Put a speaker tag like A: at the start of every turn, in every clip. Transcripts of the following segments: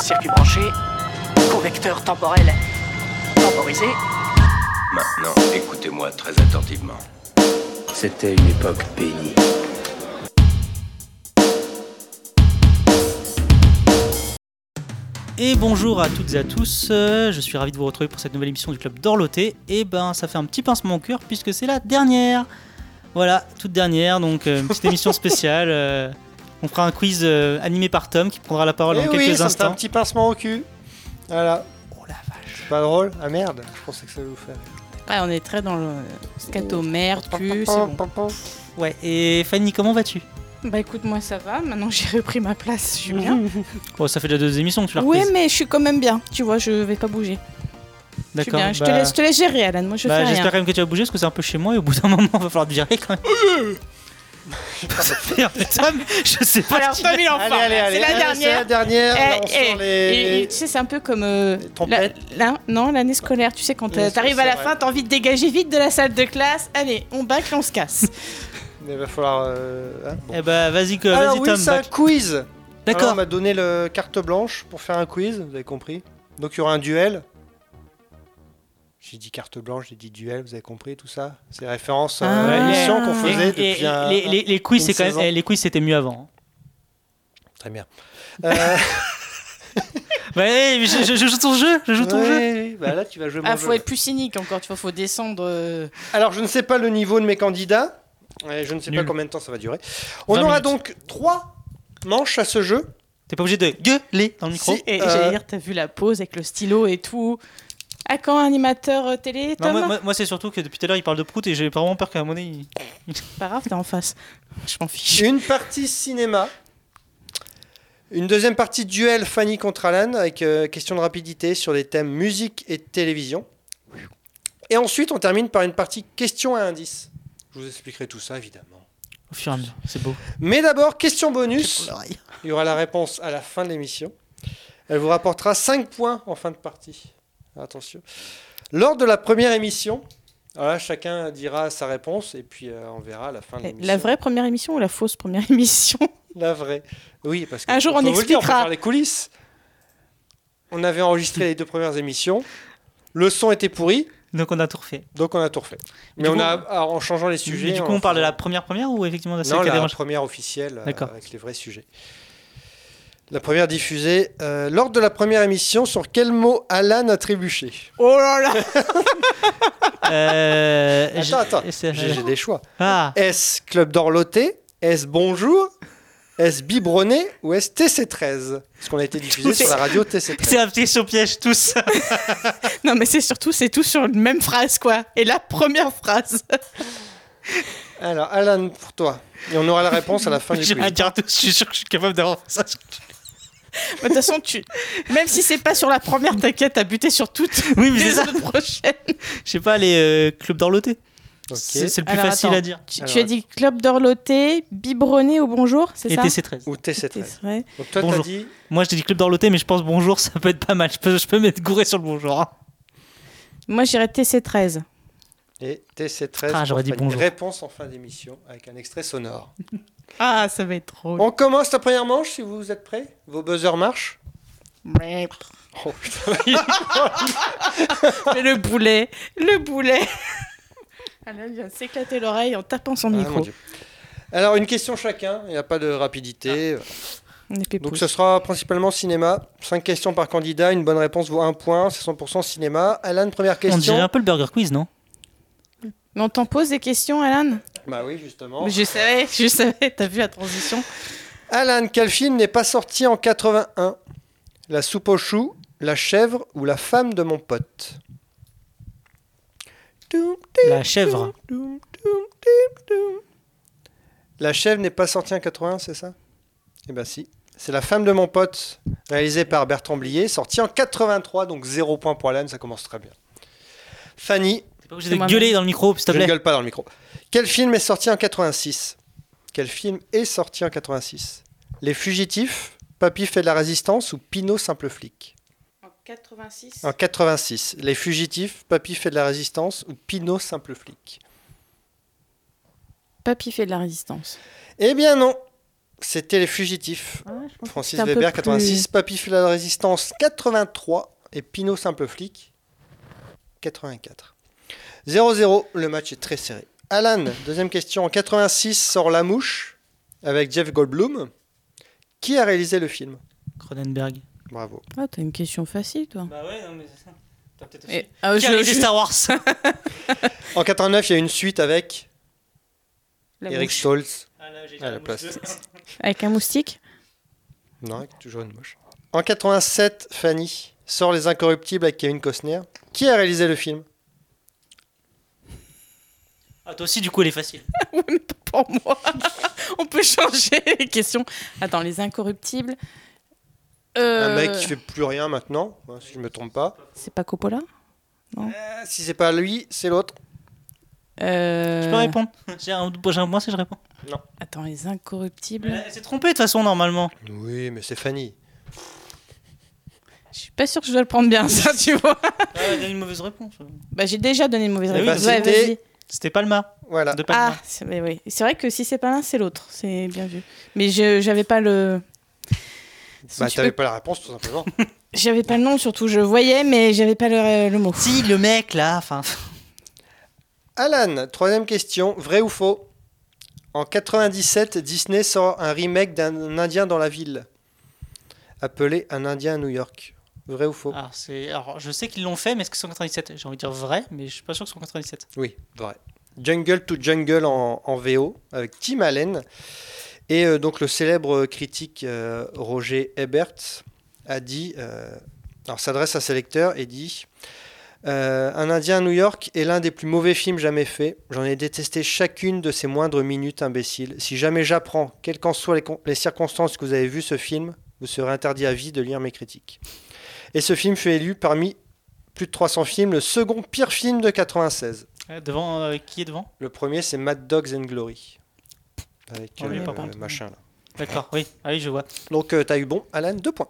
A: Circuit branché, convecteur temporel temporisé.
B: Maintenant, écoutez-moi très attentivement. C'était une époque bénie.
C: Et bonjour à toutes et à tous, euh, je suis ravi de vous retrouver pour cette nouvelle émission du club d'Orloté. Et ben ça fait un petit pincement au cœur puisque c'est la dernière. Voilà, toute dernière, donc euh, une petite émission spéciale. euh, on fera un quiz euh, animé par Tom qui prendra la parole
D: Eh
C: Oh, dans
D: oui,
C: quelques
D: ça me fait un
C: instants.
D: petit pincement au cul. Voilà.
C: Oh la vache.
D: Pas drôle Ah merde, je pensais que ça allait vous faire.
E: Ouais, on est très dans le scato merde, cul, c'est bon.
C: Ouais, et Fanny, comment vas-tu
E: Bah écoute, moi ça va, maintenant j'ai repris ma place, je suis bien.
C: Oh, ça fait déjà deux émissions que tu l'as
E: Oui,
C: reprise.
E: mais je suis quand même bien, tu vois, je vais pas bouger. Je suis
C: D'accord.
E: bien, je te
C: bah-
E: laisse, je te laisse gérer, Alan, moi je
C: bah,
E: fais rien.
C: J'espère quand même que tu vas bouger parce que c'est un peu chez moi et au bout d'un moment, on va falloir te virer quand même. Merde, Tom, je sais pas.
E: Alors,
C: qui-
E: Tom, il est en
D: Allez,
E: forme,
D: allez, allez.
E: c'est la
D: allez, C'est la
E: dernière.
D: dernière.
E: Eh,
D: là, on
E: eh,
D: sort les-
E: et- et tu sais, c'est un peu comme. euh, la,
D: trompettes.
E: la- non, l'année scolaire, tu sais, quand
D: L'année
E: euh, t'arrives à la
D: scolaire,
E: fin, t'as envie de dégager vite de la salle de classe. Allez, on bac, on se casse.
D: Mais il va falloir. euh, hein, bon.
C: Eh bah, vas-y, que-
D: Alors,
C: vas-y
D: oui,
C: Tom.
D: c'est un
C: bah-
D: quiz. Alors, On
C: D'accord.
D: m'a donné le carte blanche pour faire un quiz, vous avez compris. Donc il y aura un duel. J'ai dit carte blanche, j'ai dit duel, vous avez compris tout ça. C'est référence à
E: Ah.
D: l'émission qu'on
C: Et-
D: faisait
C: et-
D: depuis un-
C: les, les- les quiz,
D: une
C: c'est quand même,
D: saison.
C: eh, les quiz, c'était mieux avant.
D: Très bien. Euh,
C: Bah, eh, mais je, je- je joue ton jeu, je joue ton
D: ouais,
C: jeu.
D: oui, bah là, tu vas jouer mon
E: ah,
D: jeu,
E: faut
D: là.
E: être plus cynique encore, tu vois, faut descendre. euh,
D: Alors, je ne sais pas le niveau de mes candidats. et je ne sais
C: Nul.
D: pas combien de temps ça va durer. On
C: 20
D: aura
C: minutes.
D: donc trois manches à ce jeu.
C: T'es pas obligé de gueuler dans le micro.
D: Si,
E: Et
D: euh,
E: j'allais dire, t'as vu la pause avec le stylo et tout. À quand animateur euh, télé,
C: Non,
E: Tom
C: moi, moi- moi, c'est surtout que depuis tout à l'heure, il parle de prout et j'ai vraiment peur qu'à un moment donné, il-
E: Pas grave, t'es en face. Je m'en fiche.
D: Une partie cinéma. Une deuxième partie duel Fanny contre Alan avec euh, question de rapidité sur les thèmes musique et télévision. Et ensuite, on termine par une partie questions à indices. Je vous expliquerai tout ça, évidemment.
C: au fur et à mesure, c'est beau.
D: Mais d'abord, question bonus. Il y aura la réponse à la fin de l'émission. Elle vous rapportera 5 points en fin de partie. Attention. Lors de la première émission, voilà, chacun dira sa réponse et puis euh, on verra à la fin de
E: La-
D: l'émission.
E: Eh, La vraie première émission ou la fausse première émission
D: La vraie. Oui, parce que
E: Un jour, on
D: faut vous le dire, peut
E: expliquera.
D: faire les coulisses. On avait enregistré les deux premières émissions. Le son était pourri,
C: Donc, on a tout refait.
D: donc on a tout refait.
C: Mais
D: Mais
C: du
D: on
C: coup-
D: a alors, en changeant les sujets.
C: Et du coup, on parle de la première première ou effectivement de celle
D: non,
C: qui a
D: la
C: dérangé
D: première officielle euh,
C: D'accord.
D: avec les vrais sujets. La première diffusée euh, lors de la première émission. Sur quel mot Alan a trébuché
E: Oh là là
C: Euh,
D: Attends,
C: j'ai-
D: attends.
C: c'est-
D: J'ai j'ai des choix.
C: Ah,
D: Est-ce club d'orloté Est-ce bonjour Est-ce biberonné ou est-ce TC13 Parce qu'on a été diffusé sur la radio TC13.
C: c'est un petit sur piège tous.
E: Non, mais c'est surtout, c'est tout sur une même phrase, quoi. Et la première phrase. Bah,
D: Alors, Alan, pour toi. Et on aura la réponse à la fin du
C: J'ai
D: quiz.
C: un cartouche, je suis sûr que je suis capable d'avoir fait ça.
E: De toute façon, tu... même si c'est pas sur la première, t'inquiète, t'as buté sur toutes
C: Oui, mais c'est
E: les
C: ça.
E: autres prochaines.
C: Je sais pas, les euh, clubs d'orloté.
D: Ok.
C: C'est c'est le plus
E: Alors,
C: facile
E: attends.
C: à dire.
E: Tu,
D: Alors,
E: tu as dit club d'orloté, biberonné au bonjour, c'est
C: Et
E: ça
C: TC13.
D: Ou TC13.
E: C'est vrai.
D: Donc, toi, t'as
C: Bonjour.
D: dit.
C: Moi, je dis club d'orloté, mais je pense bonjour, ça peut être pas mal. Je peux, je peux m'être gouré sur le bonjour. hein.
E: Moi, j'irais TC13.
D: Et TC13.
C: Ah, j'aurais
D: pour
C: dit
D: Fanny.
C: bonjour.
D: Réponse en fin d'émission avec un extrait sonore.
E: Ah, ça va être drôle.
D: On commence la première manche si vous êtes prêts. Vos buzzers marchent.
E: Mais
D: Oh, putain.
E: le boulet, le boulet. Alain vient de s'éclater l'oreille en tapant son
D: Ah, mon
E: micro.
D: Dieu. Alors, une question chacun. Il n'y a pas de rapidité.
E: On est
D: Donc,
E: pépouze.
D: ce sera principalement cinéma. Cinq questions par candidat. Une bonne réponse vaut un point. C'est 100% cinéma. Alan, première
C: On dirait un
D: question.
C: peu le Burger Quiz, non
E: Mais on t'en pose des questions, Alan
D: Bah oui, justement.
E: Mais Je savais, je savais, t'as vu la transition
D: Alan, quel film n'est pas sorti en 81 La soupe aux choux, La chèvre ou La femme de mon pote Toum,
C: La chèvre.
D: toum, toum, toum, toum. La chèvre n'est pas sortie en 81, c'est ça Eh ben si. C'est La femme de mon pote, réalisé par Bertrand Blier, sorti en 83, donc 0 point pour Alan, ça commence très bien. Fanny,
C: T'es pas obligé de
E: moi-même.
C: gueuler dans le micro, s'il te
D: je ne
C: plaît.
D: gueule pas dans le micro. Quel film est sorti en 86 Quel film est sorti en 86 Les Fugitifs, Papy fait de la résistance ou Pinot simple flic
E: En 86
D: En 86, Les Fugitifs, Papy fait de la résistance ou Pinot simple flic
E: Papy fait de la résistance.
D: Eh bien non C'était Les Fugitifs.
E: Ouais, Ah, je pense que
D: Francis
E: c'était un peu
D: Weber,
E: plus-
D: 86. Papy Fula de Résistance, 83. Et Pinot Simple Flic, 84. 0-0, le match est très serré. Alan, deuxième question. En 86 sort La Mouche avec Jeff Goldblum. Qui a réalisé le film
C: Cronenberg.
D: Bravo.
E: Ah, t'as une question facile, toi.
C: Bah ouais, non, mais c'est ça. T'as peut-être
E: Et- ah,
C: Qui
E: je-
C: a réalisé
E: je-
C: Star Wars
D: En 89, il y a une suite avec
E: La
D: Eric
E: mouche.
D: Stoltz.
C: Ah là, j'ai
D: Ah, la place.
E: Avec un moustique
D: Non, avec toujours une moche. En 87, Fanny sort Les Incorruptibles avec Kevin Costner. Qui a réalisé le film
C: Ah, toi aussi, du coup, elle est facile.
E: Oui, mais pas pour moi. On peut changer les questions. Attends, les incorruptibles. Euh,
D: Un mec qui fait plus rien maintenant, hein, si je me trompe pas.
E: C'est pas Coppola
D: Euh, Si c'est pas lui, c'est l'autre.
E: euh...
C: Je peux répondre J'ai un, j'ai un point si je réponds.
E: Attends, les incorruptibles.
C: Elle s'est trompée de toute façon, normalement.
D: Oui, mais c'est Fanny.
E: Je suis pas sûre que je dois le prendre bien, ça, tu vois.
C: Ah, elle a une mauvaise réponse.
E: Bah, j'ai déjà donné une mauvaise
C: Eh oui,
E: réponse.
D: bah,
E: Ouais,
D: c'était-
E: vas-y.
C: C'était Palma.
D: Voilà.
C: De Palma.
E: Ah, c'est mais oui. C'est vrai que si c'est pas l'un, c'est l'autre. C'est bien vu. Mais je j'avais pas le.
D: Bah,
E: Tu
D: t'avais
E: peux-
D: pas la réponse, tout simplement.
E: J'avais pas le nom, surtout. Je voyais, mais j'avais pas le, le mot.
C: Si, le mec, là, enfin...
D: Alan, troisième question. Vrai ou faux En 97, Disney sort un remake d'un Indien dans la ville, appelé Un Indien à New York. Vrai ou faux
C: Alors, Ah, c'est... Alors, je sais qu'ils l'ont fait, mais est-ce que c'est en 97 J'ai envie de dire vrai, mais je suis pas sûr que c'est en 97.
D: Oui, vrai. Jungle to Jungle en, en VO avec Tim Allen. Et euh, donc le célèbre critique euh, Roger Ebert a dit, euh, alors s'adresse à ses lecteurs et dit euh, Un Indien à New York est l'un des plus mauvais films jamais faits. J'en ai détesté chacune de ces moindres minutes imbéciles. Si jamais j'apprends, quelles qu'en soient les, con- les circonstances que vous avez vu ce film, vous serez interdit à vie de lire mes critiques. Et ce film fut élu parmi plus de 300 films le second pire film de 96.
C: Euh, Devant... euh, qui est devant
D: Le premier, c'est Mad Dogs and Glory. Avec
C: On
D: euh,
C: l'a pas
D: le
E: compris.
D: machin là.
C: D'accord, oui. Ah oui, je vois.
D: Donc, tu t'as eu bon, Alan, deux points.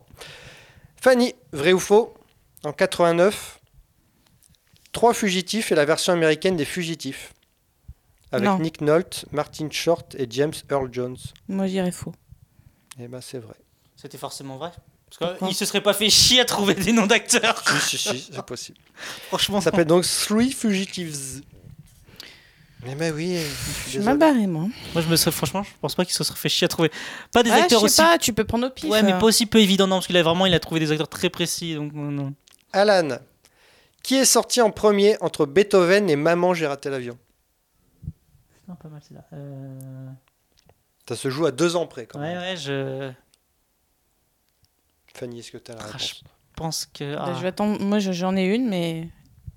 D: Fanny, vrai ou faux En 89, Trois Fugitifs est la version américaine des Fugitifs. Avec
E: Non.
D: Nick Nolte, Martin Short et James Earl Jones.
E: Moi, j'irais faux.
D: Eh ben, c'est vrai.
C: C'était forcément vrai. Parce
E: Pourquoi
C: qu'il se serait pas fait chier à trouver des noms d'acteurs.
D: si, si, si, c'est possible.
C: Franchement,
D: Ça s'appelle donc Three Fugitives. Mais ben oui.
E: Je
D: Je suis
E: suis mal barrée, moi.
C: Moi, je me serais, franchement, je pense pas qu'il se serait fait chier à trouver. Pas des
E: Ouais,
C: acteurs
E: je sais
C: aussi.
E: pas, tu peux prendre au pif.
C: Ouais, mais
E: euh.
C: pas aussi peu évident, non, parce qu'il a vraiment, il a trouvé des acteurs très précis, donc non, non.
D: Alan, qui est sorti en premier entre Beethoven et Maman, j'ai raté l'avion
C: Non, pas mal, Euh, c'est là.
D: Ça se joue à deux ans près quand même.
C: Ouais, ouais, je
D: Fanny, est-ce que tu as la
C: Ah,
D: réponse
C: pense que.
E: Bah,
C: ah.
E: je vais attendre. Moi, je- j'en ai une, mais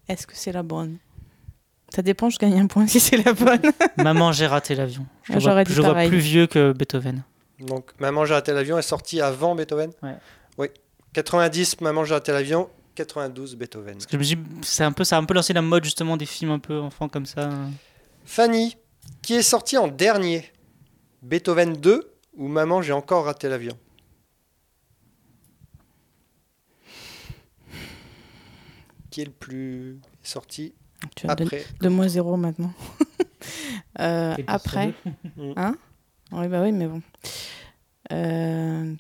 E: est-ce que c'est la bonne Ça dépend, je gagne un point si c'est la bonne.
C: Maman, j'ai raté l'avion. Je,
E: Ah,
C: le vois,
E: j'aurais dit
C: je le vois
E: pareil.
C: plus vieux que Beethoven.
D: Donc, Maman, j'ai raté l'avion est sortie avant Beethoven
C: Ouais.
D: Oui. 90, Maman, j'ai raté l'avion. 92, Beethoven.
C: Parce que je me suis, c'est un peu, ça a un peu lancé la mode justement des films un peu enfants comme ça.
D: Fanny, qui est sorti en dernier Beethoven 2 ou Maman, j'ai encore raté l'avion Qui est le plus sorti
E: Tu as
D: après
E: de moins zéro maintenant. Euh, après. hein Oui, bah oui, mais bon. Euh,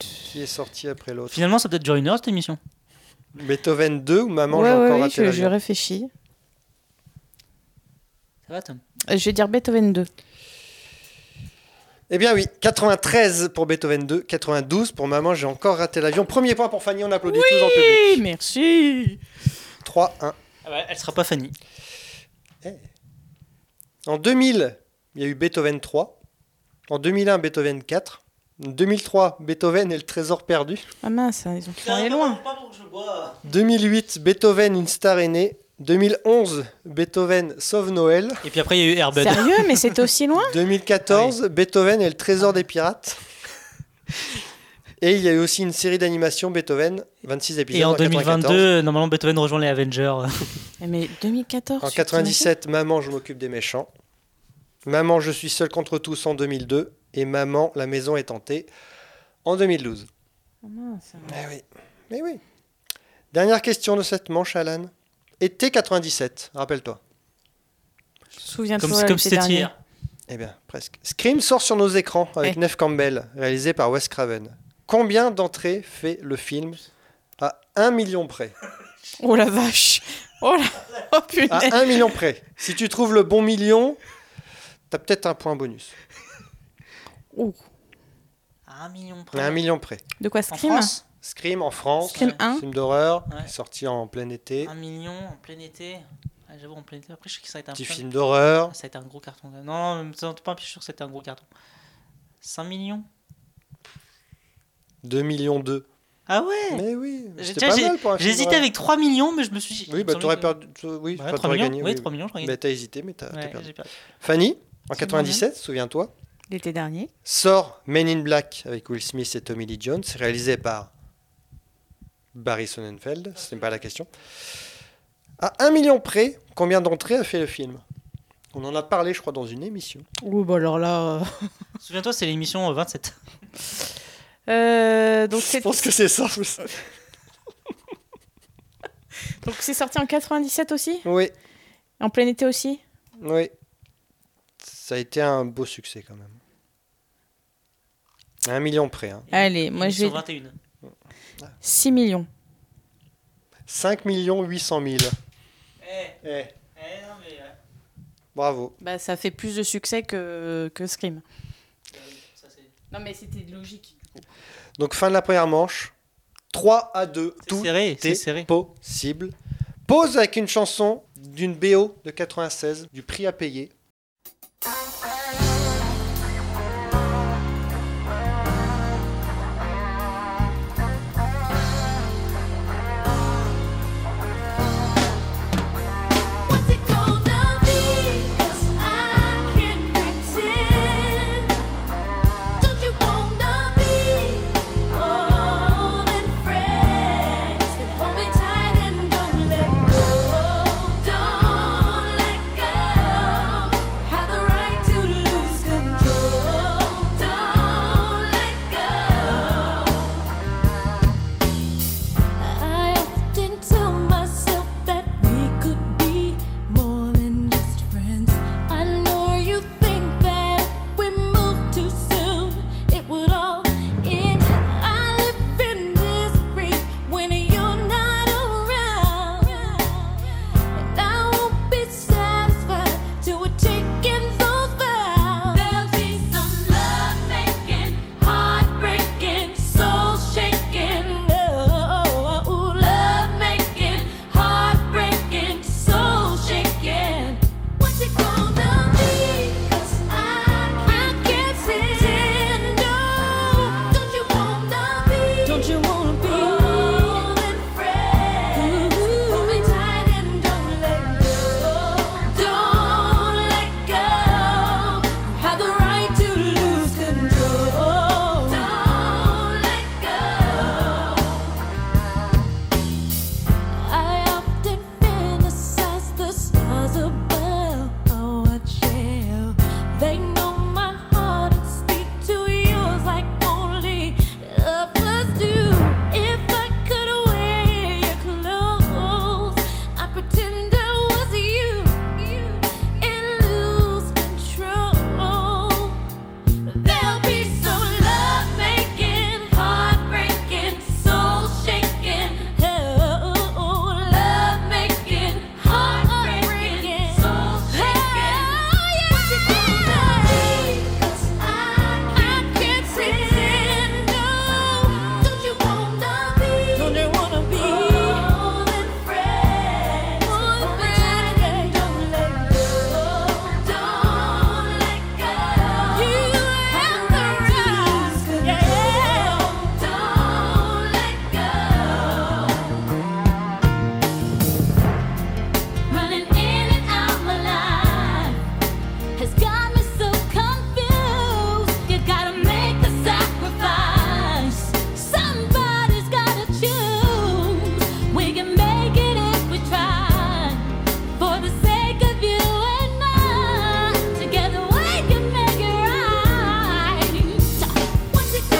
D: Qui est sorti après l'autre
C: Finalement, ça peut-être durer une heure cette émission.
D: Beethoven 2 ou Maman,
E: ouais,
D: j'ai
E: ouais,
D: encore
E: ouais,
D: raté
E: je, je
D: l'avion
E: réfléchis.
C: Ça va, Tom
E: Euh, Je vais dire Beethoven 2.
D: Eh bien oui, 93 pour Beethoven 2, 92 pour Maman, j'ai encore raté l'avion. Premier point pour Fanny, on applaudit tous en public.
E: merci
D: 3, 1.
C: Ah bah, Elle sera pas Fanny.
D: En 2000, il y a eu Beethoven 3. En 2001, Beethoven 4. En 2003, Beethoven et le trésor perdu.
E: Ah mince, hein, ils ont pu aller loin.
D: 2008, Beethoven, une star est née. 2011, Beethoven sauve Noël.
C: Et puis après, il y a eu Airbud.
E: Sérieux, mais c'était aussi loin
D: 2014, Beethoven et le trésor des pirates. Et il y a eu aussi une série d'animation Beethoven, 26 épisodes.
C: Et en
D: 2014.
C: 2022, normalement, Beethoven rejoint les Avengers.
E: Mais 2014.
D: En
E: tu t'imagines
D: 97, Maman, je m'occupe des méchants. Maman, je suis seul contre tous en 2002. Et Maman, la maison est tentée en 2012.
E: Ah mince.
D: Mais Eh oui. Mais oui. Dernière question de cette manche, Alan. Été 97, rappelle-toi.
E: Je me souviens
C: Comme,
E: toujours de
C: comme
E: l'été
C: c'était
E: dernier.
C: hier.
D: Eh bien, presque. Scream sort sur nos écrans avec
E: Eh.
D: Neve Campbell, réalisé par Wes Craven. Combien d'entrées fait le film à 1 million près
E: Oh la vache. Oh la. Oh punaise.
D: À 1 million près. Si tu trouves le bon million, t'as peut-être un point bonus.
E: Ouh.
C: À un million
D: À 1 million près.
E: De quoi
C: En
E: Scream
C: France
D: Scream en France,
E: Ah. Scream 1.
D: film d'horreur,
C: Ouais.
D: sorti en plein été.
C: Un million en plein été. Ah, J'avoue, en plein été. Après, je sais que ça a été un,
D: Petit
C: plein-
D: film d'horreur.
C: ça a été un gros carton. Non, non, mais ça, pas un sûr que c'était un gros carton. 5 millions
D: 2 millions 2.
C: Ah
E: Eh.
C: ouais
D: Mais oui,
C: J'ai-
D: c'était
C: tiens,
D: pas
C: j'ai-
D: mal pour un film
C: J'hésitais
D: d'horreur.
C: avec 3 millions, mais je me suis dit.
D: Oui, bah t'aurais perdu. tu- Oui,
C: Ouais,
D: enfin,
C: 3
D: t'aurais
C: millions,
D: gagné.
C: ouais,
D: oui,
C: 3 millions, j'aurais
D: Bah t'as hésité, mais t'as t'as
C: gagné. Ouais,
D: perdu.
C: j'ai perdu.
D: Fanny, en
E: C'est
D: 97,
C: hein.
D: souviens-toi,
E: L'été dernier.
D: sort Men in Black avec Will Smith et Tommy Lee Jones, réalisé par Barry Sonnenfeld, ce n'est pas la question. À 1 million près, combien d'entrées a fait le film On en a parlé, je crois, dans une émission.
E: Ouh, bah alors là.
C: Souviens-toi, c'est l'émission euh, 27.
E: euh. Euh, donc
D: je
E: c'est
D: pense que c'est ça.
E: donc c'est sorti en 97 aussi
D: oui,
E: En plein été aussi
D: oui. Ça a été un beau succès quand même. À 1 million près. Hein.
E: Allez, moi je
C: Émission
E: vais.
C: 21.
E: 6 millions.
D: 5 800 000. Eh, bravo.
E: Bah ça fait plus de succès que, que Scream. Non mais c'était logique.
D: Donc fin de la première manche. 3 à 2.
C: C'est
D: Tout
C: serré, c'est
D: était
C: serré.
D: possible. Pause avec une chanson d'une BO de 96, du prix à payer.
F: What's it called? Love I can't pretend. Don't you wanna be more than friends? Hold me tight and don't let go. Don't let go. Have the right to lose control. Don't let go. I often tell myself that we could be more than just friends. I know you think that if we move too soon, it would all end. I live in misery when you're not around, and I won't be satisfied till we're taking those vows. There'll be some love making, heartbreaking, soul shaking. Oh, love making, heartbreaking, soul shaking. What's it gonna be? 'Cause I, I can't pretend. No, don't you wanna be? Don't you wanna be? More than friends. Hold me tight and don't let go. Don't let go. Have the right to lose control. Don't let go. I often fantasize the stars above are what shall. They know my heart and speak to yours like only lovers do. oh,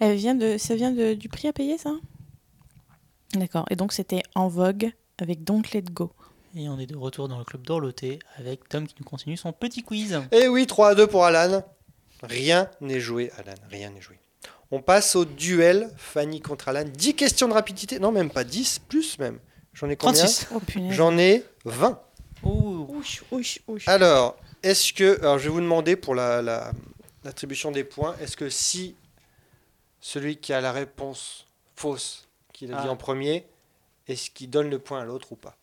E: Elle vient de, ça vient de- du prix à payer, ça D'accord. Et donc, c'était en vogue avec Don't Let Go.
C: Et on est de retour dans le club d'Orloté avec Tom qui nous continue son petit quiz.
D: Et Eh oui, 3 à 2 pour Alan. Rien n'est joué, Alan. Rien n'est joué. On passe au duel Fanny contre Alan. 10 questions de rapidité. Non, même pas 10, plus même. J'en ai combien
C: 36.
E: Oh punaise.
D: J'en ai 20.
C: Ouh.
E: Ouch, ouch, ouch.
D: Alors, est-ce que. Alors, je vais vous demander pour la- la- l'attribution des points. Est-ce que si celui qui a la réponse fausse qu'il a dit
C: Ah.
D: en premier, est-ce qu'il donne le point à l'autre ou pas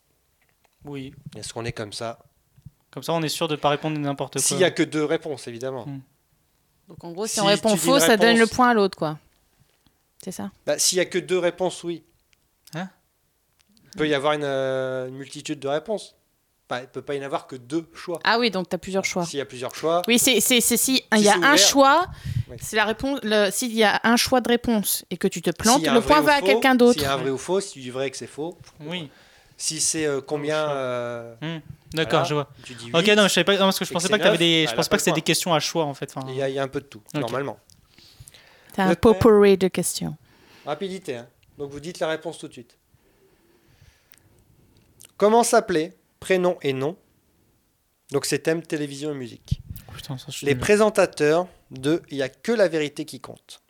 C: Oui.
D: Est-ce qu'on est comme ça
C: Comme ça, on est sûr de pas répondre n'importe quoi. Hmm.
D: S'il n'y a que deux réponses, évidemment.
E: Donc, en gros, si,
D: Si
E: on répond
D: tu dis
E: faux, ça donne
D: réponse-
E: le point à l'autre, quoi. C'est ça
D: Bah, S'il n'y a que deux réponses, oui.
C: Hein
D: Il peut y avoir une, euh, une multitude de réponses. Enfin, il ne peut pas y en avoir que deux choix.
E: Ah oui, donc t'as plusieurs choix.
D: S'il y a plusieurs choix,
E: Oui, c'est c'est- c'est si il y a
D: c'est
E: un
D: ouvert.
E: choix,
D: Oui.
E: c'est la réponse. le- S'il y a un choix de réponse et que tu te plantes,
D: s'il y a un
E: le
D: vrai
E: point
D: ou
E: va à
D: faux,
E: quelqu'un
D: S'il y
E: d'autre.
D: a un vrai ou faux, si tu dis vrai et que c'est faux.
C: Oui.
D: Si c'est euh, combien. euh,
C: D'accord,
D: Voilà.
C: je vois.
D: tu dis
C: Ok,
D: huit,
C: non, je savais pas. non, parce que je
D: Et
C: pensais
D: que
C: pas
D: c'est
C: que t'avais
D: neuf,
C: des. Je
D: elle
C: pensais
D: a pas
C: Ah, pas que c'était
D: le
C: des questions à choix en fait. Enfin,
D: Il y, a, il y a un peu de tout,
C: Ok.
D: normalement.
E: T'as un
D: Le-
E: potpourri de questions.
D: Rapidité. hein. Donc vous dites la réponse tout de suite. Comment s'appeler Prénom et nom. Donc c'est thème télévision et musique.
C: Oh, Putain, ça, je suis
D: Les
C: nul.
D: présentateurs de Il n'y a que la vérité qui compte.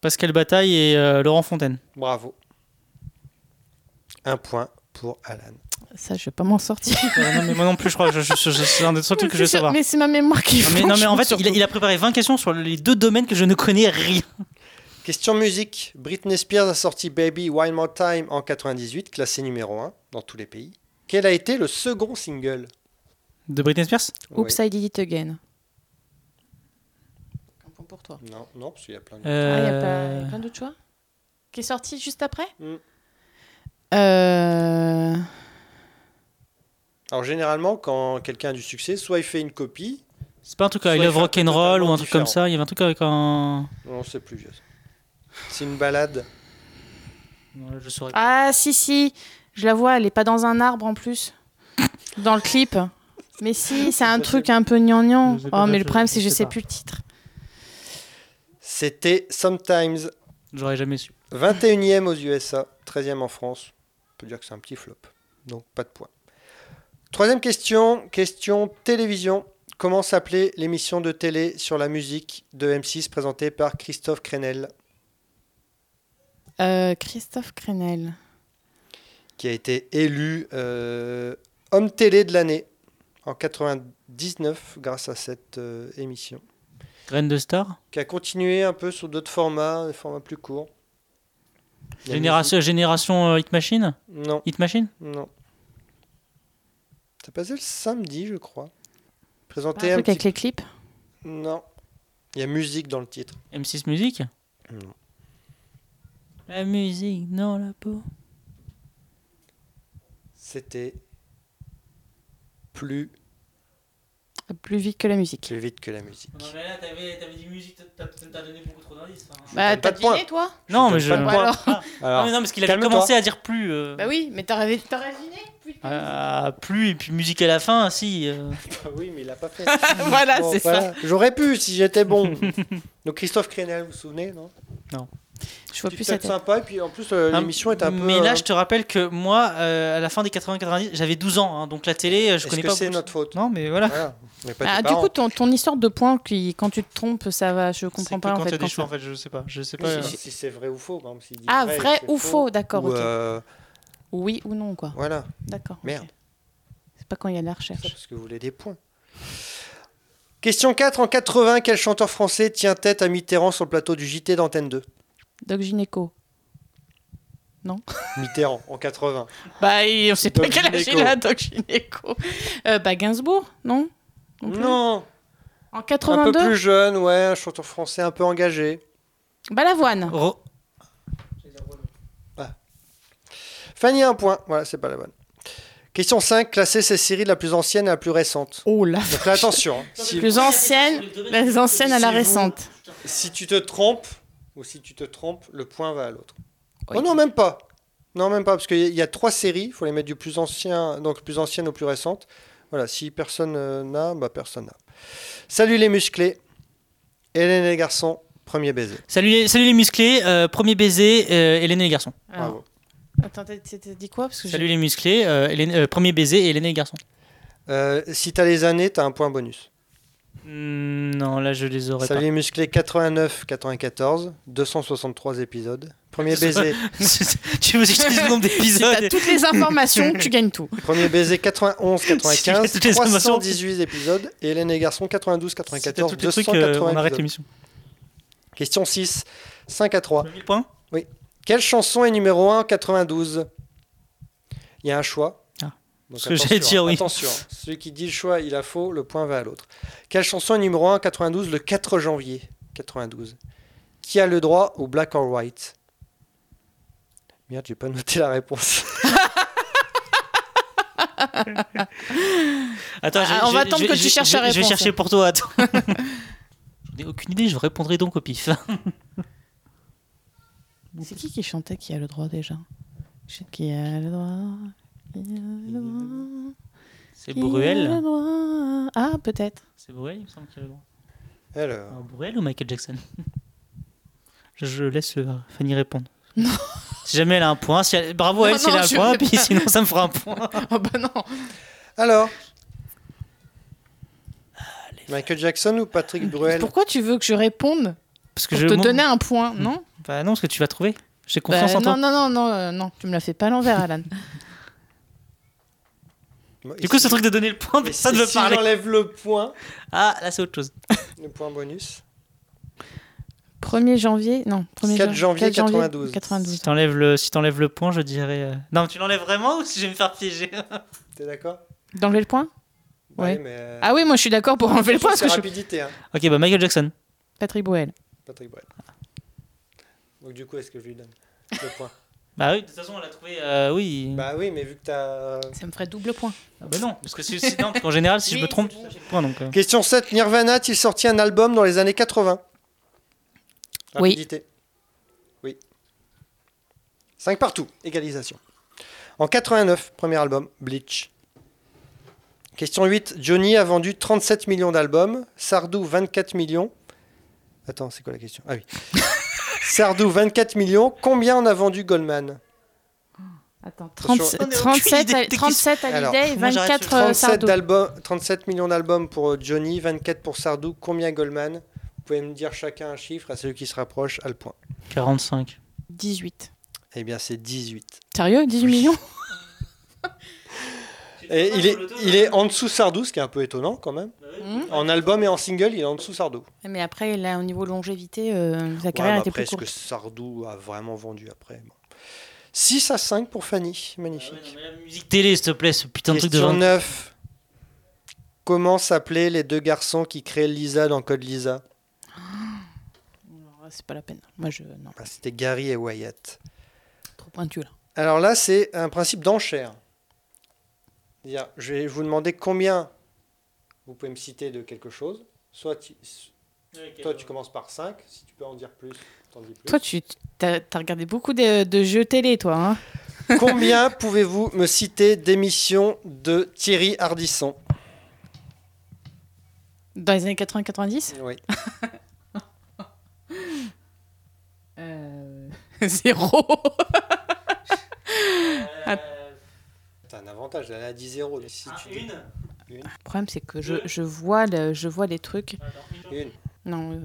C: Pascal Bataille et euh, Laurent Fontaine.
D: Bravo. Un point pour Alan.
E: Ça, je vais pas m'en sortir.
C: Euh, non, mais moi non plus, je crois. Je, je- je- c'est un des seuls trucs que je veux
E: C'est-
C: savoir.
E: Mais c'est ma mémoire qui.
C: Non, mais, non, mais en fait, il a, il a préparé 20 questions sur les deux domaines que je ne connais rien.
D: Question musique. Britney Spears a sorti Baby One More Time en 98, classé numéro 1 dans tous les pays. Quel a été le second single
C: De Britney Spears
E: Oops,
D: Oui.
E: I did it again. Un point pour toi.
D: Non, non, parce qu'il y a plein de...
E: Ah, il y a
C: Euh,
E: pas y a plein d'autres choix Qui est sorti juste après
D: Mm.
E: Euh.
D: Alors généralement, quand quelqu'un a du succès, soit il fait une copie,
C: C'est pas un truc avec
D: Soit il
C: Love
D: fait un truc
C: Rock'n'Roll ou un truc
D: totalement
C: comme ça. Il y avait un truc avec un.
D: non, c'est plus vieux. C'est une balade.
C: Ouais, je saurais.
E: Ah, si, si. Je la vois, elle est pas dans un arbre en plus. Dans le clip. Mais si, c'est un
D: pas
E: truc un peu gnangnan.
C: Je sais pas
E: Oh, mais
C: dire,
E: le
C: je-
E: problème,
C: je
E: c'est que je
C: sais
E: sais
C: pas.
E: plus le titre.
D: C'était Sometimes,
C: J'aurais jamais su.
D: 21e aux USA, 13e en France. On peut dire que c'est un petit flop. Donc pas de points. Troisième question, question télévision. Comment s'appelait l'émission de télé sur la musique de M6 présentée par Christophe Crenel,
E: Euh, Christophe Crenel.
D: qui a été élu euh, homme télé de l'année en 99 grâce à cette euh, émission,
C: Graine de Star
D: qui a continué un peu sous d'autres formats, des formats plus courts. Il y a
C: Génération, génération euh, Hit Machine
D: musique- Non.
C: Hit Machine
D: Non. Ça passait le samedi, je crois.
E: Pas
D: Présenté un
E: Un Ah, truc
D: petit...
E: avec les clips
D: Non. Il y a musique dans le titre.
C: M6 Musique
D: Non.
C: La musique dans la peau.
D: C'était plus,
E: Plus vite que la musique.
D: plus vite que la musique.
C: mais là, t'avais, dit musique, t'as donné beaucoup trop d'indices.
E: Bah,
D: donne pas
E: t'as
D: de points.
E: deviné, toi
C: Non, mais
D: Je
C: je.
D: donne pas de
E: Ou alors
C: Ah, non, mais
D: Alors,
C: non, parce qu'il avait
D: calme-toi.
C: commencé à dire plus. euh,
E: Bah oui, mais t'aurais deviné. T'aurais deviné plus vite que la musique.
C: ah, plus, et puis musique à la fin, si. euh.
D: Ah oui, mais il l'a pas fait.
E: Voilà,
D: Bon,
E: c'est ça.
D: voilà. J'aurais pu si j'étais bon. Donc Christophe Crenel, vous vous souvenez, non
E: Je vois
D: Petite
E: plus ça.
D: tête sympa et puis en plus euh,
C: Ah,
D: l'émission est un peu.
C: Mais là,
D: euh,
C: je te rappelle que moi, euh, à la fin des 80-90, j'avais 12 ans, hein, donc la télé, euh, je
D: Est-ce
C: connais
D: que
C: pas.
D: c'est
C: beaucoup.
D: notre faute
C: Non, mais voilà.
D: Voilà. On n'est pas
E: Ah,
D: tes
E: du coup,
D: parents.
E: ton, ton histoire de points, qui, quand tu te trompes, ça va, je comprends
C: C'est
E: pas
C: que
E: en
C: quand
E: fait.
C: t'as des
E: quand
C: choix, en
E: ça-
C: fait, je sais pas. Je sais pas.
D: Oui,
C: euh,
D: si, si c'est vrai ou faux. par exemple, s'il dit
E: Ah, vrai
D: c'est
E: ou faux, d'accord,
D: ou,
E: ok.
D: euh,
E: Oui ou non, quoi.
D: Voilà.
E: D'accord. ok.
D: Merde.
E: C'est pas quand il y a de la
D: Ça,
E: recherche.
D: parce que vous voulez des points. Question 4. En 80, quel chanteur français tient tête à Mitterrand sur le plateau du JT d'Antenne 2
E: Doc Gynéco.
D: Mitterrand, en 80.
E: Bah, il- on sait pas
D: Doc
E: quel âge il
D: Gynéco.
E: a, Doc Gynéco. Euh, bah, Gainsbourg, non plus.
D: Non
E: En
D: Un peu
E: 82
D: plus jeune, ouais, un chanteur français un peu engagé.
E: Balavoine.
D: Oh.
C: Ro-
D: Fanny, un point. Voilà, c'est pas la bonne. Question 5. Classer ces séries de la plus ancienne à la plus récente.
E: Oh là
D: Donc là, attention. hein. Si,
E: Plus ancienne, les anciennes à la récente.
D: si tu te trompes, ou si tu te trompes, le point va à l'autre.
E: Oui.
D: Oh non, même pas. Non, même pas, parce qu'il y a- il y a trois séries, il faut les mettre du plus ancien, donc plus ancienne au plus récente. Voilà, si personne euh, n'a, bah personne n'a. Salut les musclés, Hélène et les garçons, Premier baiser.
C: Salut, les- salut les musclés, euh, premier baiser, euh, Hélène et les garçons.
E: Alors,
D: Bravo.
E: Attends, t'as t'as- t'as dit quoi Parce que
C: Salut
E: j'ai-
C: les musclés, euh, Hélène- euh, premier baiser et Hélène et les garçons.
D: Euh, si t'as les années, t'as un point bonus.
C: Hmm, non, là je les aurais
D: Salut les musclés, 89-94, 263 épisodes. Premier
C: C'est ça.
D: baiser,
C: pas. tu veux que je te dise le nombre
E: Si t'as
C: d'épisodes
E: toutes les informations, tu gagnes tout.
D: premier baiser 91-95,
C: Si t'as les informations.
D: 318 épisodes. Et Hélène et Garçon,
C: Si t'as tous
D: 92-94,
C: les trucs, euh, on
D: 280
C: arrête
D: épisodes.
C: l'émission.
D: Question 6, 5 à 3.
C: 1000 points
D: Quelle chanson est numéro 1 en 92 Il y a un choix.
C: Ah.
D: Donc
C: Ce que
D: attention,
C: j'allais dire, oui.
D: Attention, celui qui dit le choix, il a faux, le point va à l'autre. Quelle chanson est numéro 1 en 92 le 4 janvier 92 Qui a le droit au black or white Merde, j'ai pas noté la réponse.
C: Attends,
E: Ah, on va attendre que tu
C: je-
E: cherches
C: je-
E: la
C: Je vais
E: réponse.
C: chercher pour toi, attends. J'en ai aucune idée, je répondrai donc au pif.
E: C'est qui qui chantait qui a le droit déjà Je- Qui a le droit Qui a le droit
C: C'est
E: Qui a le
C: Bruel.
E: droit Ah, peut-être.
C: C'est Bruel, il me semble qu'il y a le droit.
D: Alors,
C: Alors, Bruel ou Michael Jackson je, je laisse euh, Fanny répondre. si jamais elle a un point, si elle- bravo à
E: Non,
C: elle si elle
E: non,
C: a un
E: je
C: point,
E: vais
C: puis
E: pas.
C: sinon ça me fera un point.
E: Oh bah non
D: alors Michael Jackson ou Patrick Bruel
E: Pourquoi tu veux que je réponde
C: Parce que
E: Pour
C: je.
E: te
C: moi-
E: donner un point, non
C: Bah non, parce que tu vas trouver. J'ai
E: Bah,
C: confiance en toi.
E: non, non, non, non, euh, non, tu me la fais pas à l'envers, Alan.
C: Du coup, ce truc de donner le point,
D: Mais
C: ça
D: si-
C: de le
D: si
C: parler.
D: j'enlève le point,
C: Ah, là c'est autre chose.
D: le point bonus.
E: 1er janvier, non, 1er
D: 4
E: jan-
D: janvier
E: 4 janvier
D: 92.
E: 92.
C: Si t'enlèves le, si t'enlèves le point, je dirais. euh, Non, mais tu l'enlèves vraiment ou si je vais me faire piéger
D: T'es d'accord
E: D'enlever le point
D: Bah
E: Ouais.
D: oui, mais, euh,
E: Ah oui, moi je suis d'accord pour enlever le point parce
D: c'est
E: que je suis
D: rapidité, hein,
C: Ok, bah Michael Jackson.
E: Patrick Boel.
D: Patrick Bruel. Donc du coup, est-ce que je lui donne le point
C: Bah oui, de toute façon, on l'a trouvé. euh, oui. Bah,
D: Bah oui, mais vu que t'as...
E: Ça me ferait double point.
C: bah non, parce que c'est c'est- non, parce qu'en général, si je me trompe, j'ai le point donc. euh.
D: Question 7. Nirvana a-t-il sorti un album dans les années 80
E: Oui.
D: Rapidité. Oui. 5 partout. Égalisation. En 89, premier album, Bleach. Question 8. Johnny a vendu 37 millions d'albums. Sardou, 24 millions. Attends, c'est quoi la question Ah oui. Sardou, 24 millions. Combien en a vendu Goldman
E: Attends,
D: Attention.
E: 37,
C: On est au cul
E: 37,
C: des
E: à-
C: technici-
E: 37
D: Alors,
E: Hallyday et
C: moi, j'arrête
E: 24
C: sur
E: euh,
D: 37,
E: Sardou.
D: d'albums- 37 millions d'albums pour euh, Johnny, 24 pour Sardou, combien Goldman Vous pouvez me dire chacun un chiffre, à celui qui se rapproche a le point.
C: 45.
E: 18.
D: Eh bien, c'est 18.
E: Sérieux 18 millions
D: Et il est, il est en dessous Sardou, ce qui est un peu étonnant quand même.
E: Hum.
D: En album et en single, il est en dessous Sardou.
E: Mais après, là, au niveau longévité, euh, sa
D: Ouais, mais
E: carrière était
D: après,
E: plus
D: est-ce que
E: courte.
D: Sardou a vraiment vendu après Bon. 6 à 5 pour Fanny, magnifique.
C: la musique télé, s'il te plaît, ce putain de truc de
D: Question
C: genre.
D: 9. Comment s'appelaient les deux garçons qui créent Lisa dans Code Lisa
E: Alors, C'est pas la peine. Moi, je. Non,
D: Bah, C'était Gary et Wyatt.
E: trop pointu là.
D: Alors là, c'est un principe d'enchère. C'est-à-dire, Je vais vous demander combien vous pouvez me citer de quelque chose. Soit tu- toi, tu commences par 5. Si tu peux en dire plus, t'en dis plus.
E: Toi, tu as, regardé beaucoup de, de jeux télé, toi. Hein
D: Combien pouvez-vous me citer d'émissions de Thierry Hardisson
E: Dans les années 80-90
D: Oui.
E: Euh, Zéro Euh, ah,
D: T'as un avantage, elle a dit 0. Si Ah. tu
C: Ah,
D: dis
E: Bah, Le problème, c'est que je, je, vois le- je vois les trucs.
D: une.
E: Non, euh,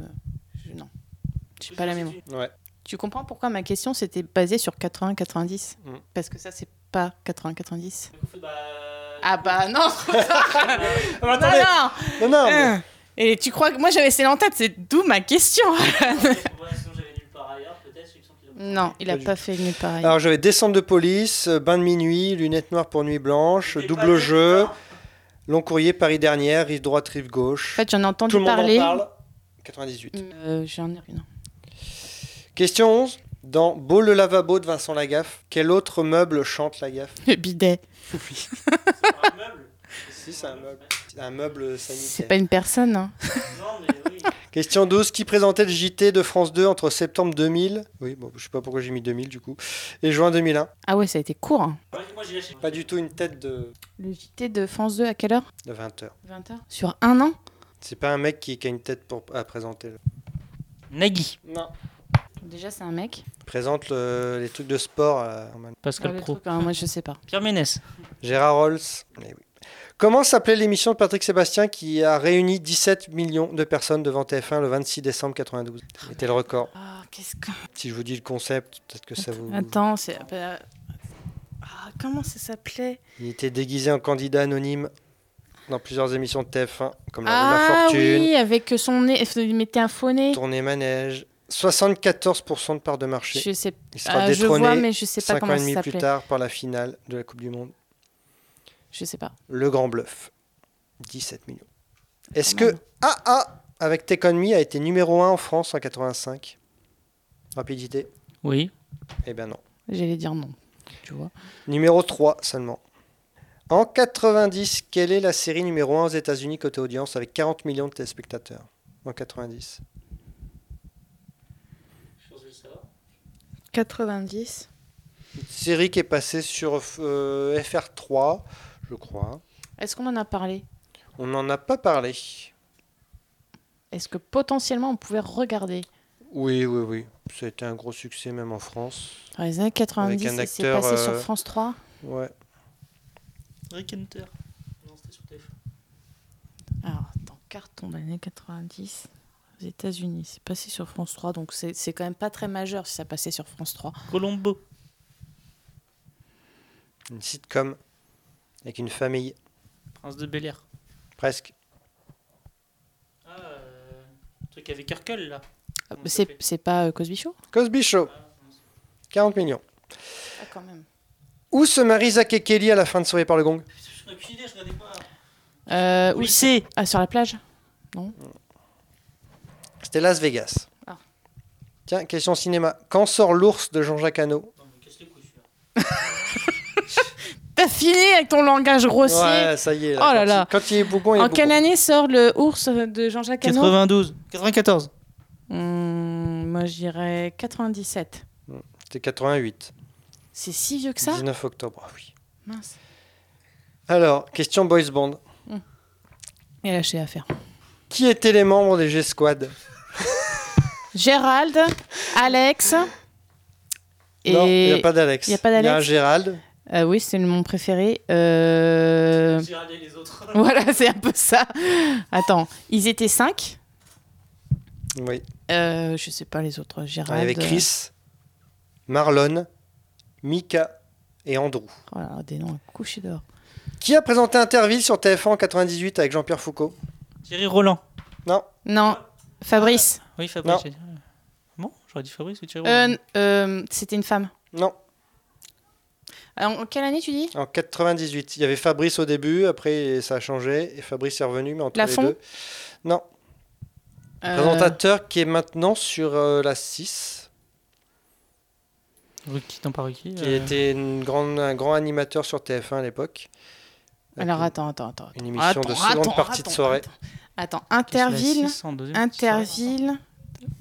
E: je, non. J'ai pas la mémoire.
D: Ouais.
E: Tu comprends pourquoi ma question c'était basée sur 80-90
D: Mm.
E: Parce que ça, c'est pas 80-90. Ah bah non
D: Alors,
E: Non,
D: attendez. Non,
E: non
D: non, mais-
E: Hein. Et tu crois que moi j'avais celle en tête, c'est d'où ma question bah. Non, il a
D: du
E: pas fait nulle pareille.
D: Alors j'avais Descente de police, euh, Bain de minuit, Lunettes noires pour nuit blanche, Double jeu, Long courrier, Paris dernière, Rive droite, Rive
E: En
D: gauche.
E: fait, j'en ai entendu
D: Tout le monde
E: parler.
D: en parle. 98.
E: mais, euh, j'en ai une.
D: Question 11. Dans Beau le lavabo de Vincent Lagaffe, quel autre meuble chante Lagaffe
E: Le bidet.
D: Si, c'est un meuble. C'est un meuble
E: C'est
D: sanitaire.
E: pas une personne, hein.
D: Question 12. Qui présentait le JT de France 2 entre septembre 2000 Oui, bon, je sais pas pourquoi j'ai mis 2000 du coup. Et juin 2001.
E: Ah ouais, ça a été court. hein.
D: Pas du tout une tête de,
E: Le JT de France 2 à quelle heure
D: de 20 heures.
E: 20h. Sur un an
D: C'est pas un mec qui, qui a une tête pour, à présenter.
C: Nagui,
D: Non.
E: Déjà, c'est un mec. Ah,
D: Présente le- les trucs de sport. euh, en même-
C: Pascal Pro,
E: hein, moi, je sais pas.
C: Pierre Ménès,
D: Gérard Rolls. Eh oui. Comment s'appelait l'émission de Patrick Sébastien qui a réuni 17 millions de personnes devant TF1 le 26 décembre 92 C'était le record.
E: Ah, qu'est-ce que.
D: Si je vous dis le concept, peut-être que ça vous.
E: Attends, c'est. euh, bah, Ah, comment ça s'appelait
D: Il était déguisé en candidat anonyme dans plusieurs émissions de TF1, comme La Roue de la
E: Ah
D: Fortune,
E: oui, avec son nez. Il mettait un faux nez.
D: Tournée Manège. 74% de part de marché.
E: Je sais
D: Il sera
E: pas. euh, Je
D: détrôné
E: vois, mais je sais pas
D: 5 ans
E: comment
D: et
E: ça
D: demi plus
E: s'appelait.
D: tard par la finale de la Coupe du Monde.
E: Je sais pas.
D: Le Grand Bluff. 17 millions. Est-ce
E: Ah, Quand
D: que
E: même.
D: AA avec Take On Me a été numéro 1 en France en 85 Rapidité
C: oui,
D: Eh bien non.
E: J'allais dire non. Tu vois.
D: Numéro 3 seulement. En 90, quelle est la série numéro 1 aux États-Unis côté audience avec 40 millions de téléspectateurs En 90.
E: 90.
D: Une série qui est passée sur euh, FR3, je crois.
E: Est-ce qu'on en a parlé
D: On n'en a pas parlé.
E: Est-ce que potentiellement on pouvait regarder
D: Oui, oui, oui. C'était un gros succès même en France.
E: Dans les années 90,
D: Avec un
E: il s'est
D: acteur,
E: passé sur
D: euh,
E: France 3.
D: Ouais.
C: Rick Hunter, non, c'était sur TF1.
E: Alors, dans carton de l'année 90, aux États-Unis, c'est passé sur France 3, donc c'est c'est quand même pas très majeur si ça passait sur France 3.
C: Colombo,
D: Une sitcom avec une famille,
C: Prince de Bel Air,
D: presque.
C: ah, euh, le truc avec Urkel là,
D: Ah,
E: Euh,
C: Comment ça
E: C'est
C: fait
E: c'est pas euh, Cosby Show
D: Cosby Show, 40 millions.
E: Ah, quand même.
D: Où se marie Zach et Kelly à la fin de Sauvé par le Gong
E: Euh,
C: oui,
E: oui.
C: c'est
E: Ah, sur la plage
D: C'était Las Vegas.
E: Ah.
D: Tiens, question cinéma. Quand sort l'ours de Jean-Jacques Hano
E: T'as fini avec ton langage grossier
D: Ouais, ça y est.
E: Oh là
D: quand,
E: là.
D: Il, quand il est bougon, il est
E: En
D: bougon.
E: quelle année sort le ours de Jean-Jacques Hano
C: 92, 94,
E: Hmm, Moi, j'irais 97.
D: C'était 88.
E: C'est si vieux que ça
D: 19 octobre, ah oui.
E: Mince.
D: Alors, question boys band.
E: Et lâché à faire.
D: Qui étaient les membres des G-Squad
E: Gérald, Alex. Et...
D: Non, il n'y a pas d'Alex.
E: il y a pas
D: Il y a un
E: d'Alex
D: Gérald.
E: Euh, oui, c'est le- mon préféré. Euh,
C: Gérald et les autres,
E: Voilà, c'est un peu ça. Attends, ils étaient cinq.
D: Oui.
E: Euh, je sais pas les autres.
D: Il
E: Gérald.
D: y avait Chris, Marlon, Mika et Andrew.
E: euh, oh là là, des noms à coucher dehors.
D: Qui a présenté Interville sur TF1 en 98 avec Jean-Pierre Foucault
C: Thierry Roland,
D: Non,
E: Non, Fabrice.
C: oui,
D: Non.
C: Fabrice, j'ai dit. bon, j'aurais dit Fabrice ou Thierry
E: Euh,
C: Roland,
E: n- euh, C'était une femme.
D: non.
E: Alors, en quelle année tu dis
D: En 98, il y avait Fabrice au début, après ça a changé et Fabrice est revenu, mais entre
E: Lafont
D: les deux. Non,
E: Euh,
D: présentateur qui est maintenant sur euh, la 6,
C: Ruki, tant pas Ruki,
D: qui
C: euh,
D: était une grande, un grand animateur sur TF1 à l'époque.
E: Alors
D: Avec
E: attends, attends, attends.
D: Une émission de
E: Attends,
D: seconde
E: attends,
D: partie de
E: attends,
D: soirée.
E: Attends, Attends,
C: qui se met à
E: Interville.
C: six en deuxième soirée.
E: Interville.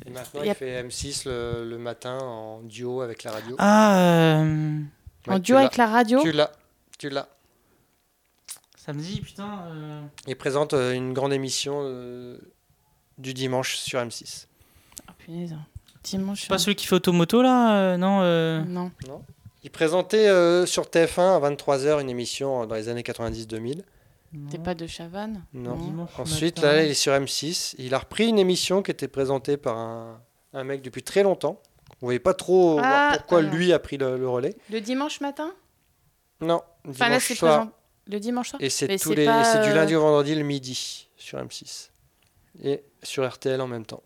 D: Et maintenant,
E: Il y a-
D: il fait M6 le, le matin en duo avec la radio.
C: Ah, euh,
D: Ouais,
E: en
D: tu
E: duo
D: l'as.
E: avec la radio.
D: Tu l'as, tu l'as.
C: ça me dit, putain. euh,
D: Il présente euh, une grande émission euh, du dimanche sur M6.
E: Ah, punaise. Dimanche. hein.
C: Pas celui qui fait automoto là euh, Non.
D: hein.
C: euh,
E: Non.
D: Il présentait euh, sur TF1 à 23h une émission euh, dans les années 90-2000.
E: T'es pas de Chavannes
D: Non.
C: Dimanche
D: Ensuite,
C: matin.
D: là, il est sur M6. Il a repris une émission qui était présentée par un, un mec depuis très longtemps. On voyait pas trop voir
E: Ah,
D: pourquoi
E: alors.
D: lui a pris le, le relais.
E: Le dimanche matin
D: Non,
E: Enfin là,
D: dimanche
E: c'est
D: soir.
E: présent. Le dimanche soir
D: Et c'est
E: Mais
D: tous
E: c'est
D: les,
E: pas,
D: et c'est du
E: euh,
D: lundi au vendredi le midi sur M6 et sur RTL en même temps.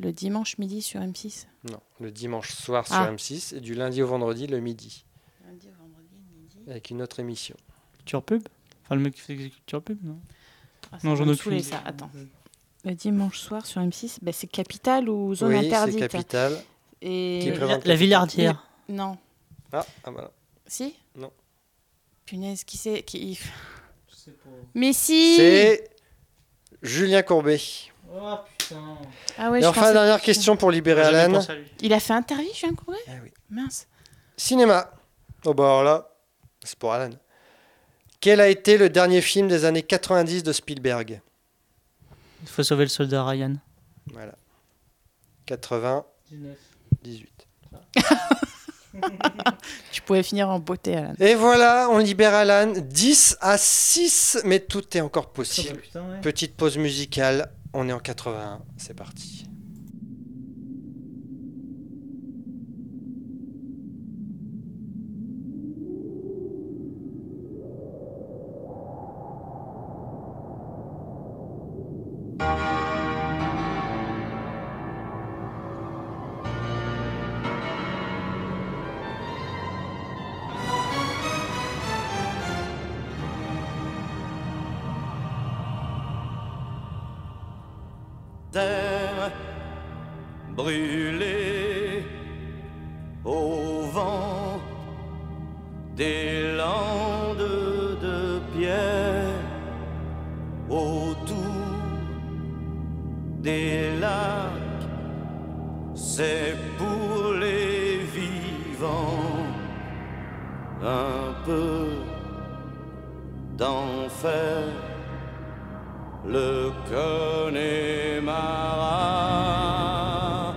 E: Le dimanche midi sur M6.
D: Non, le dimanche soir sur
E: Ah.
D: M6 et du lundi au vendredi le midi
E: Lundi au vendredi midi.
D: avec une autre émission.
C: Culture pub Enfin, le mec qui fait des culture pub, non
E: non,
C: Non, j'en
E: j'en
C: ai
E: ai
C: aucune idée.
E: Ah, ça. Attends. Le dimanche soir sur M6, bah, c'est Capital ou Zone
D: oui, c'est
E: Interdite.
D: Capital.
E: Et
D: Qui est
C: La-
D: présente
C: La Villardière.
E: non.
D: Ah, ah, voilà.
E: Si
D: Non.
E: Punaise, qui c'est qui... Mais si
D: C'est Julien Courbet.
C: Oh putain.
E: Ah ouais,
D: et
E: je
D: enfin,
E: pensais-
D: dernière question pour libérer Alan.
E: Il a fait interview, Julien Courbet
D: Ah oui.
E: Mince.
D: Cinéma. Oh bah alors là, c'est pour Alan. Quel a été le dernier film des années 90 de Spielberg
C: Il faut sauver le soldat Ryan.
D: Voilà. 98.
C: 19.
E: Tu pouvais finir en beauté, Alan.
D: Et voilà, on libère Alan. 10 à 6, mais tout est encore possible.
C: Oh, bah, putain, ouais.
D: Petite pause musicale, on est en 81, c'est parti.
G: terre brûlée au vent des landes de pierre autour des lacs, c'est pour les vivants un peu d'enfer le Connemara.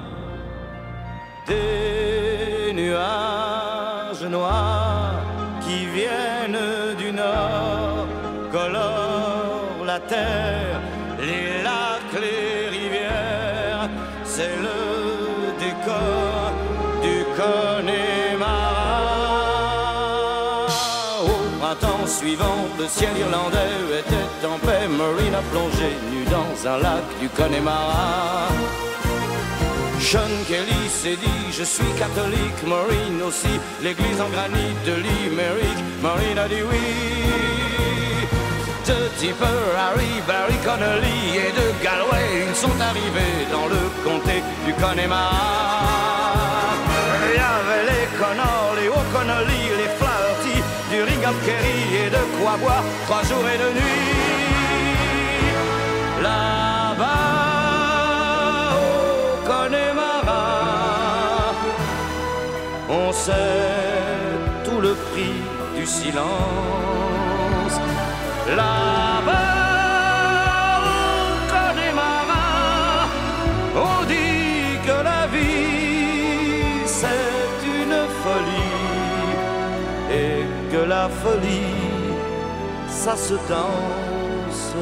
G: Des nuages noirs qui viennent du nord colorent la terre, les lacs, les rivières. C'est le décor du Connemara. Au printemps suivant, le ciel irlandais était en paix. Marina plongée nue dans un lac du Connemara. Sean Kelly s'est dit Je suis catholique, Maureen aussi, l'église en granit de Limerick, Maureen a dit oui. De Tipper, Harry, Barry Connolly et de Galway, ils sont arrivés dans le comté du Connemara. Il y avait les Connors, les O'Connolly, les Flaherty, du Ringham Kerry et de quoi boire trois jours et deux nuits là-bas au Connemara. On sait tout le prix du silence. Là-bas au Connemara, on dit que la vie c'est une folie et que la folie ça se danse.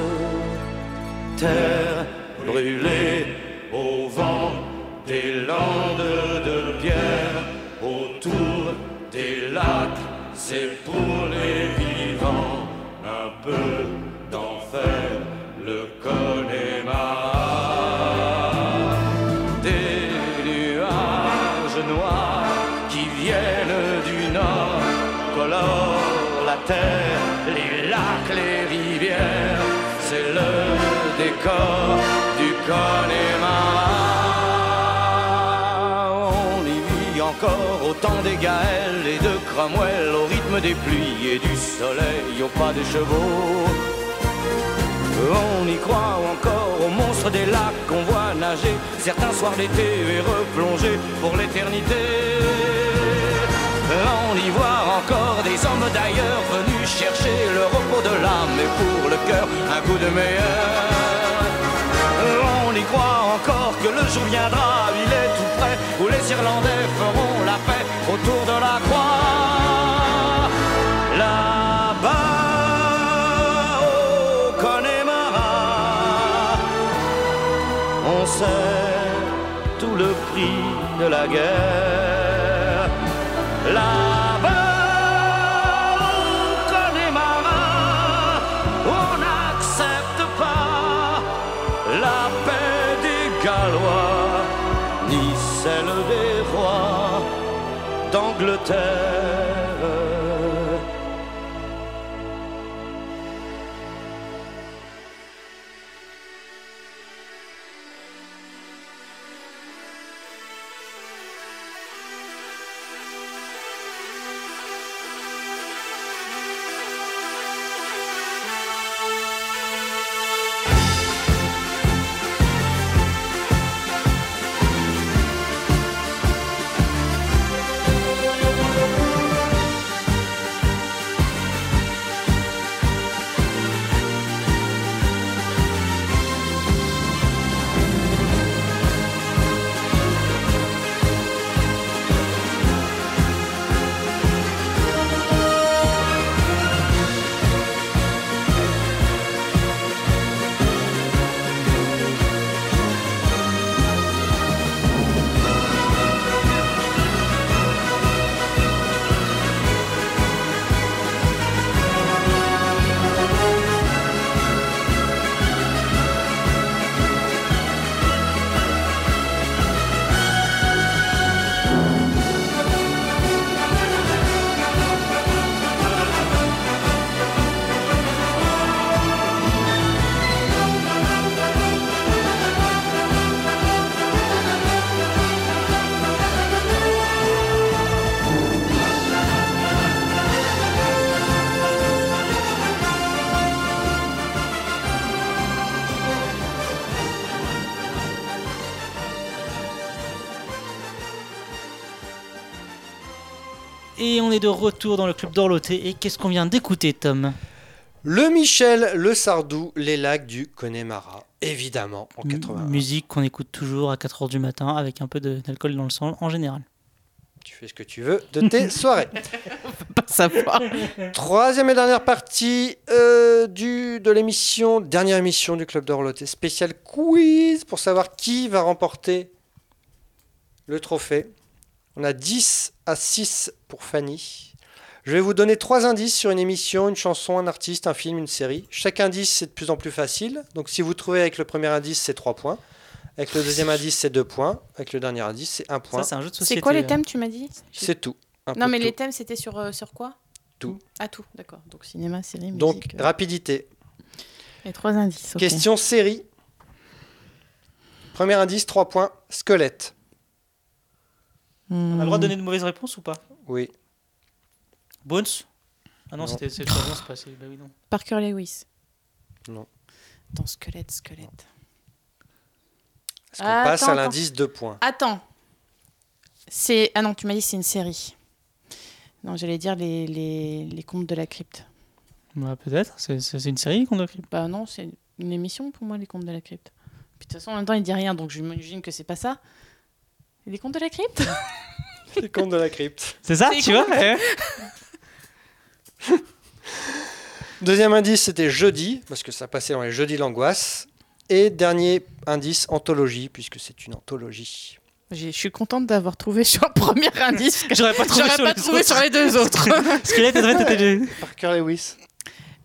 G: Terre brûlée au vent des landes de pierre, autour des lacs, c'est pour les vivants un peu d'enfer, le Connemara. Des nuages noirs qui viennent du nord colorent la terre, les lacs, les rivières. C'est le décor du Connemara. On y vit encore au temps des Gaëls et de Cromwell, au rythme des pluies et du soleil, au pas des chevaux. On y croit encore aux monstres des lacs qu'on voit nager certains soirs d'été et replonger pour l'éternité. On y voit encore des hommes d'ailleurs venus chercher le repos de l'âme et pour le cœur un goût de meilleur. On y croit encore que le jour viendra, il est tout près, où les Irlandais feront la paix autour de la croix. Là-bas, au Connemara, on sait tout le prix de la guerre. Là-bas, au Connemara, on n'accepte pas la paix des Gallois, ni celle des rois d'Angleterre.
C: Et on est de retour dans le club d'Orloté. Et qu'est-ce qu'on vient d'écouter, Tom
D: Le Michel, le Sardou, les lacs du Connemara, évidemment, en
C: M-
D: 80.
C: Musique qu'on écoute toujours à 4h du matin avec un peu de- d'alcool dans le sang en général.
D: Tu fais ce que tu veux de tes soirées.
E: Pas savoir.
D: Troisième et dernière partie euh, du, de l'émission, dernière émission du Club d'Orloté, spécial quiz pour savoir qui va remporter le trophée. On a 10 à 6 pour Fanny. Je vais vous donner trois indices sur une émission, une chanson, un artiste, un film, une série. Chaque indice, c'est de plus en plus facile. Donc si vous trouvez avec le premier indice, c'est 3 points. Avec le deuxième indice, c'est 2 points. Avec le dernier indice, c'est 1 point.
C: Ça, c'est un jeu de société.
E: C'est quoi les
C: euh,
E: thèmes, tu m'as dit
D: C'est tout. Un
E: Non,
D: peu
E: mais
D: tout.
E: les thèmes, c'était sur, euh, sur quoi
D: Tout.
E: Ah, tout, d'accord. Donc cinéma, série, musique.
D: Donc,
E: euh,
D: rapidité.
E: les trois indices. ok.
D: Question série. Premier indice, 3 points. Squelette.
C: On a le droit de donner de mauvaises réponses ou pas
D: Oui.
C: Bones Ah non,
D: Non.
C: c'était c'est le troisième, c'est pas c'est- Bah oui, non.
E: Parker Lewis.
D: Non.
E: Dans squelette, squelette.
D: Est-ce qu'on
E: Ah,
D: passe
E: attends,
D: à l'indice 2 points
E: Attends. C'est ah non, tu m'as dit c'est une série. Non, j'allais dire les, les, les contes de la crypte.
C: Bah, peut-être, c'est c'est- c'est une série qu'on doit créer.
E: Bah non, c'est une émission pour moi les contes de la crypte. Puis de toute façon, en même temps, il dit rien, donc j'imagine que c'est pas ça. Les contes de la crypte
D: Les comptes de la crypte.
C: C'est ça,
E: C'est
C: tu vois ouais.
D: Deuxième indice, c'était jeudi, parce que ça passait dans les jeudis l'angoisse. Et dernier indice, anthologie, puisque c'est une anthologie.
E: J'ai- Je suis contente d'avoir trouvé sur le premier indice. que
C: J'aurais pas trouvé,
E: J'aurais
C: sur,
E: pas
C: les
E: trouvé
C: autres.
E: sur les deux autres.
C: Squelette, en fait, t'étais-
D: Parker Lewis.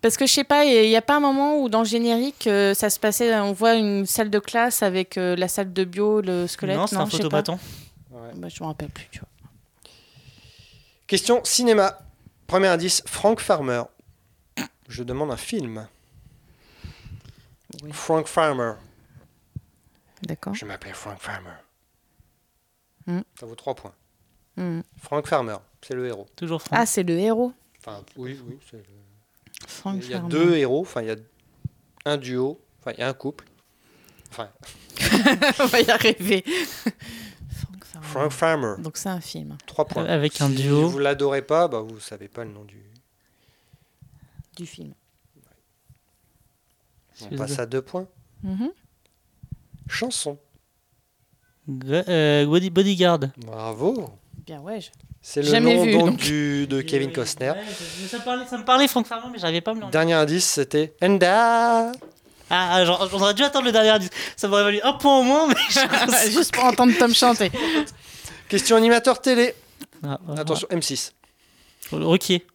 E: Parce que je sais pas, il n'y a pas un moment où dans le générique euh, ça se passait, on voit une salle de classe avec euh, la salle de bio, le squelette.
C: Non, c'est un
E: je sais pas.
C: photobâton.
E: Bah, je me rappelle plus, tu vois.
D: Question cinéma. Premier indice, Frank Farmer. Je demande un film.
E: Oui.
D: Frank Farmer.
E: D'accord.
D: Je m'appelle Frank Farmer.
E: Hein Hmm.
D: Ça vaut 3 points.
E: Hmm.
D: Frank Farmer, c'est le héros.
C: Toujours franc.
E: Ah, c'est le héros.
D: Enfin, oui, oui, c'est le
E: Frank
D: Il y a
E: Farmer.
D: deux héros, enfin il y a un duo, enfin il y a un couple. Enfin,
E: On va y arriver. Frank Farmer.
D: Frank Farmer,
E: Donc c'est un film.
D: 3 points.
E: Euh,
C: Avec un
D: si
C: duo.
D: vous l'adorez pas, bah vous savez pas le nom du.
E: Du film.
D: On passe à 2 points.
E: Mhm.
D: Chanson.
C: Gu- euh, Body- Bodyguard.
D: Bravo.
E: Bien ouais. je-
D: C'est le
E: Jamais
D: nom
E: vu,
D: donc,
E: donc.
D: du- de Kevin
C: Ouais,
D: Costner.
C: ouais, ça, ça me parlait, ça me parlait, Franck Farman, mais j'arrivais pas à me le
D: Dernier indice, c'était Enda.
C: Ah, ah, genre, j'aurais dû attendre le dernier indice. Ça m'aurait valu un point au moins, mais je-
E: Juste pour entendre Tom chanter.
D: Question animateur télé.
C: Ah, ah,
D: Attention, M6.
C: ah, Ruquier.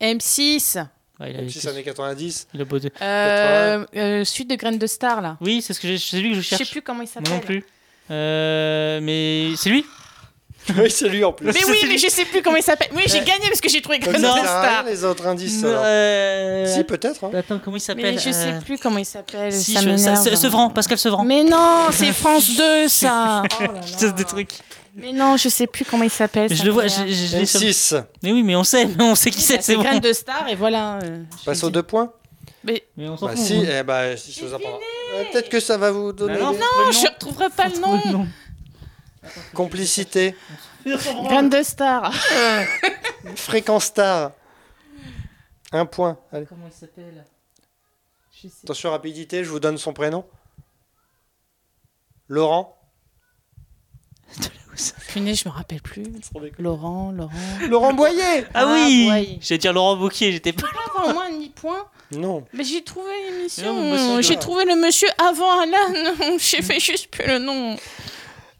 E: M6.
C: Ouais, il a,
D: M6 années 90.
C: il a beau-
E: Euh, euh, suite de Graines de Star là.
C: Oui, c'est ce que j'ai- c'est lui que je
E: Je sais
C: cherche.
E: plus comment il
C: Moi
E: s'appelle.
C: non plus. Euh, mais c'est lui
D: oui, c'est lui en plus.
E: Mais oui, mais je sais plus comment il s'appelle. Oui, j'ai
C: Ouais.
E: gagné parce que j'ai trouvé
D: Comme
E: Graines
D: ça
E: de
D: sert à rien,
E: Star.
D: les autres indices. alors.
C: Euh,
D: Si, peut-être. hein.
C: Attends, comment il s'appelle euh,
E: Mais je sais plus comment il s'appelle.
C: Si,
E: ça
C: je- ça-
E: m'énerve. hein.
C: c'est- Sevran, Pascal Sevran.
E: Mais non, c'est France 2 ça. Oh,
C: Espèce de truc.
E: Mais non, je sais plus comment il s'appelle.
C: Je
E: ça euh,
C: le vois,
E: m'énerve.
C: je- je- je l'ai sur-
D: M6.
C: Mais oui, mais on sait, on sait qui
E: Oui,
C: c'est,
E: bah,
C: c'est
E: C'est
C: bon.
E: Graines de Star et voilà. euh, je
D: Passe
E: sais.
D: aux deux points.
C: Mais on s'en
D: Bah
C: fout,
D: si,
C: on-
D: eh bah, si je vous apprends. Euh, Peut-être que ça va vous donner.
C: Bah non,
D: des-
E: Non, je retrouverai pas le nom.
D: Complicité,
E: Graines de Star.
D: fréquence star. Un point. Allez.
E: Comment il s'appelle Je sais.
D: Attention, rapidité, je vous donne son prénom. Laurent.
E: Punaise, je me rappelle plus. Laurent, Laurent.
D: Laurent Boyer
C: Ah
E: Ah,
C: oui
E: ouais.
C: J'allais dire Laurent Bocquier, j'étais pas.
E: Enfin, au moins un demi-point.
D: Non.
E: Mais j'ai trouvé
C: Non, mais c'est
E: l'émission. J'ai
C: grave.
E: trouvé le monsieur avant Alan. J'ai fait juste plus le nom.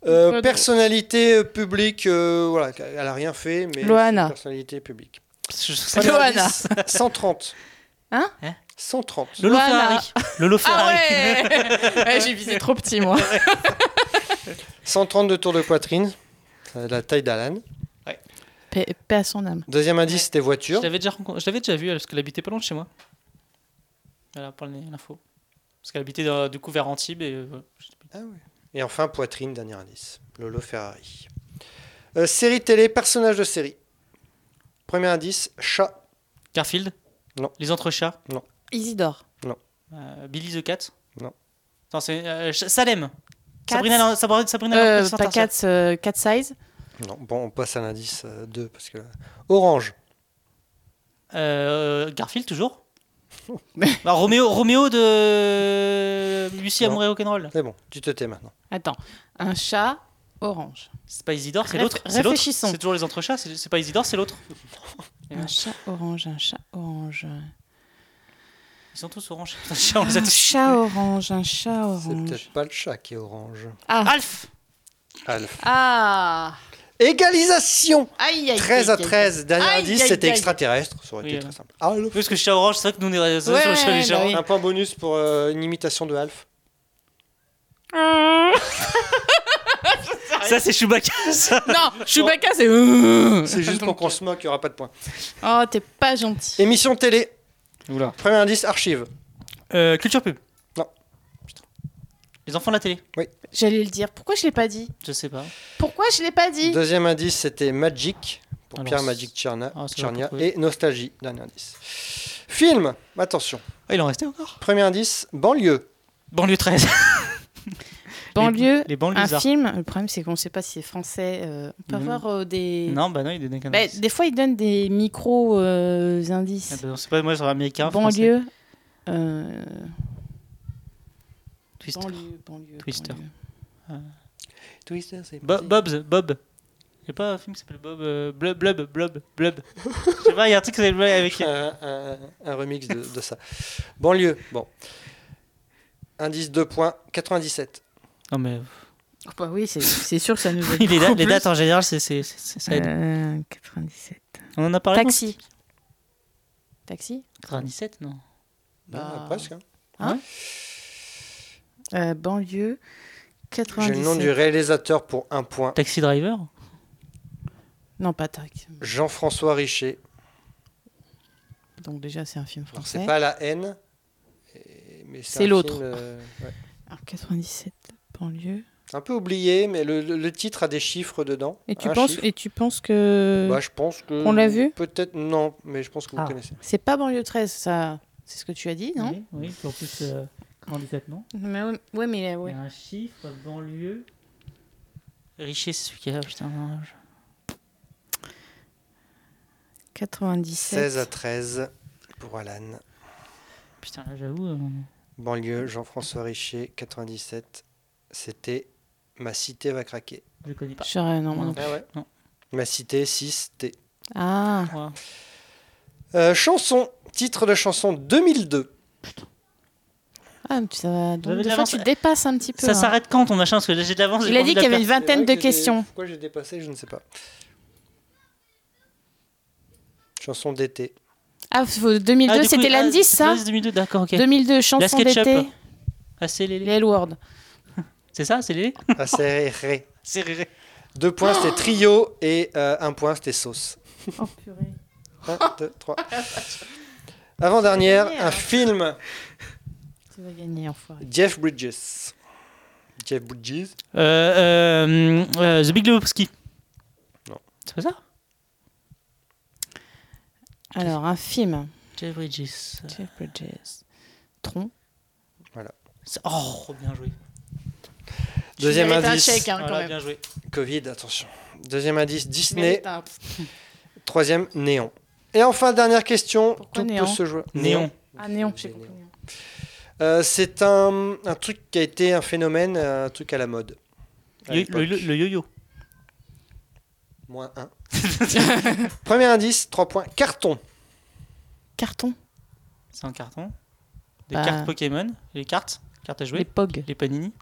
D: Euh,
E: Pas de-
D: personnalité euh, publique, euh, voilà, elle a rien fait, mais.
E: Loana.
D: c'est une Personnalité publique.
C: Je- je-
D: Premier
E: Loana.
D: indice, 130.
E: Hein
C: Hein
D: 130.
C: Lolo
E: Voilà.
C: Ferrari. Lolo
E: Ah
C: Ferrari.
E: ouais, Ouais, J'ai visé trop petit, moi.
D: 130 de tour de poitrine. Ça a la taille d'Alan.
E: Paix à son âme.
D: Deuxième indice, c'était
C: Je
D: voiture.
C: l'avais déjà, rencon- je l'avais déjà vu parce qu'elle habitait pas loin de chez moi. Voilà pour l'info. Parce qu'elle habitait euh, du coup vers Antibes et. euh, je sais plus.
D: Ah Et enfin, poitrine, dernier indice. Lolo Ferrari. Euh, série télé, personnage de série. Premier indice, chat.
C: Garfield
D: Non.
C: Les Entrechats
E: Isidore.
C: Euh, Billy the Cat
D: Non.
C: Non, c'est euh, Ch- Salem.
E: Cats.
C: Sabrina, la- Sabri- Sabrina la
E: Euh,
C: petite
E: pas
C: intersa-
E: Cats, euh, Cat Size.
D: Non, bon, on passe à l'indice 2 parce que Orange.
C: Euh, Garfield, toujours bah, Roméo, Roméo de Lucie
D: Non.
C: Amoureux Rock'n'Roll.
D: C'est bon, tu te tais maintenant.
E: Attends, un chat orange.
C: C'est pas Isidore, c'est
E: Réf-
C: l'autre. C'est l'autre.
E: réfléchissons.
C: C'est toujours les entrechats, c'est c'est pas Isidore, c'est l'autre.
E: Un chat orange, un chat orange.
C: Ils sont tous orange. Putain, chiant, on les a
E: Un
C: tous.
E: chat orange, un chat
D: C'est
E: orange.
D: peut-être pas le chat qui est orange.
E: Ah,
C: Alf
D: Alf.
E: ah
D: Égalisation
E: Aïe, aïe,
D: 13 à
E: aïe, aïe.
D: 13. Dernier
E: Aïe,
D: indice,
E: aïe,
D: c'était
E: aïe.
D: extraterrestre. Ça aurait été
C: Oui,
D: très
C: hein.
D: simple. Alf.
C: Oui, parce que chat orange, c'est vrai que nous on est sur
E: Ouais,
C: le chat des
E: bah
C: chats.
E: oui.
D: Un point bonus pour euh, une imitation de Alf.
E: bah
C: Ça, c'est Chewbacca, ça.
E: Non, Chewbacca, c'est.
D: C'est juste pour qu'on se moque, il n'y aura pas de point.
E: Oh, t'es pas gentil.
D: Émission télé.
C: Oula.
D: Premier indice, archive.
C: Euh, culture pub.
D: Non.
C: Putain. Les enfants de la télé.
E: J'allais le dire. Pourquoi je l'ai pas dit
C: Je sais pas.
E: Pourquoi je l'ai pas dit
D: Deuxième indice, c'était Magic pour
C: Alors,
D: Pierre
C: c'est-
D: Magic Tcherna,
C: Ah, ça va
D: Tchernia
C: pas trouver.
D: et Nostalgie. Dernier indice. Film. Attention.
C: Ah, il en restait encore.
D: Premier indice, banlieue.
C: Banlieue 13.
E: Banlieue.
C: Les
E: Un
C: banlieues
E: film, le problème c'est qu'on sait pas si c'est français. euh, on peut
C: Mm.
E: avoir euh, des.
C: Non, bah non, il est des
E: Bah, des fois ils donnent des
C: Ah,
E: micro-indices.
C: bah, non, c'est pas moi, sur américain. français.
E: banlieue. euh,
C: Twister.
E: Banlieue, banlieue.
C: Twister.
E: banlieue.
C: Bo- Bob's, Bob. Il a pas un film qui s'appelle Bob. euh, blub, blub, blub, blub. Je sais pas, il y a un truc qui s'appelle Blub avec.
D: Un, un- un remix de, de ça. Banlieue. Bon. Indice 2 points, 97.
C: Non, mais.
E: Oh, bah oui, c'est- c'est sûr que ça nous aide
C: Les, da-
E: beaucoup
C: les
E: plus.
C: dates en général, c'est, c'est, c'est- c'est- ça aide.
E: Euh, 97.
C: On en a parlé. non
E: Taxi. Taxi
C: 97, non
E: Bah.
D: Ah, presque. hein.
E: Euh, Banlieue. 97.
D: J'ai le nom du réalisateur pour un point.
C: Taxi Driver
E: Non, pas taxi.
D: Jean-François Richer.
E: Donc déjà c'est un film
D: Alors,
E: français.
D: c'est pas la haine. et- mais
E: C'est
D: un
E: l'autre.
D: film, euh, ouais.
E: Alors, 97. Banlieue.
D: Un peu oublié, mais le, le- le titre a des chiffres dedans.
E: Et tu
D: Un
E: penses
D: Ah, chiffre.
E: et tu penses que
D: Bah, je pense que.
E: On l'a vu
D: Peut-être non, mais je pense que vous
C: Ah.
D: connaissez.
E: c'est pas banlieue 13 ça C'est ce que tu as dit, non
C: Oui, oui, puis en plus, euh, 97, non
E: Mais ouais, ouais, mais euh, ouais.
C: Il y a un chiffre, banlieue. Richer, c'est celui qui est là, putain. non, je-
E: 97.
D: 16 à 13 pour Alan.
C: Putain, là, j'avoue. euh,
D: Banlieue, Jean-François Richer, 97. C'était Ma cité va craquer.
C: je connais pas.
E: J'aurais- euh, non, moi non
C: Non.
E: plus.
D: Ah ouais
C: Non.
D: Ma cité, 6 T.
E: Ah,
C: Ouais.
D: Euh, chanson, titre de chanson 2002.
E: ah mais ça va.
C: J'avais
E: Donc,
C: de
E: des fois,
C: l'avance.
E: tu dépasses un petit peu.
C: Ça
E: hein.
C: s'arrête quand ton machin Parce que là, j'ai de l'avance. j'ai
E: Il
C: pas
E: a
C: envie
E: dit
C: de
E: qu'il y
C: la
E: avait une
C: perdre.
E: vingtaine de questions.
D: Pourquoi j'ai dépassé, je ne sais pas. Chanson d'été.
E: Ah, faut-
C: Ah,
E: 2002,
C: du coup,
E: c'était
C: ah,
E: l'indice,
C: c'est
E: ça
C: l'indice 2002, d'accord, ok.
E: 2002,
C: La
E: chanson
C: SketchUp.
E: d'été.
C: Ah, c'est les-
E: Les Word.
C: C'est ça, c'est les
D: Ah, c'est ré.
C: C'est ré- ré.
D: Deux points, c'était trio et euh, un point, c'était sauce.
E: Oh purée.
D: 1, 2, 3. Avant-dernière,
E: Dernière.
D: un film.
E: Tu vas gagner, enfoiré.
D: Jeff Bridges. Jeff Bridges
C: Euh, euh, euh, The Big Lebowski.
D: Non.
C: C'est pas ça
E: Alors, un film.
C: Jeff Bridges.
E: Jeff Bridges. Tron.
C: C'est- Oh, bien joué.
D: Deuxième
E: mérites un
D: indice.
E: chèque, hein. Ah, quand
C: Voilà,
E: même.
C: bien joué.
D: Covid, attention. Deuxième indice, Disney.
E: Mais un...
D: Troisième, Néon. Et enfin, dernière question.
E: hein.
D: tout
E: Pourquoi Néon
D: peut se jouer.
C: Néon.
E: Ah, néon, j'ai compris.
D: Euh, c'est un, un truc qui a été un phénomène, euh, un truc à la mode. À
C: Yo-
D: l'époque.
C: le, le yo-yo.
D: Moins un. Premier indice, 3 points. Carton.
E: Carton.
C: C'est un carton. Des
E: Bah.
C: cartes Pokémon. Les cartes. Cartes à jouer.
E: Les
C: Les,
E: POG.
C: panini.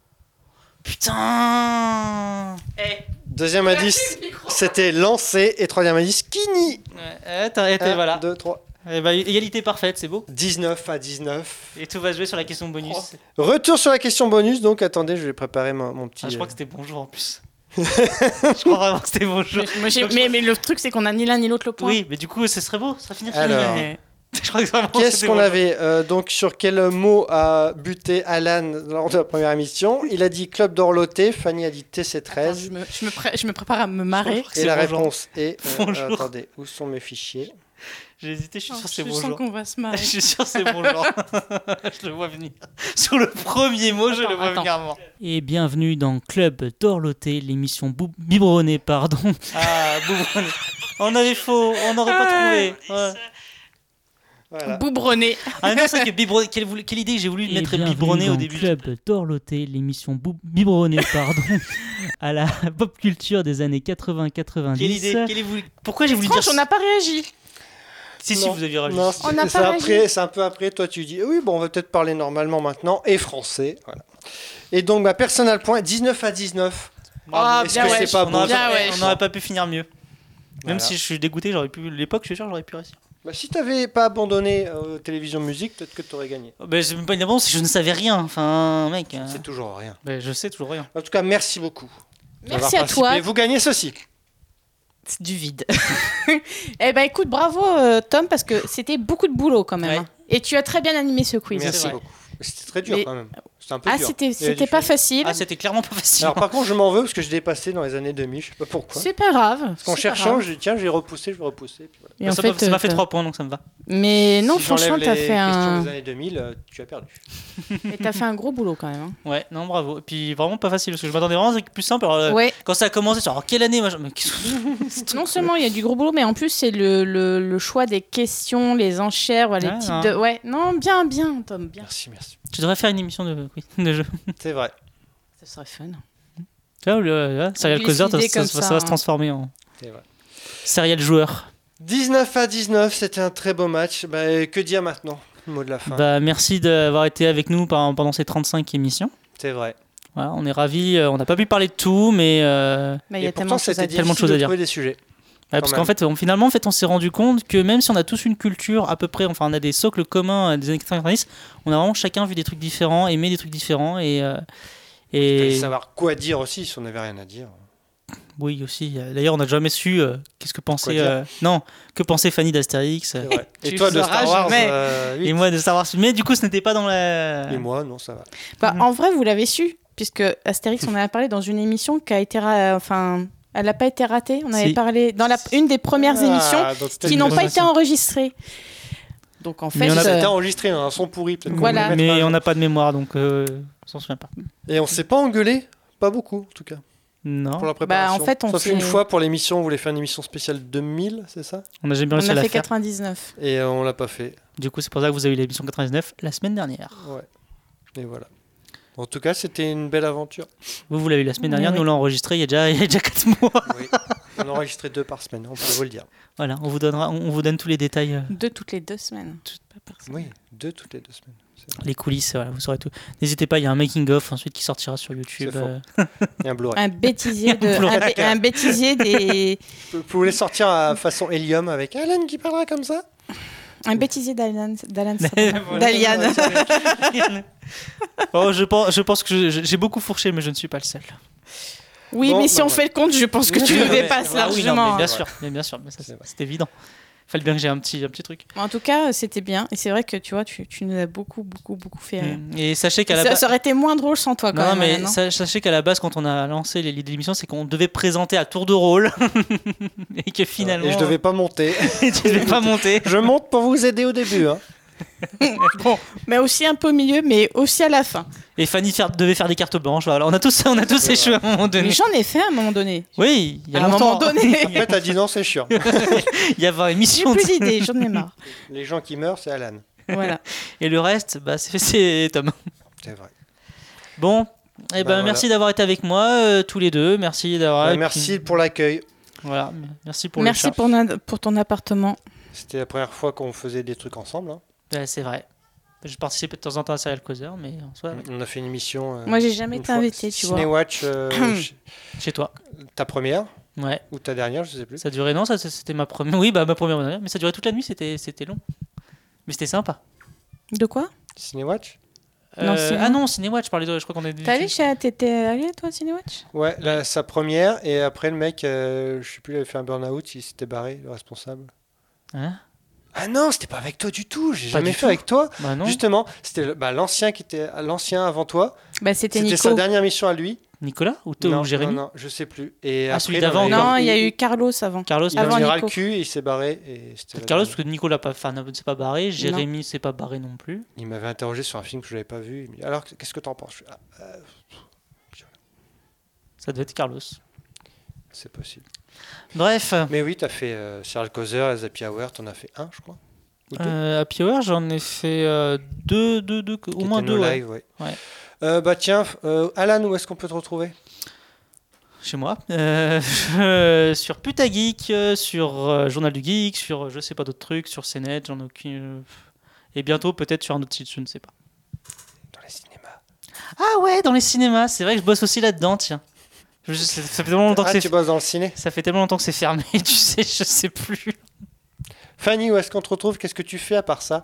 C: Putain
D: Deuxième indice, c'était lancé. Et troisième indice, Kini.
C: ouais, Attends, attends,
D: Un,
C: voilà.
D: deux, trois.
C: Eh ben, égalité parfaite, c'est beau.
D: 19 à 19.
C: Et tout va se jouer sur la question bonus. Ah,
D: Oh. Retour sur la question bonus. Donc, attendez, je vais préparer mon, mon petit.
C: Ah, je
D: euh,
C: crois que c'était bonjour en plus. je crois vraiment que c'était bonjour.
E: mais, mais le truc, c'est qu'on a ni l'un ni l'autre le point.
C: Oui, mais du coup, ce serait beau. Ça serait fini.
D: Alors.
C: fini. Je crois que vraiment,
D: Qu'est-ce
C: c'était
D: qu'on
C: bonjour.
D: avait euh, donc sur quel mot a buté Alan lors de la première émission Il a dit club d'Orloté, Fanny a dit
E: Attends, je,
D: TC13
E: me, je me pré- je me prépare à me marrer.
C: crois que Ah,
D: et
C: c'est
D: la
C: bonjour.
D: réponse est euh,
C: Bonjour.
D: attendez, où sont mes fichiers
C: J'ai hésité, je suis
E: Oh,
C: sûr que
E: je
C: c'est bon
E: sens
C: genre.
E: qu'on va se
C: Je
E: marrer.
C: suis sûr que c'est bon genre. je le vois venir. Sur le premier mot, je le vois
E: attends.
C: venir. moi. Et bienvenue dans Club Dorloté, l'émission bou- biberonnée, pardon. Ah, biberonnée. On avait faux, on n'aurait pas trouvé. Ouais.
D: Voilà.
E: Boubronné.
C: Ah non, c'est vrai que biberon- quelle, voulu- quelle idée j'ai voulu
H: Et
C: mettre
H: bienvenue
C: biberonné au
H: dans
C: début.
H: Club Dorloté, l'émission bou- biberonnée, pardon, à la pop culture des années 80-90.
C: Quelle idée quelle est voulu- Pourquoi j'ai voulu dire
E: Franche, on n'a pas réagi.
C: Si, si,
D: Non.
C: vous aviez réagi.
D: Non,
E: On n'a
D: c'est- c'est
E: pas réagi.
D: après, c'est un peu après. Toi, tu dis oui, bon, on va peut-être parler normalement maintenant et français. Voilà. Et donc, ma personne à le point 19 à 19.
E: Ah,
D: Est-ce
E: bien
D: que
E: ouais.
D: c'est pas
C: on
D: beau
C: n'aurait
E: Bien
C: pas,
E: ouais.
C: on n'aurait pas pu finir mieux. Même
D: Voilà.
C: si je suis dégoûté, j'aurais pu. L'époque, je suis sûr, j'aurais pu réussir.
D: Bah, si t'avais pas abandonné euh, télévision musique, peut-être que t'aurais gagné.
C: Oh, Ben, c'est même pas une avance, je ne savais rien. Enfin, mec. euh,
D: C'est toujours rien.
C: ben, je sais toujours rien.
D: En tout cas, merci beaucoup.
E: Merci à
D: d'avoir participé.
E: toi.
D: Vous gagnez ceci.
E: C'est du vide. eh ben écoute, bravo euh, Tom, parce que c'était beaucoup de boulot quand même.
C: Ouais.
E: hein. Et tu as très bien animé ce quiz.
D: Merci
C: vrai.
D: beaucoup. C'était très dur
E: Mais-
D: quand même. C'était un peu
E: Ah,
D: dur.
E: c'était
D: Il y a
E: c'était
D: du
E: pas
D: fun.
E: facile.
C: Ah, c'était clairement pas facile.
D: Alors, par contre, je m'en veux parce que je dépassais dans les années 2000. Je sais pas pourquoi.
E: c'est pas grave.
D: Parce qu'en
E: c'est pas
D: cherchant,
E: grave.
D: je dis tiens, je vais repousser, je vais repousser. Puis voilà.
E: Et
C: Ben,
E: en
C: ça m'a-
E: fait,
C: ça m'a
E: euh,
C: fait
E: t'as-
C: 3 points, donc ça me va.
E: Mais non,
D: Si j'enlève
E: franchement, t'as
D: les
E: fait
D: questions
E: un,
D: des années 2000, euh, tu as perdu.
E: mais t'as fait un gros boulot quand même.
C: Ouais, non, bravo. Et puis vraiment pas facile, parce que je m'attendais vraiment à un truc plus simple. Alors, euh,
E: hein. ouais.
C: Quand ça a commencé, genre, alors, quelle année machin mais qu'est-ce que-
E: Non seulement il y a du gros boulot, mais en plus c'est le, le- le choix des questions, les enchères, voilà, les
C: Ouais,
E: types
D: Ah.
C: hein.
E: de. Ouais, non, bien, bien, Tom, bien.
D: Merci, merci.
C: Tu devrais faire une émission de, oui, de jeu.
D: C'est vrai.
E: Ça serait fun.
C: Tu vois, le, le- Serial
E: Glisse
C: Causeur, ça,
E: l'idée
C: ça-
E: comme
C: ça-
E: ça,
C: ça va se
E: hein.
C: transformer en
D: C'est vrai.
C: Serial Joueur.
D: 19 à 19, c'était un très beau match. Bah, que dire maintenant Mot de la fin.
C: Bah, merci d'avoir été avec nous par- pendant ces 35 émissions.
D: c'est vrai.
C: Voilà, on est ravis. euh, On n'a pas pu parler de tout, mais. euh,
E: Mais Bah, il y
D: Et
E: a tellement
D: pourtant,
E: de choses
D: c'était
E: à dire.
C: tellement de
D: difficile
C: choses à
D: de
C: dire.
D: trouver des sujets.
C: Ouais,
D: Quand
C: parce
D: même.
C: qu'en fait, on- finalement, en fait, on s'est rendu compte que même si on a tous une culture à peu près, enfin, on a des socles communs euh, des années 90, on a vraiment chacun vu des trucs différents, aimé des trucs différents et. euh,
D: Et
C: et
D: savoir quoi dire aussi si on n'avait rien à dire.
C: oui aussi. euh, D'ailleurs, on n'a jamais su euh, qu'est-ce que pensait
D: dire
C: euh, non que pensait Fanny d'Astérix euh,
D: C'est vrai. Et
E: Tu
D: toi
E: le
D: de
E: sauras
D: Star Wars
E: jamais.
D: euh, oui.
C: et moi de savoir. Mais du coup, ce n'était pas dans la.
D: Et moi, non, ça va.
E: Bah,
C: Mhm.
E: En vrai, vous l'avez su, puisque Astérix, on en a parlé dans une émission qui a été. ra- Enfin, elle n'a pas été ratée. On avait
C: Si.
E: parlé dans la, une des premières émissions
D: Ah, donc c'était
E: qui
D: une
E: n'ont
D: bonne
E: pas été
D: façon.
E: enregistrées. Donc en
C: Mais
E: fait.
C: on a-
E: euh,
D: C'était enregistré dans un son pourri. peut-être qu'on
E: Voilà.
D: peut le mettre
C: Mais
D: à-
C: on n'a pas de mémoire, donc euh, on s'en souvient pas.
D: Et on s'est pas engueulé Pas beaucoup, en tout cas,
C: Non,
D: pour la préparation.
E: Bah, en fait, on
D: Sauf
E: s'est-
D: une fois pour l'émission, on voulait faire une émission spéciale 2000, c'est ça
C: on a jamais
E: on
C: réussi à
E: a
C: la
E: fait
C: faire.
E: 99.
D: Et euh, on l'a pas fait.
C: Du coup, c'est pour ça que vous avez eu l'émission 99 la semaine dernière.
D: Ouais. Et voilà. En tout cas, c'était une belle aventure.
C: Vous, vous l'avez eu la semaine
E: Mais
C: dernière,
E: oui.
C: nous on l'a enregistré il y a déjà, il y a déjà 4 mois.
D: Oui. On enregistrait deux par semaine, on peut vous le dire.
C: Voilà, on vous, donnera, on on vous donne tous les détails, euh,
E: Deux toutes les deux semaines. Pas par semaine.
D: Oui, deux toutes les deux semaines.
C: les coulisses, voilà, vous saurez tout. N'hésitez pas, il y a un making-of ensuite qui sortira sur YouTube.
D: C'est faux.
C: euh,
D: Et un Blu-ray.
E: Un bêtisier, de,
C: Blu-ray.
E: un, bé- un bêtisier des,
D: Vous voulez sortir à façon Helium avec Alan qui parlera comme ça
E: un bêtisier d'Alan, d'Alan
C: Voilà.
E: d'Aliane.
C: Oh, je, pense, je pense que je- je- j'ai beaucoup fourché, mais je ne suis pas le seul.
E: Oui,
D: Bon,
E: mais si
D: bah,
E: on
D: ouais.
E: fait le compte, je pense que tu
D: Non,
E: nous
D: mais-
E: dépasses
C: Ah oui, non, mais
E: largement.
C: bien
E: hein.
C: sûr, mais bien sûr, mais ça,
D: C'est vrai.
C: c'est évident. Fallait bien que j'ai un petit, un petit truc.
E: En tout cas, c'était bien. Et c'est vrai que tu vois, tu, tu nous as beaucoup, beaucoup, beaucoup fait rire.
C: Et sachez qu'à la
E: Ça,
C: base.
E: ça aurait été moins drôle sans toi, quand
C: Non,
E: même.
C: mais
E: Alain, non
C: sa- sachez qu'à la base, quand on a lancé les- l'idée de l'émission, c'est qu'on devait présenter à tour de rôle et que finalement. hein.
D: Et je devais pas monter.
C: tu devais pas monter.
D: je monte pour vous aider au début. hein.
E: mais aussi un peu au milieu, mais aussi à la fin.
C: Et Fanny faire- devait faire des cartes blanches. Voilà, on a tous, on a tous échoué à un moment
E: Mais
C: donné.
E: j'en ai fait à un moment donné.
C: Oui, il y a
E: à un
C: longtemps.
E: moment donné.
D: Après, t'as dit non, c'est chiant.
C: il y a 20
E: J'ai
C: émissions.
E: plus d'idées, j'en ai marre.
D: Les gens qui meurent, c'est Alan.
E: Voilà.
C: Et le reste, bah, c'est- c'est Tom.
D: C'est vrai.
C: Bon, eh ben,
D: Bah, voilà.
C: merci d'avoir été avec moi, euh, tous les deux. Merci d'avoir.
D: Bah,
C: Ah, et puis,
D: merci pour l'accueil.
C: voilà, merci pour le
E: Merci
C: chat.
E: pour, na- pour ton appartement.
D: C'était la première fois qu'on faisait des trucs ensemble. hein.
C: Ouais, c'est vrai. Je participe de temps en temps à Serial Causeur, mais en soi,
D: On a fait une émission. euh,
E: Moi, j'ai jamais
D: une
E: été
D: fois.
E: invitée, tu vois.
D: Cinéwatch, euh, ch-
C: chez toi.
D: ta première
C: Ouais,
D: ou ta dernière, je sais plus.
C: ça durait. Non, ça c'était ma première. Oui, bah ma première, ma dernière, mais ça durait toute la nuit. C'était, c'était long. Mais c'était sympa.
E: De quoi
D: Cinéwatch
E: Non,
C: Euh,
E: Cinéma.
C: ah non, Cinéwatch, je parlais de. Je crois qu'on est.
E: T'as allé chez- T'étais allé, toi, au Cinewatch
D: Ouais, la- sa première. Et après, le mec, euh, je sais plus, il avait fait un burn-out, il s'était barré, le responsable.
C: Hein
D: Ah non, c'était pas avec toi du tout, j'ai
C: Pas
D: jamais
C: du
D: fait
C: tout.
D: avec toi.
C: Bah non.
D: Justement, c'était le- bah, l'ancien qui était l'ancien avant toi.
E: Bah, c'était
D: C'était sa
E: Nico.
D: dernière mission à lui.
C: Nicolas ou, toi,
D: non,
C: ou Jérémy
D: Non, non, je sais plus. Et
C: Ah,
D: après,
C: celui
D: il en
C: d'avant,
D: avait-
C: encore.
E: Non, il y a eu Carlos avant.
C: Carlos,
D: Il
C: non.
D: a
E: Avant
D: tiré
E: Nico.
D: le cul, il s'est barré. Et c'était la
C: Carlos,
D: dernière.
C: parce que Nicolas pas- enfin, ne s'est pas barré, Jérémy s'est pas barré non plus.
D: Il m'avait interrogé sur un film que je n'avais pas vu. Il me dit, Alors, qu'est-ce que t'en penses Je fais, Ah, euh,
C: Ça devait être Carlos.
D: C'est possible.
C: Bref,
D: Mais oui, t'as fait euh, Serge Causer, à Happy Hour, t'en as fait un, je crois. Ou deux.
C: euh, Happy Hour, j'en ai fait euh, deux, deux, deux, que-
D: Qui
C: au moins
D: étaient nos
C: deux. ouais.
D: lives, ouais.
C: Ouais.
D: Euh, bah tiens, euh, Alan, où est-ce qu'on peut te retrouver
C: Chez moi. Euh, je- sur Puta Geek, euh, sur euh, Journal du Geek, sur euh, je sais pas d'autres trucs, sur CNET, j'en ai aucune. euh, Et bientôt peut-être sur un autre site, je ne sais pas.
D: Dans les cinémas.
C: Ah ouais, dans les cinémas, c'est vrai que je bosse aussi là-dedans, tiens. Je- ça fait tellement longtemps que
D: Ah,
C: c'est
D: tu bosses dans le ciné.
C: Ça fait tellement longtemps que c'est fermé, tu sais, je sais plus.
D: Fanny, où est-ce qu'on te retrouve Qu'est-ce que tu fais à part ça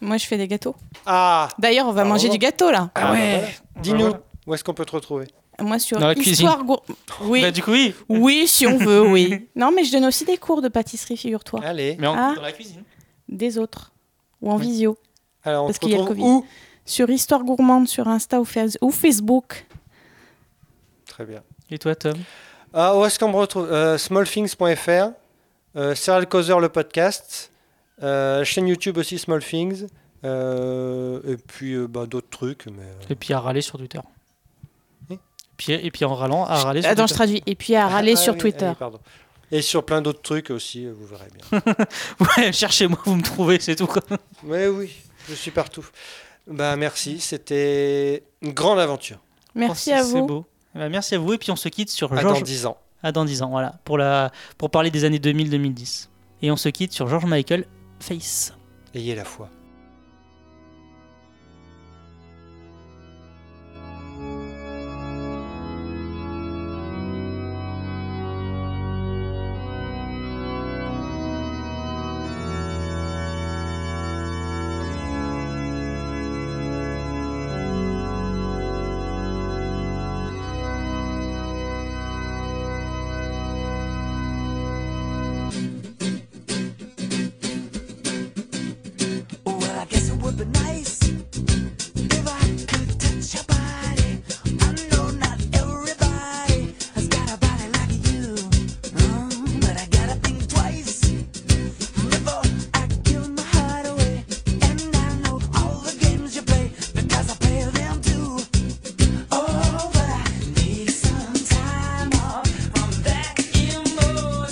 E: Moi, je fais des gâteaux.
D: Ah
E: D'ailleurs, on va
D: Ah,
E: manger
D: bon
E: du gâteau là.
D: Ah
C: ouais.
D: voilà. Dis-nous, où est-ce qu'on peut te retrouver
E: Moi, sur
C: Dans la
E: histoire gour- Oui,
C: Bah, du coup, oui.
E: oui, si on veut, oui. Non, mais je donne aussi des cours de pâtisserie, figure-toi,
D: Allez,
C: Mais en-
E: Ah.
C: dans la cuisine.
E: des autres ou en
C: Oui.
E: visio.
D: alors on
E: Parce
D: te
E: qu'il y a le
D: retrouve
E: Covid.
D: où
E: Sur Histoire Gourmande, sur Insta ou, Face- ou Facebook.
C: Ah,
D: Très bien.
C: Et toi, Tom
D: Ah, où est-ce qu'on me retrouve Euh, Smallthings.fr, euh, Serial Causer le podcast, euh, chaîne YouTube aussi Smallthings, euh, et puis euh, bah, d'autres trucs. Mais, euh,
C: Et puis à râler sur Twitter.
D: Oui.
C: Et puis, et puis en râlant, à râler sur
E: Attends,
C: Twitter.
E: je traduis. Et puis à râler
D: ah,
E: sur
D: oui,
C: eh
E: Twitter.
D: allez, pardon. Et sur plein d'autres trucs aussi, euh, vous verrez bien.
C: Ouais, cherchez-moi, vous me trouvez, c'est tout. quoi.
D: Mais oui, je suis partout. Bah merci, c'était une grande aventure.
E: Merci
C: Oh, c'est-
E: à vous.
C: C'est beau. Eh ben, merci à vous, et puis on se quitte sur
D: À dans
C: Georges.
D: 10 ans.
C: À dans 10 ans, voilà. Pour, la... pour parler des années 2000-2010. Et on se quitte sur George Michael Face.
D: Ayez la foi.
A: Où
G: Mm,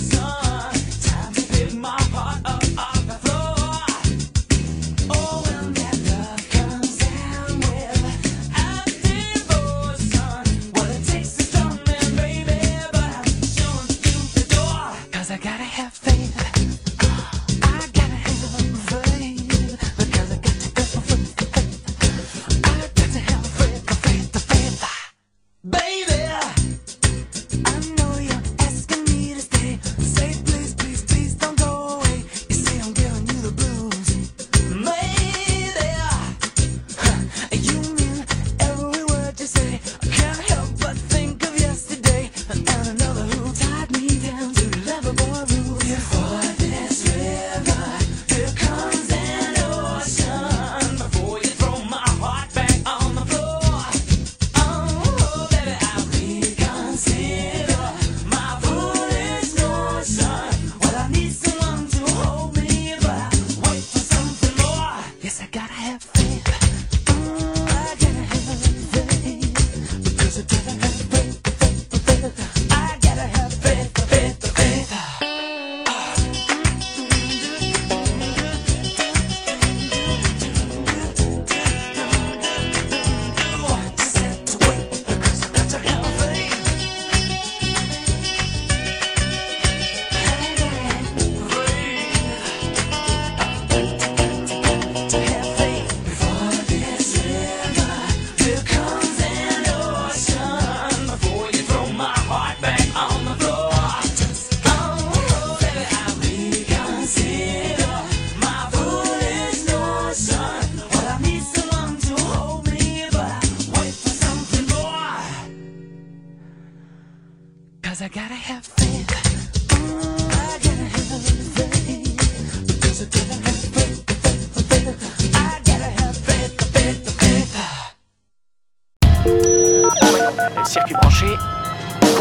G: Oh,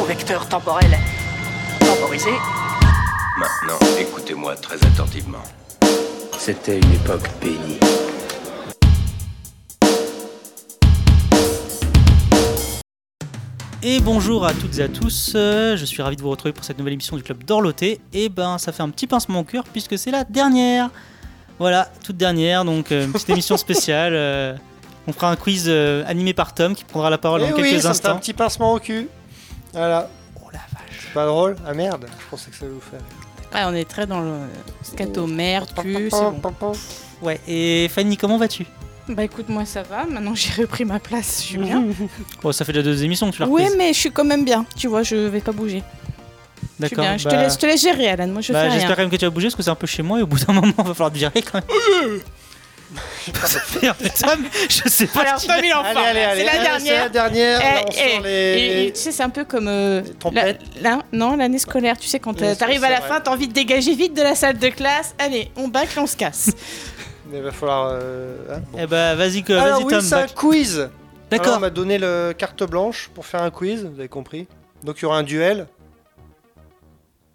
A: vecteur temporel temporisé
B: Maintenant, écoutez-moi très attentivement. C'était une époque bénie.
C: Et bonjour à toutes et à tous, euh, je suis ravi de vous retrouver pour cette nouvelle émission du club d'Orloté. Et ben ça fait un petit pincement au cœur puisque c'est la dernière. Voilà, toute dernière, donc euh, une petite émission spéciale. euh, on fera un quiz euh, animé par Tom qui prendra la parole
D: Eh
C: Oh, dans
D: oui,
C: quelques
D: ça me fait un
C: instants.
D: petit pincement au cul. Voilà.
C: Oh la vache.
D: Pas drôle Ah merde, je pensais que ça allait vous faire.
E: Ouais, Ah, on est très dans le scato merde, cul, c'est bon.
C: Ouais, et Fanny, comment vas-tu
E: Bah écoute, moi ça va, maintenant j'ai repris ma place, je suis bien.
C: Bon, Oh, ça fait déjà deux émissions que tu l'as
E: Oui,
C: Mmh, reprise.
E: mais je suis quand même bien, tu vois, je vais pas bouger. Je suis
C: D'accord.
E: bien, je, te
C: bah-
E: laisse, je te laisse gérer, Alan, moi je
C: bah,
E: fais
C: J'espère
E: rien.
C: quand même que tu vas bouger parce que c'est un peu chez moi et au bout d'un moment, on va falloir te virer quand même. Merde, Tom, je sais pas.
E: Alors, Tom, il est en
D: Allez,
E: forme.
D: allez, allez.
E: C'est la
D: allez, C'est la
E: dernière.
D: dernière. Là, on
E: Eh,
D: sort
E: eh, et- et
D: les...
E: tu sais, c'est un peu comme. euh,
D: trompettes.
E: la- la- non, l'année scolaire, tu sais, quand
D: L'année
E: euh, t'arrives à la
D: scolaire,
E: fin,
D: ouais.
E: t'as envie de dégager vite de la salle de classe. Allez, on bacle, on se casse.
D: Mais il va falloir... euh, hein, bon.
C: Eh bah, vas-y, que-
D: Alors
C: vas-y
D: oui,
C: Tom.
D: c'est un
C: bac.
D: quiz. Alors,
C: D'accord.
D: On m'a donné le carte blanche pour faire un quiz, vous avez compris. Donc il y aura un duel.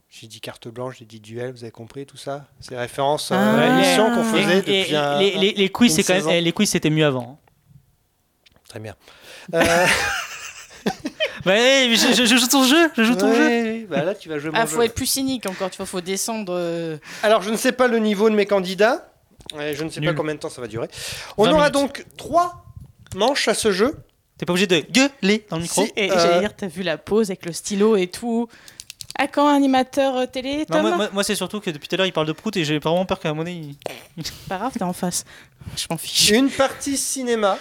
D: J'ai dit carte blanche, j'ai dit duel, vous avez compris tout ça C'est les références à
E: Ah.
D: l'émission qu'on
C: Et-
D: faisait
C: et-
D: depuis un...
C: les, les- les quiz,
D: une
C: c'est quand même-
D: saison.
C: eh, les quiz, c'était mieux avant.
D: Très bien. Euh,
C: Ouais, mais hein. Bah, eh, je, je- je joue ton jeu, je joue ton jeu.
D: oui, oui, bah là, tu vas jouer mon
E: ah,
D: jeu.
E: faut être plus cynique encore, tu vois, faut descendre. euh,
D: Alors, je ne sais pas le niveau de mes candidats. Euh, Je ne sais
C: Nul.
D: pas combien de temps ça va durer. On
C: 20
D: aura
C: minutes.
D: donc trois manches à ce jeu.
C: T'es pas obligé de gueuler dans le micro.
D: Si,
E: Et
D: euh,
E: j'allais dire, t'as vu la pause avec le stylo et tout. À quand animateur euh, télé,
C: Non,
E: Tom
C: moi, moi- moi, c'est surtout que depuis tout à l'heure, il parle de prout et j'ai vraiment peur qu'à un moment donné, il-
E: Pas grave, t'es en face. Je m'en fiche.
D: Une partie cinéma.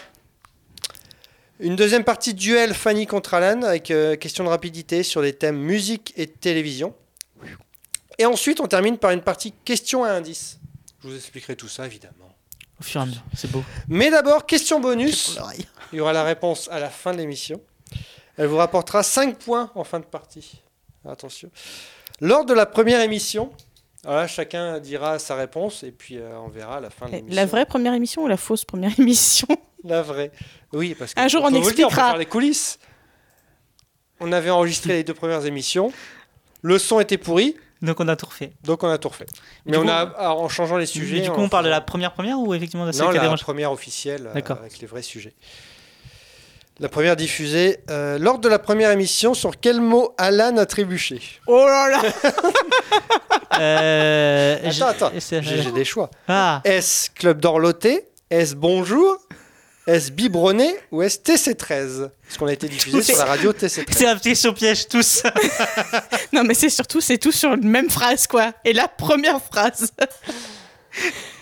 D: Une deuxième partie duel Fanny contre Alan avec euh, question de rapidité sur les thèmes musique et télévision. Et ensuite, on termine par une partie questions à indices. Je vous expliquerai tout ça, évidemment.
C: au fur et à mesure, c'est beau.
D: Mais d'abord, question bonus. Il y aura la réponse à la fin de l'émission. Elle vous rapportera 5 points en fin de partie. Attention. Lors de la première émission, alors là, chacun dira sa réponse et puis euh, on verra à la fin de
E: Eh,
D: l'émission.
E: La vraie première émission ou la fausse première émission
D: La vraie. Oui, parce que
E: Un jour,
D: faut
E: on
D: vous le dire,
E: expliquera.
D: peut faire les coulisses. On avait enregistré les deux premières émissions. Le son était pourri,
C: Donc, on a tout refait.
D: donc on a tout refait.
C: Et
D: Mais
C: du
D: on
C: coup,
D: a, alors, en changeant les sujets.
C: Et du
D: en
C: coup, on parle de la
D: faisant-
C: première première ou effectivement de la
D: Non,
C: celle qui a
D: la
C: dérangé
D: première officielle euh,
C: D'accord.
D: avec les vrais sujets. La première diffusée. euh, lors de la première émission, sur quel mot Alan a trébuché
E: Oh là là
C: Euh, j'ai-
D: Attends, attends.
C: c'est-
D: J'ai j'ai des choix.
C: Ah,
D: Est-ce Club d'Orloté Est-ce Bonjour Est-ce Biberonné Ou est-ce TC13 Parce qu'on a été diffusé sur la radio TC13.
C: c'est un petit sur piège, tous.
E: Non, mais c'est surtout, c'est tout sur une même phrase, quoi. Et la première phrase.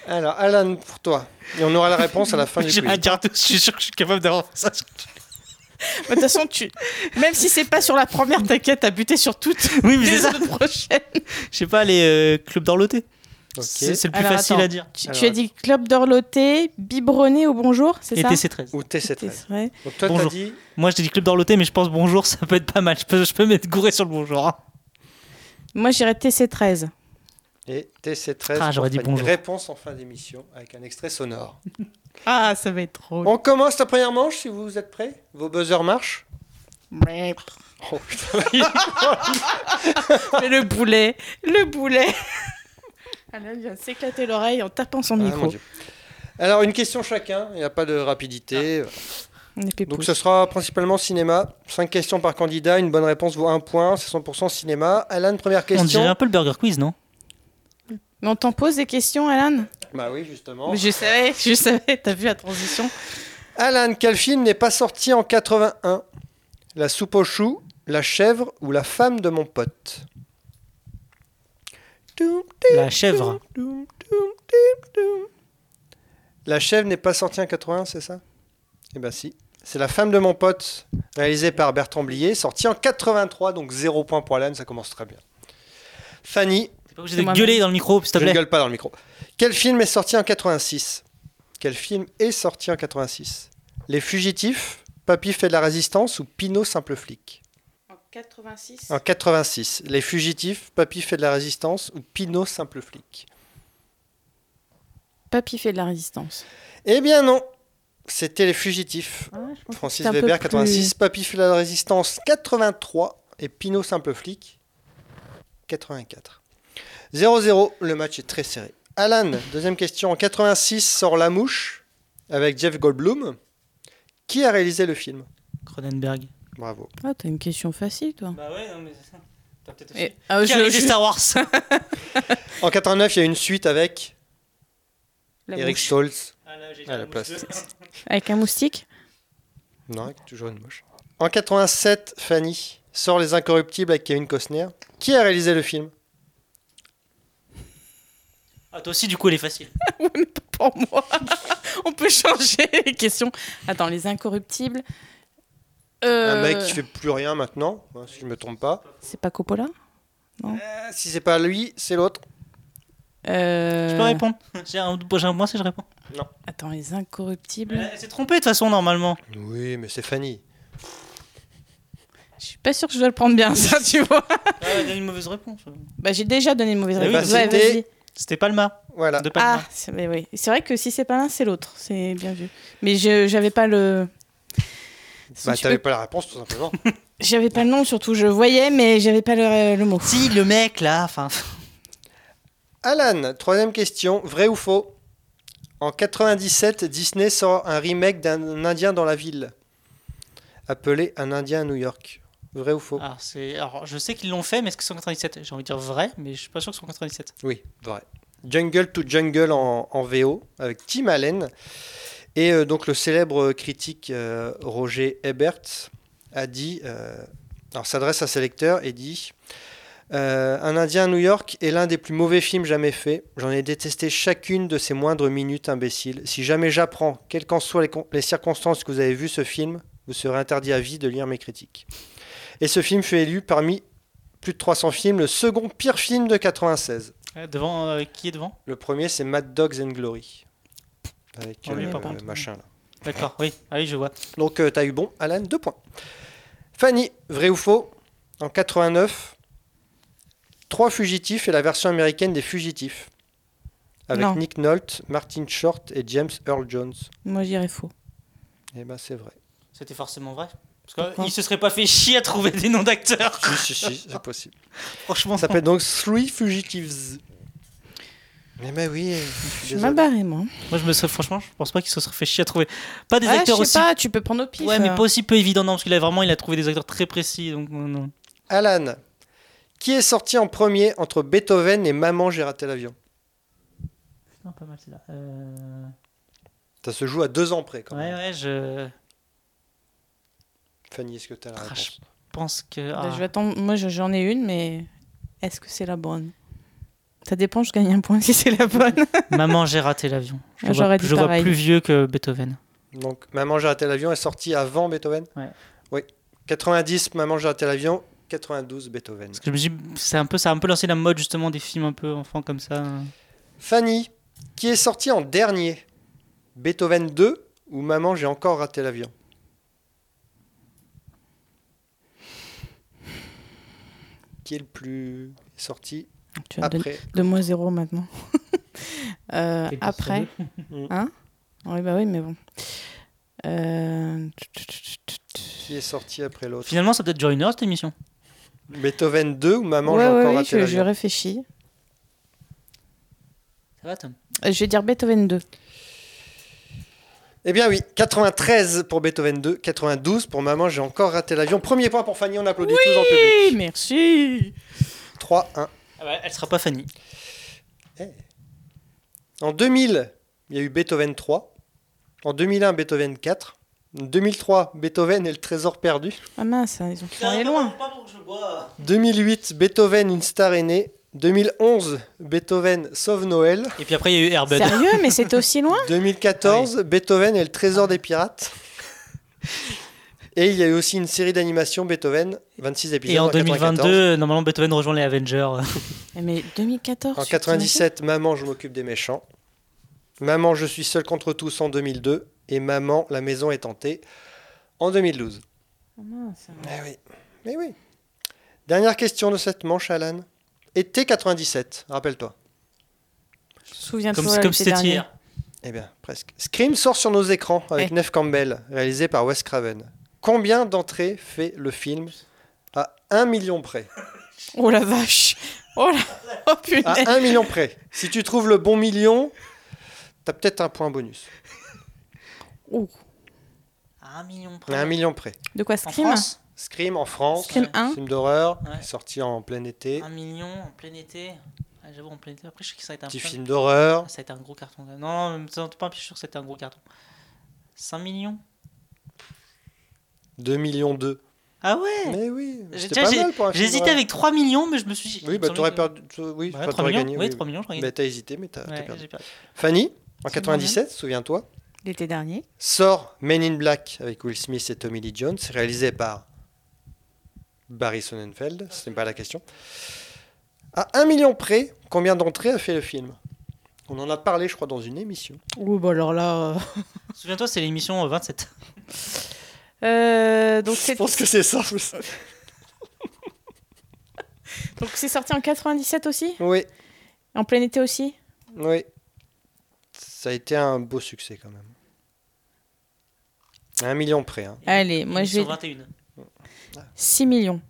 D: Alors, Alan, pour toi. Et on aura la réponse à la fin du
C: J'ai
D: quiz.
C: rien à dire tous, je suis sûr que je suis capable d'avoir fait ça.
E: De toute façon, tu... même si c'est pas sur la première, t'inquiète, t'as buté sur toutes
C: Oui, mais c'est
E: les
C: ça.
E: autres prochaines.
C: Je sais pas, les euh, clubs d'Orloté.
D: Ok.
C: C'est c'est le plus
E: Alors,
C: facile
E: attends.
C: à dire.
E: Tu,
D: Alors,
E: tu as dit club d'orloté, biberonné au bonjour, c'est
C: Et
E: ça
C: TC13.
D: Ou TC13.
E: C'est vrai.
D: Donc, toi, t'as
C: Bonjour.
D: dit.
C: Moi, je dis club d'Orloté, mais je pense bonjour, ça peut être pas mal. Je peux, je peux m'être gouré sur le bonjour. hein.
E: Moi, j'irais TC13.
D: Et TC13.
C: Ah, j'aurais
D: pour
C: dit
D: Fanny.
C: bonjour.
D: Réponse en fin d'émission avec un extrait sonore.
E: Ah, ça va être drôle.
D: On commence la première manche si vous êtes prêts. Vos buzzers marchent.
E: Mais
D: Oh, putain.
E: le boulet, le boulet. Alain vient de s'éclater l'oreille en tapant son
D: Ah, mon
E: micro.
D: Dieu. Alors, une question chacun. Il n'y a pas de rapidité.
C: Ah.
E: On est
D: Donc,
E: pépouze.
D: ce sera principalement cinéma. Cinq questions par candidat. Une bonne réponse vaut un point. C'est 100% cinéma. Alan, première
C: On dirait un
D: question.
C: peu le Burger Quiz, non
E: Mais on t'en pose des questions, Alan
D: Bah oui, justement.
E: Je savais, je savais, t'as vu la transition
D: Alan, quel film n'est pas sorti en 81 La soupe aux choux, La chèvre ou La femme de mon pote Toum,
C: La chèvre.
D: toum, toum, toum, toum. La chèvre n'est pas sortie en 81, c'est ça Eh ben si. C'est La femme de mon pote, réalisé par Bertrand Blier, sorti en 83, donc 0 point pour Alan, ça commence très bien. Fanny,
C: T'es pas obligé de
E: moi-même.
C: gueuler dans le micro, s'il te
D: je ne
C: plaît.
D: gueule pas dans le micro. Quel film est sorti en 86 Quel film est sorti en 86 Les Fugitifs, Papy fait de la résistance ou Pinot simple flic
E: En 86
D: En 86, Les Fugitifs, Papy fait de la résistance ou Pinot simple flic
E: Papy fait de la résistance.
D: Eh bien non,
E: Ah,
D: c'était Les Fugitifs. Francis Weber, 86, Papy fait de la résistance, 83. et Pinot Simple Flic 84. 0-0, le match est très serré. Alan, deuxième question. En 86 sort La Mouche avec Jeff Goldblum. Qui a réalisé le film
C: Cronenberg.
D: Bravo.
E: Ah, t'as une question facile, toi.
C: Bah ouais, non, mais c'est ça. T'as peut-être aussi.
E: Et- ah,
C: Qui
E: je-
C: a réalisé
E: je-
C: Star Wars
D: En 89, il y a une suite avec
E: La
D: Eric
E: mouche.
D: Stoltz.
C: Ah là, j'ai
D: À la place.
E: Avec un moustique
D: Non, avec toujours une mouche. En 87, Fanny sort Les Incorruptibles avec Kevin Costner. Qui a réalisé le film
C: Ah, toi aussi, du coup, elle est facile.
E: Ouais, mais pas pour moi. On peut changer les questions. Attends, les incorruptibles. Euh,
D: Un mec qui fait plus rien maintenant, hein, si je me trompe pas.
E: C'est pas Coppola
D: Euh, Si c'est pas lui, c'est l'autre.
E: euh...
C: Je peux répondre J'ai un, j'ai un point si je réponds.
E: Attends, les incorruptibles.
C: Elle s'est trompée de toute façon, normalement.
D: Oui, mais c'est Fanny.
E: Je suis pas sûre que je vais le prendre bien, ça, tu vois.
C: Ah, elle a donné une mauvaise réponse.
E: Bah, j'ai déjà donné une mauvaise
D: Eh
E: réponse.
D: ben,
E: Ouais,
D: c'était-
E: vas-y.
C: C'était Palma.
D: Voilà.
C: De Palma.
E: Ah, c'est mais oui. C'est vrai que si c'est pas l'un, c'est l'autre. C'est bien vu. Mais je j'avais pas le. Si
D: Bah,
E: tu
D: t'avais
E: veux-
D: pas la réponse, tout simplement.
E: J'avais pas le nom, surtout. Je voyais, mais j'avais pas le, le mot.
C: Si, le mec, là, enfin...
D: Alan, troisième question. Vrai ou faux En 97, Disney sort un remake d'un Indien dans la ville, appelé Un Indien à New York. Vrai ou faux
C: Alors, c'est... Alors, je sais qu'ils l'ont fait, mais est-ce que c'est en 97 J'ai envie de dire vrai, mais je suis pas sûr que c'est en 97.
D: Oui, vrai. Jungle to Jungle en, en VO avec Tim Allen. Et euh, donc le célèbre critique euh, Roger Ebert a dit, euh, alors s'adresse à ses lecteurs et dit euh, Un Indien à New York est l'un des plus mauvais films jamais faits. J'en ai détesté chacune de ses moindres minutes imbéciles. Si jamais j'apprends, quelles qu'en soient les, con- les circonstances que vous avez vu ce film, vous serez interdit à vie de lire mes critiques. Et ce film fut élu parmi plus de 300 films le second pire film de 96.
C: Euh, Devant, euh, qui est devant
D: Le premier, c'est Mad Dogs and Glory. Avec
C: On
D: euh,
C: l'est pas,
D: le
C: par
D: machin là.
C: D'accord, oui. Ah oui, je vois.
D: Donc, tu t'as eu bon, Alan, deux points. Fanny, vrai ou faux En 89, Trois fugitifs et la version américaine des fugitifs. Avec
E: Non.
D: Nick Nolte, Martin Short et James Earl Jones.
E: Moi, j'irais faux.
D: Eh ben, c'est vrai.
C: C'était forcément vrai. Parce
E: Pourquoi
C: qu'ils se seraient pas fait chier à trouver des noms d'acteurs.
D: si, si, si, c'est possible.
C: Franchement,
D: Ça s'appelle donc Three Fugitives. Mais ben oui. euh, je suis
E: Je m'en
D: désolé.
E: barrais, moi.
C: Moi, je me serais, franchement, je pense pas qu'ils se seraient fait chier à trouver. Pas des
E: Ah, je
C: acteurs
E: sais
C: aussi.
E: pas, tu peux prendre au pif.
C: ouais, mais
E: euh.
C: pas aussi peu évident, non, parce qu'il a vraiment, il a trouvé des acteurs très précis, donc non, non.
D: Alan, qui est sorti en premier entre Beethoven et Maman, j'ai raté l'avion
C: Non, pas mal, c'est là.
D: Ça se joue à deux ans près quand même.
C: Ouais, ouais, je
D: Fanny, est-ce que tu as la
C: Ah,
D: réponse
C: pense que.
E: Bah,
C: ah.
E: je vais attendre- Moi, je- j'en ai une, mais est-ce que c'est la bonne Ça dépend, je gagne un point si c'est la bonne.
C: Maman, j'ai raté l'avion. Je
E: Ah,
C: vois-
E: j'aurais dit
C: je vois
E: pareil.
C: plus vieux que Beethoven.
D: Donc, Maman, j'ai raté l'avion est sortie avant Beethoven
C: Ouais.
D: Oui. 90, Maman, j'ai raté l'avion. 92, Beethoven.
C: Parce que je me suis, c'est un peu, ça a un peu lancé la mode justement des films un peu enfants comme ça.
D: Fanny, qui est sortie en dernier Beethoven 2 ou Maman, j'ai encore raté l'avion Qui est le plus sorti
E: tu as
D: après
E: de moi zéro maintenant.
C: Quelque
E: Euh,
C: chose
E: après.
C: Mm.
D: deux.
E: hein Oui, bah oui, mais bon. Euh,
D: Qui est sorti après l'autre
C: Finalement, ça peut être durer une heure cette émission.
D: Beethoven 2 ou Maman,
E: ouais,
D: j'ai
E: ouais,
D: encore
E: ouais,
D: raté
E: je, je
D: l'avion
E: réfléchis.
C: Ça va, Tom
E: Euh, Je vais dire Beethoven 2.
D: Eh bien oui, 93 pour Beethoven 2, 92 pour Maman, j'ai encore raté l'avion. Premier point pour Fanny, on applaudit tous en public.
E: merci
D: 3, 1.
C: Ah bah, elle sera pas Fanny.
D: En 2000, il y a eu Beethoven 3. En 2001, Beethoven 4. En 2003, Beethoven et le trésor perdu.
E: Ah mince, ils ont pu aller loin.
D: 2008, Beethoven, une star est née. 2011, Beethoven sauve Noël.
C: Et puis après, il y a eu Airbud.
E: Sérieux, mais c'était aussi loin
C: Ah
D: 2014, Beethoven et le trésor des pirates. Et il y a eu aussi une série d'animation Beethoven, 26 épisodes.
C: Et en
D: 2014.
C: 2022, normalement, Beethoven rejoint les Avengers.
E: Mais 2014.
D: En
E: tu t'imagines
D: 97, Maman, je m'occupe des méchants. Maman, je suis seul contre tous en 2002. Et Maman, la maison est tentée en 2012.
E: Ah mince.
D: Eh oui. Eh oui. Dernière question de cette manche, Alan. Été 97, rappelle-toi.
E: Je me souviens
C: Comme
E: toujours
C: comme
E: l'été
C: c'était
E: dernier.
C: hier.
D: Eh bien, presque. Scream sort sur nos écrans avec Neve Campbell, réalisé par Wes Craven. Combien d'entrées fait le film à 1 million près.
E: Oh la vache Oh la... Oh punaise
D: À 1 million près. Si tu trouves le bon million, t'as peut-être un point bonus.
E: Ouh.
C: À 1 million
D: À 1 million près.
E: De quoi
C: En
E: Scream
C: France
D: Scream en France.
E: Scream 1
D: Film d'horreur,
C: Ouais. Ah,
D: sorti en plein été.
C: 1 million en plein été. Ah, J'avoue, en plein été. Après, je sais que ça a été un
D: Petit
C: peu-
D: film d'horreur.
C: Ça a été un gros carton. Non, non, mais c'est pas un piège sûr que c'était un gros carton. 5 millions
D: 2 millions 2.
C: Ah ouais
D: Mais oui,
C: J'ai-
D: c'était
C: tiens,
D: pas
C: j'ai-
D: mal pour un film
C: J'hésitais
D: d'horreur.
C: avec 3 millions, mais je me suis dit.
D: Oui, bah
C: sans
D: t'aurais
C: doute-
D: perdu. tu- Oui,
C: Ouais,
D: enfin,
C: 3
D: t'aurais
C: millions,
D: gagné.
C: oui,
D: oui,
C: 3 millions, je
D: oui.
C: regarde.
D: Bah, t'as hésité, mais t'as t'as
C: Ouais,
D: perdu.
C: j'ai perdu.
D: Fanny, en
E: C'est
D: 97, souviens-toi,
E: L'été dernier
D: sort Men in Black avec Will Smith et Tommy Lee Jones, réalisé par Barry Sonnenfeld, ce n'est pas la question. À 1 million près, combien d'entrées a fait le film On en a parlé, je crois, dans une émission.
E: Ouh bah alors là...
C: Souviens-toi, c'est l'émission euh, 27.
E: euh. Euh, donc
D: Je
E: c'est
D: pense que c'est ça.
E: donc c'est sorti en 97 aussi
D: oui,
E: En plein été aussi
D: oui. Ça a été un beau succès quand même. À 1 million près. Hein.
E: Ah, Allez, moi je
C: Émission
E: vais...
C: 21.
E: 6 millions.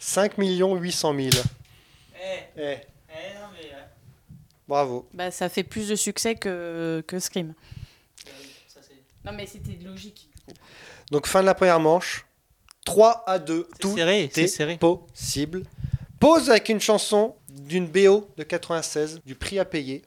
D: 5 800 000. Eh,
C: euh.
D: bravo.
E: Bah ça fait plus de succès que, que Scream. Non mais c'était logique.
D: Donc fin de la première manche. 3 à 2.
C: C'est
D: Tout
C: serré, c'est
D: était
C: serré.
D: possible. Pause avec une chanson d'une BO de 96, du prix à payer.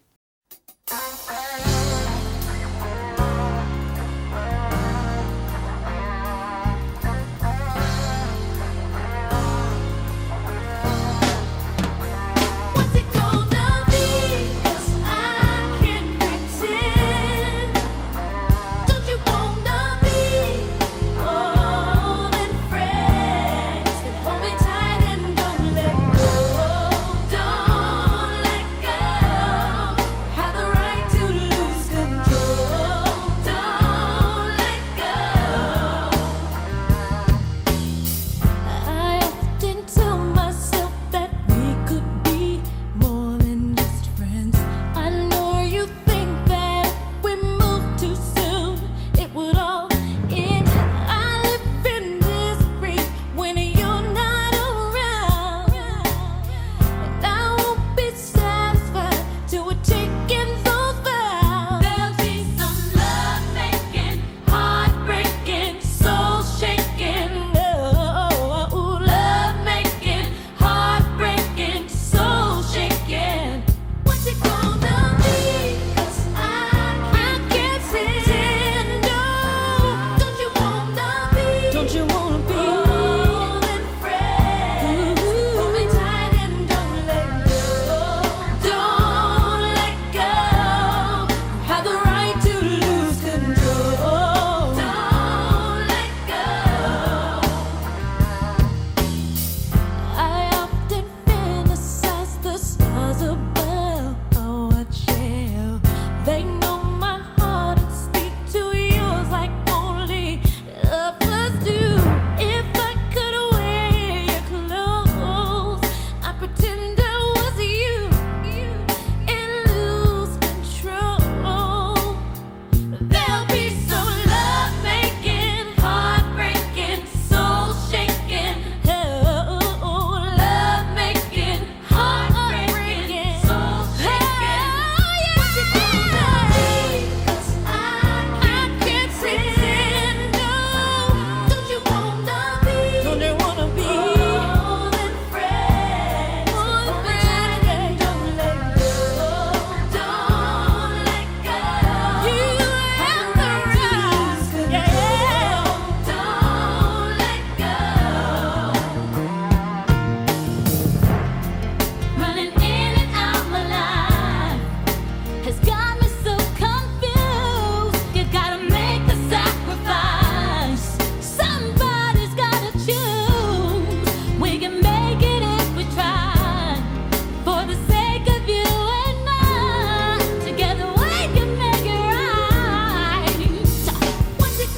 F: What's it gonna be? 'Cause I can't pretend. Don't you wanna be more than friends? Hold me tight and don't let go. Don't let go. Oh,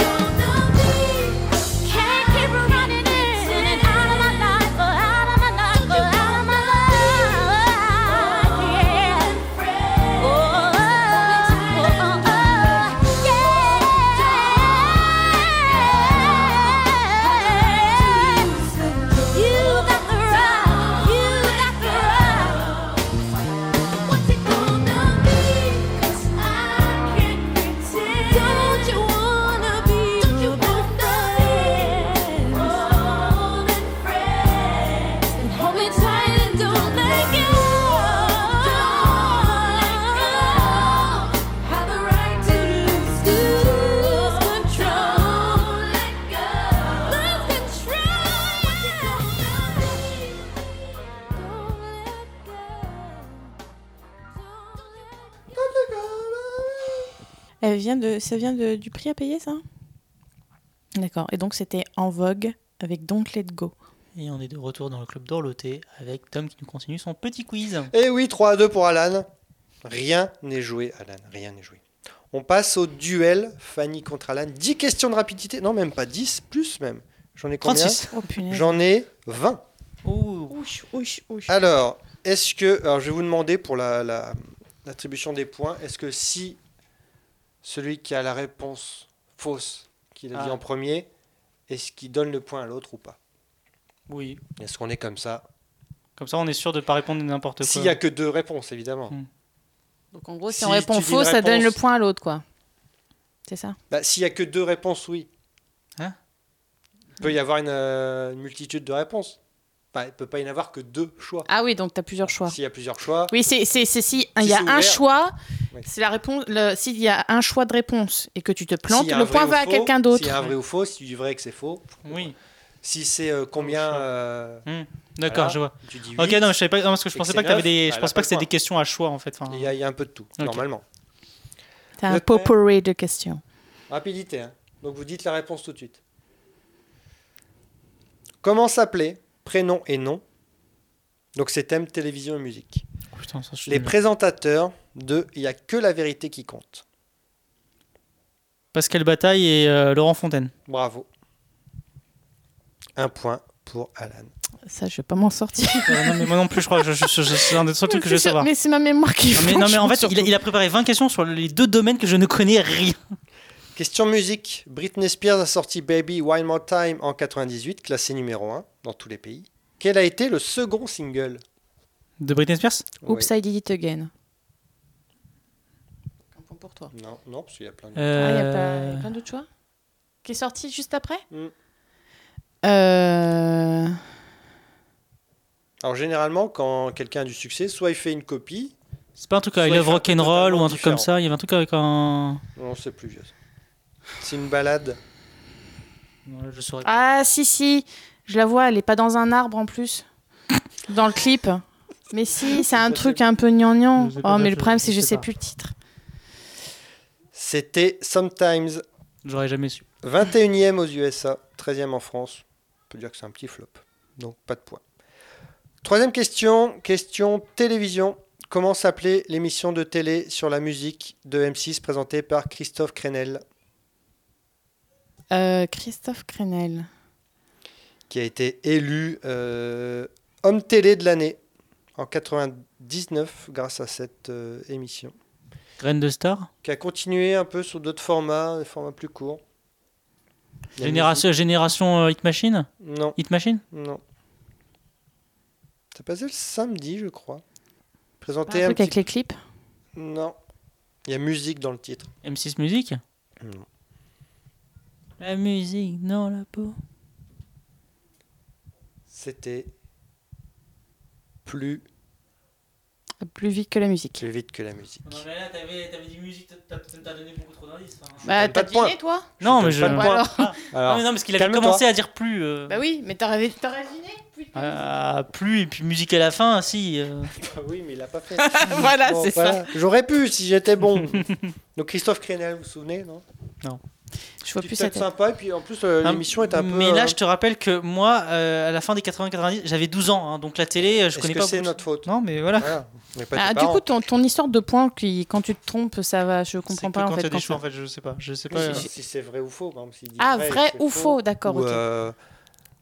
F: oh,
E: Elle vient de, ça vient de- du prix à payer, ça D'accord. Et donc, c'était en vogue avec Don't Let Go.
C: Et on est de retour dans le club d'Orloté avec Tom qui nous continue son petit quiz.
D: Et Eh oui, 3 à 2 pour Alan. Rien n'est joué, Alan. Rien n'est joué. On passe au duel Fanny contre Alan. 10 questions de rapidité. Non, même pas 10, plus même. J'en ai combien
C: 36.
E: Oh punaise.
D: J'en ai 20.
C: Oh.
E: Ouch, ouch, ouch.
D: Alors, est-ce que. Alors, je vais vous demander pour la- la- l'attribution des points. Est-ce que si celui qui a la réponse fausse qu'il a dit
C: Ah.
D: en premier, est-ce qu'il donne le point à l'autre ou pas
C: Oui.
D: Est-ce qu'on est comme ça
C: Comme ça, on est sûr de pas répondre n'importe quoi.
D: S'il n'y a que deux réponses, évidemment.
E: Donc, en gros, si,
D: Si
E: on répond
D: tu dis
E: faux,
D: une
E: ça donne le
D: réponse-
E: point à l'autre, quoi. C'est ça
D: Bah, S'il n'y a que deux réponses, oui.
C: Hein
D: Il peut y avoir une, euh, une multitude de réponses. Enfin, il ne peut pas y en avoir que deux choix.
E: Ah oui, donc t'as plusieurs choix.
D: S'il y a plusieurs choix,
E: Oui, c'est c'est- c'est si il y a
D: c'est
E: un
D: ouvert.
E: choix,
D: Oui.
E: c'est la réponse. le- S'il y a un choix de réponse et que tu te plantes,
D: s'il y a
E: le
D: un vrai
E: point
D: ou
E: va à
D: faux,
E: quelqu'un d'autre.
D: S'il y a un vrai ou faux, si tu dis vrai et que c'est faux.
C: Oui.
D: Si c'est euh, combien.
C: Choix.
D: euh,
C: D'accord,
D: Voilà.
C: je vois.
D: tu dis
C: Ok,
D: huit,
C: non, je savais pas. non, parce que je
D: Et
C: pensais
D: que
C: pas
D: c'est
C: que t'avais
D: neuf,
C: des. Je
D: bah, elle
C: pensais pas
D: a pas
C: que c'était
D: le
C: des questions à choix en fait. Enfin,
D: Il y, a- il y a un peu de tout,
C: Ok.
D: normalement.
E: T'as un
D: Ouais.
E: potpourri de questions.
D: Rapidité. hein. Donc vous dites la réponse tout de suite. Comment s'appeler prénom et nom Donc c'est thème télévision et musique.
C: Oh, putain, ça, je suis
D: Les
C: nul.
D: présentateurs de Il n'y a que la vérité qui compte.
C: Pascal Bataille et euh, Laurent Fontaine.
D: Bravo. Un point pour Alan.
E: Ça, je vais pas m'en sortir.
C: Euh, non, mais moi non plus, je crois. je- je- je- c'est un des seuls trucs que je vais
E: C'est-
C: savoir.
E: Mais c'est ma mémoire qui
C: Non, mais, non, mais en fait, il
E: fonctionne
C: a,
E: surtout.
C: il a préparé 20 questions sur les deux domaines que je ne connais rien.
D: Question musique. Britney Spears a sorti Baby One More Time en 98, classé numéro 1 dans tous les pays. Quel a été le second single
C: De Britney Spears
E: Oops, I did it again. Un point pour toi.
D: Ouais. Non, non, parce qu'il y a plein de...
E: Ah, il y a
C: Euh,
E: pas- y a plein d'autres choix Qui est sorti juste après
D: Mm.
E: Euh,
D: Alors généralement, quand quelqu'un a du succès, soit il fait une copie,
C: C'est pas un truc avec
D: Soit
C: Love
D: il fait un
C: Rock'n'Roll
D: truc
C: ou un truc comme
D: totalement
C: ça. Il y avait un truc avec un.
D: non, c'est plus vieux. ça. C'est une balade.
C: Ouais, Je saurais.
E: Ah, si, si. Je la vois, elle est pas dans un arbre en plus. Dans le clip. Mais si, c'est un truc un peu gnangnan.
C: Je sais pas
E: Oh,
C: dire,
E: mais le
C: je-
E: problème, c'est que
C: je
E: je
C: sais
E: sais
C: pas.
E: plus le titre.
D: C'était Sometimes,
C: J'aurais jamais su.
D: 21e aux USA, 13e en France. On peut dire que c'est un petit flop. Donc pas de points. Troisième question, question télévision. Comment s'appelait l'émission de télé sur la musique de M6 présentée par Christophe Crenel,
E: Euh, Christophe Crenel.
D: qui a été élu euh, homme télé de l'année en 99 grâce à cette euh, émission,
C: Graine de Star
D: qui a continué un peu sous d'autres formats, des formats plus courts. La
C: Génération, génération euh, Hit Machine
D: musique- Non.
C: Hit Machine
D: Non. Ça passait le samedi, je crois.
E: Pas
D: Présenté
E: un
D: un
E: Ah, truc
D: petit...
E: avec les clips
D: Non. Il y a musique dans le titre.
C: M6 Musique
D: Non.
C: La musique dans la peau.
D: C'était plus,
E: Plus vite que la musique.
D: plus vite que la musique.
C: mais là, t'avais, dit musique, t'as donné beaucoup trop d'indices. hein.
E: Bah,
D: donne pas
E: t'as
D: de points.
E: deviné, toi
C: Non, mais
D: Je
C: je.
D: donne pas de
E: Bah
D: points.
E: alors
C: Ah,
D: Alors,
C: mais non, parce qu'il avait
D: calme-toi.
C: commencé à dire plus. euh,
E: Bah oui, mais t'as rêvé- t'as deviné plus vite que la musique.
C: Ah, plus, et puis musique à la fin, si. euh.
D: Ah oui, mais il l'a pas fait.
E: Voilà,
D: Bon,
E: c'est ça.
D: voilà. J'aurais pu si j'étais bon. Donc Christophe Crenel, vous vous souvenez, non
E: Je vois plus
D: Petite
E: sa
D: tête
E: tête.
D: sympa et puis en plus euh,
C: Ah,
D: l'émission est un peu.
C: Mais là,
D: euh,
C: je te rappelle que moi, euh, à la fin des 80-90, j'avais 12 ans, hein, donc la télé, euh, je
D: est-ce
C: connais
D: que
C: pas.
D: c'est
C: beaucoup.
D: notre faute.
C: Non, mais voilà.
D: Voilà. On n'est pas
E: Ah,
D: tes
E: du
D: parents.
E: coup, ton, ton histoire de points, qui, quand tu te trompes, ça va, je comprends
C: C'est
E: pas
C: que
E: en
C: quand il y
E: fait.
C: a des
E: quand
C: choix,
E: ça-
C: en fait, je sais pas. Je sais pas.
D: Oui,
C: euh,
D: si, si c'est vrai ou faux. par exemple, s'il dit
E: Ah,
D: et
E: vrai
D: c'est
E: ou faux, d'accord,
D: ou,
E: ok.
D: euh,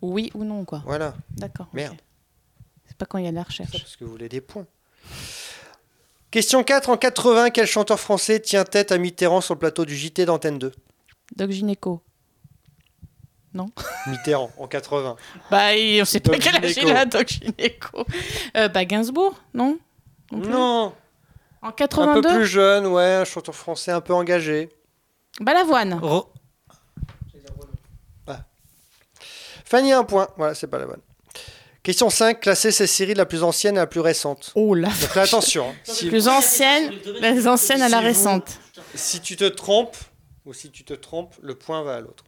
E: Oui ou non, quoi.
D: Voilà.
E: D'accord. ok.
D: Merde.
E: C'est pas quand il y a de la
D: Ça,
E: recherche.
D: parce que vous voulez des points. Question 4. En 80, quel chanteur français tient tête à Mitterrand sur le plateau du JT d'Antenne 2
E: Doc Gynéco.
D: Mitterrand, en 80.
E: Bah, il- on sait pas
D: Doc
E: quel âge il
D: Gynéco.
E: a, Doc Gynéco. Euh, bah, Gainsbourg, non plus
D: Non
E: En
D: Un peu
E: 82
D: plus jeune, ouais, un chanteur français un peu engagé.
E: Balavoine.
C: Ro-
D: Fanny a un point. Voilà, c'est pas la bonne. Question 5. Classer ces séries de la plus ancienne à la plus récente.
E: Oh là
D: Donc là, attention. hein. si,
E: Plus ancienne, les anciennes à la
D: Si vous-
E: récente.
D: si tu te trompes, ou si tu te trompes, le point va à l'autre.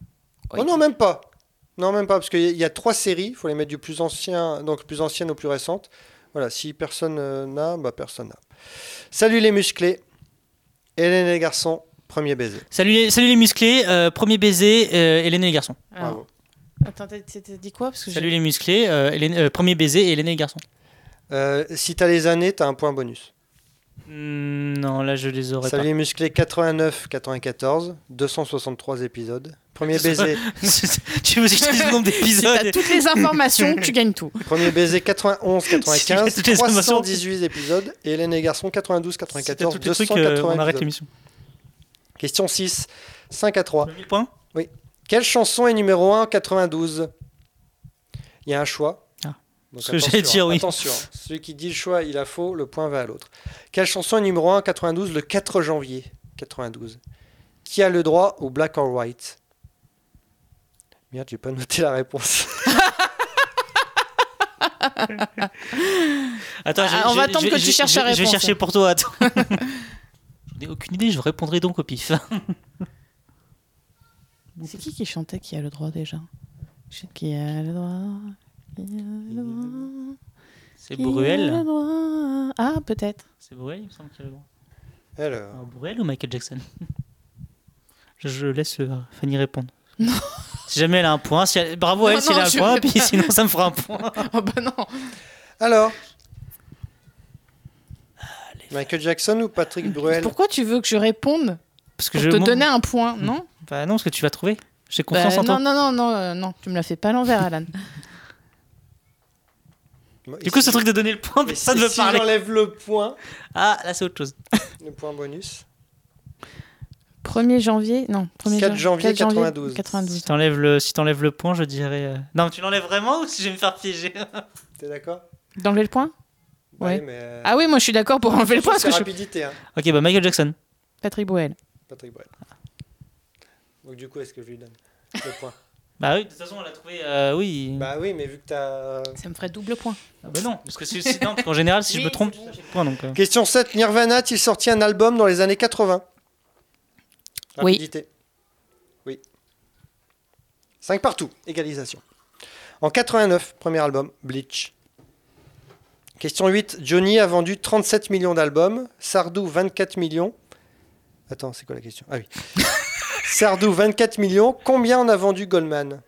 E: Oui.
D: Oh non, même pas. Non, même pas, parce qu'il y a- il y a trois séries, il faut les mettre du plus ancien, donc plus ancienne au plus récente. Voilà, si personne euh, n'a, bah personne n'a. Salut les musclés, Hélène et les garçons, Premier baiser.
C: Salut, les- salut les musclés, euh, premier baiser, euh, Hélène et les garçons.
E: Alors,
D: Bravo.
E: Attends, t'as t'as- t'as dit quoi Parce que
C: Salut
E: j'ai-
C: les musclés, euh, Hélène- euh, premier baiser et Hélène et les garçons.
D: Euh, si t'as les années, t'as un point bonus.
C: Hmm, non, là je les aurais
D: Salut les musclés 89, 94, 263 épisodes. Premier
C: Ça-
D: baiser,
C: pas. tu veux que je dise le nombre
E: Si t'as
C: d'épisodes
E: toutes les informations, tu gagnes tout.
D: premier baiser 91,
C: Si t'as
D: 95,
C: toutes les informations.
D: 318 épisodes. Et Hélène et Garçon 92,
C: Si t'as
D: 94,
C: tous les trucs, euh,
D: 280
C: on arrête
D: épisodes.
C: l'émission.
D: Question 6, 5 à 3.
C: 1000 points
D: Quelle chanson est numéro 1 en 92 Il y a un choix.
C: Ah.
D: Donc
C: Ce que
D: attention,
C: j'allais dire, oui.
D: Attention, celui qui dit le choix, il a faux, le point va à l'autre. Quelle chanson est numéro 1 en 92 le 4 janvier 92 Qui a le droit au black or white Merde, j'ai pas noté la réponse.
C: Attends,
E: Ah, on va attendre que tu
C: j'ai-
E: cherches la
C: j'ai- Je vais
E: réponse.
C: chercher pour toi, attends. J'en ai aucune idée, je répondrai donc au pif.
E: C'est qui qui chantait qui a le droit déjà Je- Qui a le droit Qui a le droit
C: C'est
E: Qui a le
C: Bruel.
E: droit Ah, peut-être.
C: C'est Bruel, il me semble qu'il y a le droit.
D: Alors,
C: Alors, Bruel ou Michael Jackson je, je laisse euh, Fanny répondre. si jamais elle a un point, si elle- bravo à
E: Non,
C: elle si elle
E: non,
C: a un
E: je
C: point,
E: vais
C: puis
E: pas.
C: sinon ça me fera un point.
E: Oh bah non
D: alors Michael Jackson ou Patrick Bruel
E: Pourquoi tu veux que je réponde
C: Parce que
E: pour
C: je
E: te
C: moi-
E: donner un point, non
C: Bah non, parce que tu vas trouver. J'ai confiance
E: Bah,
C: en toi.
E: Non, non, non, non, euh, non, tu me la fais pas à l'envers, Alan.
C: Du coup, ce truc de donner le point,
D: Et
C: ça
D: si-
C: ne veut
D: si
C: parler.
D: j'enlève le point,
C: Ah, là c'est autre chose.
D: le point bonus.
E: 1er janvier, non, 1er
D: 4 janvier 92.
E: 92.
C: Si t'enlèves le, si t'enlèves le point, je dirais. euh, Non, mais tu l'enlèves vraiment ou si je vais me faire piéger
D: T'es d'accord
E: D'enlever le point
D: Bah
E: Ouais.
D: oui, mais, euh,
E: Ah oui, moi je suis d'accord pour enlever le point parce
D: c'est
E: que je suis
D: rapidité, hein,
C: Ok, bah Michael Jackson.
E: Patrick Boel.
D: Patrick Bruel. Donc du coup, est-ce que je lui donne le point
C: Bah oui, de toute façon, on l'a trouvé. euh, oui. Bah,
D: Bah oui, mais vu que t'as... euh,
E: Ça me ferait double point.
C: bah non, parce que c'est c'est- non, parce qu'en général, si je me trompe, j'ai le point donc. euh.
D: Question 7. Nirvana a-t-il sorti un album dans les années 80
E: Oui.
D: Rapidité. Oui. 5 partout. Égalisation. En 89, premier album, Bleach. Question 8. Johnny a vendu 37 millions d'albums. Sardou, 24 millions. Attends, c'est quoi la question Ah oui. Sardou, 24 millions. Combien en a vendu Goldman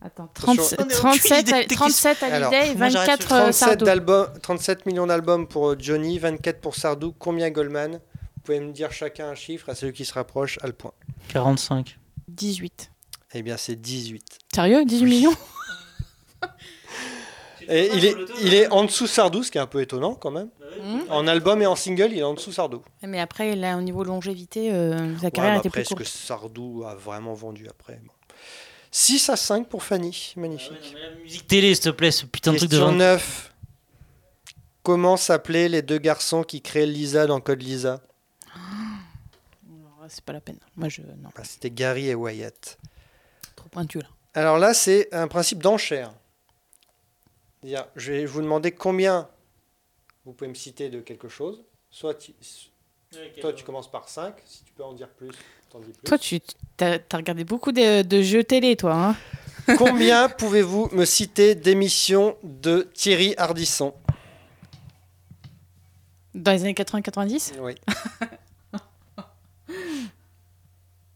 E: Attends,
D: Attention.
E: 37, 37,
C: Aucune idée
E: à-
C: de qui-
E: 37 à
D: Alors,
E: l'idée et
C: moi, j'arrête sur
E: 24 euh,
D: 37,
E: Sardou.
D: d'albums- 37 millions d'albums pour euh, Johnny, 24 pour Sardou, combien Goldman Vous pouvez me dire chacun un chiffre, à celui qui se rapproche a le point.
C: 45.
E: 18.
D: Eh bien, c'est 18.
E: Sérieux 18 millions
D: Et il est, il est en dessous Sardou, ce qui est un peu étonnant quand même.
E: Mhm.
D: Mmh. En album et en single, il est en dessous Sardou.
E: Mais après, là, au niveau longévité, euh, sa
D: Ouais,
E: carrière
D: mais
E: était
D: après,
E: plus
D: est-ce que
E: courte.
D: Sardou a vraiment vendu après Bon. 6 à 5 pour Fanny,
C: Ah
D: magnifique.
C: La musique télé, s'il te plaît, ce
E: Ah
C: putain de truc de
D: Question
C: genre.
D: 9. Comment s'appelaient les deux garçons qui créaient Lisa dans Code Lisa
E: Non, C'est pas la peine. Moi, je. Non,
D: Bah, C'était Gary et Wyatt.
E: trop pointu là.
D: Alors là, c'est un principe d'enchère. C'est-à-dire, Je vais vous demander combien vous pouvez me citer de quelque chose. Soit tu- toi, tu commences par 5. Si tu peux en dire plus, t'en dis plus.
E: Toi, tu as, regardé beaucoup de, de jeux télé, toi. Hein
D: Combien pouvez-vous me citer d'émissions de Thierry Hardisson
E: Dans les années 80-90
D: Oui.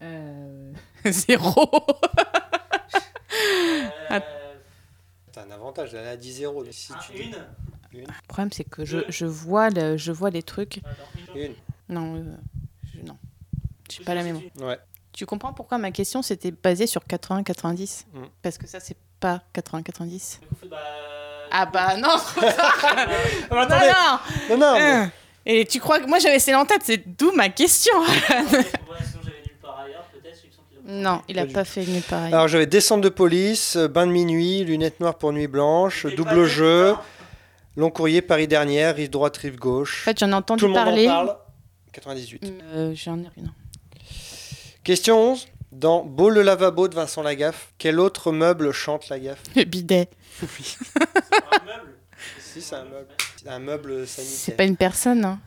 E: Euh, Zéro
D: T'as un avantage, elle est à 10 0 Si tu dis
E: Le problème, c'est que je, je vois le- je vois les trucs.
D: une.
E: Non, euh, je, non. J'ai pas la mémoire.
D: Ouais.
E: Tu comprends pourquoi ma question c'était basée sur 80-90
D: Mm.
E: Parce que ça, c'est pas 80-90. Ah bah non
D: Ah, mais
E: Non,
D: attendez. Non,
E: non
D: non, mais-
E: Hein. Et tu crois que moi j'avais celle en tête, c'est d'où ma question Non, il a
D: Pas du
E: pas fait nulle pareille.
D: Alors, j'avais Descente de police, euh, Bain de minuit, Lunettes noires pour nuit blanche, Double jeu, Long courrier, Paris dernière, Rive droite, Rive
E: En
D: gauche.
E: fait, j'en ai entendu
D: Tout le monde
E: parler.
D: en parle. 98.
E: Euh, j'en ai rien.
D: Question 11. Dans Beau le lavabo de Vincent Lagaffe, quel autre meuble chante Lagaffe
E: Le bidet.
D: Si, c'est un meuble. C'est un meuble
E: C'est
D: sanitaire.
E: pas une personne. Hein.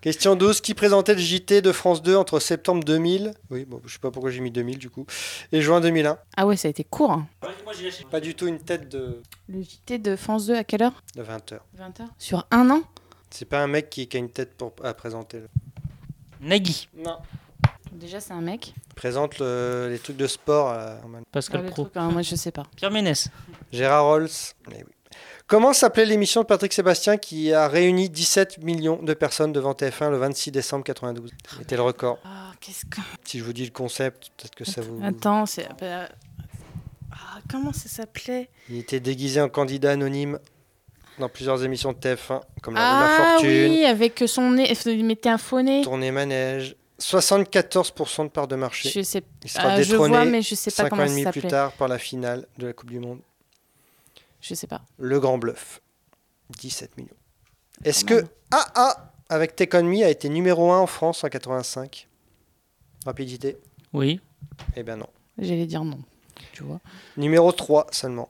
D: Question 12. Qui présentait le JT de France 2 entre septembre 2000 Oui, bon, je sais pas pourquoi j'ai mis 2000 du coup. Et juin 2001.
E: Ah ouais, ça a été court. hein.
D: Pas du tout une tête de,
E: Le JT de France 2 à quelle heure
D: de 20 heures.
E: 20h. Sur un an
D: C'est pas un mec qui, qui a une tête pour, à présenter.
C: Nagui,
D: Non.
E: Déjà, c'est un mec.
D: Présente le- les trucs de sport. euh, en même temps.
C: Pascal
E: Ah, le
C: Pro,
E: truc, hein, moi, je sais pas.
C: Pierre Ménès,
D: Gérard Rolls. Eh oui. Comment s'appelait l'émission de Patrick Sébastien qui a réuni 17 millions de personnes devant TF1 le 26 décembre 92 C'était le record.
E: Ah, qu'est-ce que.
D: Si je vous dis le concept, peut-être que ça vous.
E: Attends, c'est. euh, Ah, comment ça s'appelait
D: Il était déguisé en candidat anonyme dans plusieurs émissions de TF1, comme la Roue de la
E: Ah
D: Fortune,
E: oui, avec son nez. Il mettait un faux nez.
D: Tournée Manège. 74% de part de marché.
E: Je sais.
D: Il sera
E: Ah, je
D: détrôné
E: vois, mais je sais pas
D: Cinq ans
E: comment
D: et
E: ça
D: demi plus
E: s'appelait.
D: tard par la finale de la Coupe du Monde.
E: Je sais pas.
D: Le Grand Bluff. 17 millions. Est-ce
E: Quand
D: que AA avec Take On Me a été numéro 1 en France en 85 Rapidité
C: oui.
D: Eh bien non.
E: J'allais dire non. Tu vois.
D: Numéro 3 seulement.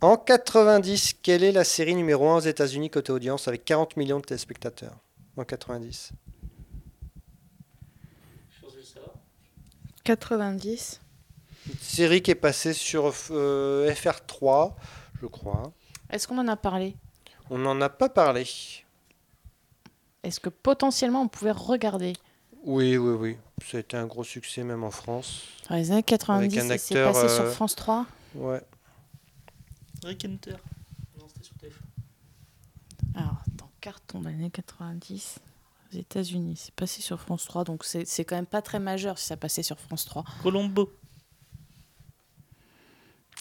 D: En 90, quelle est la série numéro 1 aux États-Unis côté audience avec 40 millions de téléspectateurs En 90.
E: 90.
D: Une série qui est passée sur euh, FR3, je crois.
E: Est-ce qu'on en a parlé
D: On n'en a pas parlé.
E: Est-ce que potentiellement on pouvait regarder
D: Oui, oui, oui. Ça a été un gros succès même en France.
E: Dans les années 90,
D: Avec un
E: il s'est
D: acteur,
E: passé sur
D: euh,
E: France 3.
D: Ouais.
C: Rick Hunter. Non, c'était sur TF1.
E: Alors, dans Carton de l'année 90, aux États-Unis, c'est passé sur France 3, donc c'est c'est quand même pas très majeur si ça passait sur France 3.
C: Colombo.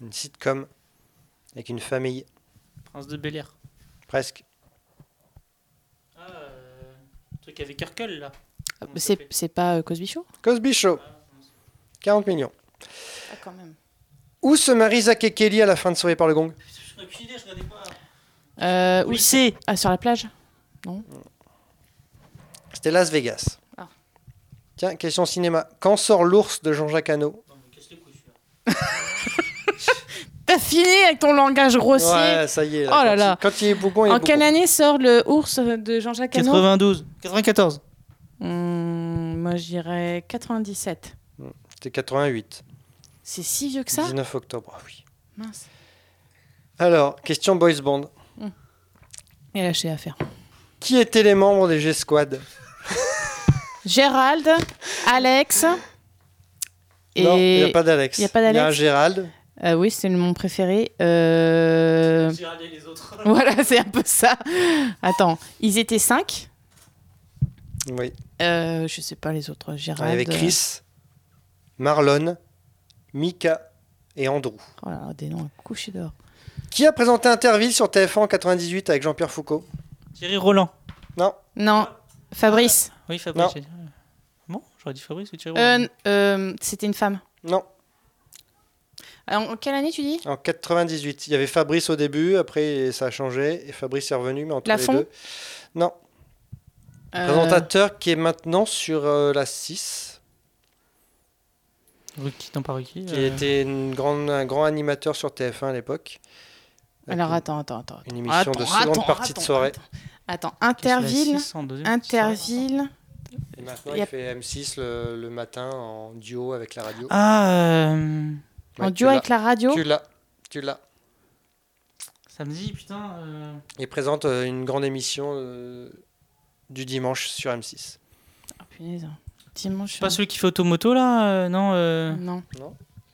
D: Une sitcom avec une famille,
C: Prince de Bel Air.
D: presque.
C: Ah, le truc avec Urkel là.
E: Euh,
D: Mmh.
C: Comment ça
E: C'est
C: fait
E: c'est pas euh, Cosby Show
D: Cosby Show. 40 millions.
E: Ah, quand même.
D: Où se marie Zach et Kelly à la fin de Sauvé par le Gong
E: Euh,
C: Oui,
E: oui.
C: c'est.
E: Ah, sur la plage
D: C'était Las Vegas.
E: Ah.
D: Tiens, question cinéma. Quand sort l'ours de Jean-Jacques Hano
E: T'as fini avec ton langage grossier
D: Ouais, ça y est.
E: Oh là
D: quand,
E: là.
D: Il, quand il est bougon, il est
E: En
D: bougon.
E: quelle année sort le ours de Jean-Jacques Hano
C: 92. 94.
E: Hmm, Moi, j'irais 97.
D: C'était 88.
E: C'est si vieux que ça
D: 19 octobre, ah oui.
E: Mince.
D: Alors, question Boys Band.
E: Il a lâché l'affaire.
D: Qui étaient les membres des G-Squad
E: Gérald, Alex. Et...
D: Non, il n'y a pas d'Alex.
E: il y a pas
D: Il y a un
E: d'Alex
D: Gérald.
E: Euh, oui, c'est mon préféré. Euh...
C: Gérald et les autres.
E: Voilà, c'est un peu ça. Attends, ils étaient cinq.
D: Oui.
E: Euh, je sais pas les autres.
D: Il y
E: Gérald.
D: avait Chris, Marlon, Mika et Andrew.
E: euh, Oh là là, des noms à coucher dehors.
D: Qui a présenté Interville sur TF1 en 98 avec Jean-Pierre Foucault
C: Thierry Roland.
D: Non,
E: Non, Fabrice.
C: Oui,
D: Non.
C: Fabrice. j'ai- Bon, j'aurais dit Fabrice ou Thierry
E: Euh,
C: Roland.
E: n- euh, C'était une femme.
D: non.
E: Alors, en quelle année tu dis
D: En 98, il y avait Fabrice au début, après ça a changé et Fabrice est revenu, mais entre
E: Lafont
D: les deux. Non,
E: Euh,
D: présentateur qui est maintenant sur euh, la 6,
C: Ruki, non pas Ruki.
D: qui
C: euh,
D: était une grande, un grand animateur sur TF1 à l'époque. Avec
E: Alors
D: une-
E: attends, attends, attends.
D: une émission
E: attends,
D: de seconde
E: attends,
D: partie de
E: attends,
D: soirée.
E: Attends, Attends,
C: qui est sur la
E: Interville.
C: 6 en deuxième soirée.
E: Interville.
D: Et maintenant,
E: il y a-
D: il fait M6 le, le matin en duo avec la radio.
C: Ah, euh,
D: Ouais,
E: en
D: tu
E: duo
D: l'as.
E: avec la radio.
D: Tu l'as, tu l'as.
C: ça me dit, putain. euh,
D: Il présente euh, une grande émission euh, du dimanche sur M6.
E: Ah, punaise. Dimanche. hein.
C: Pas celui qui fait automoto là euh, Non. euh,
E: Non.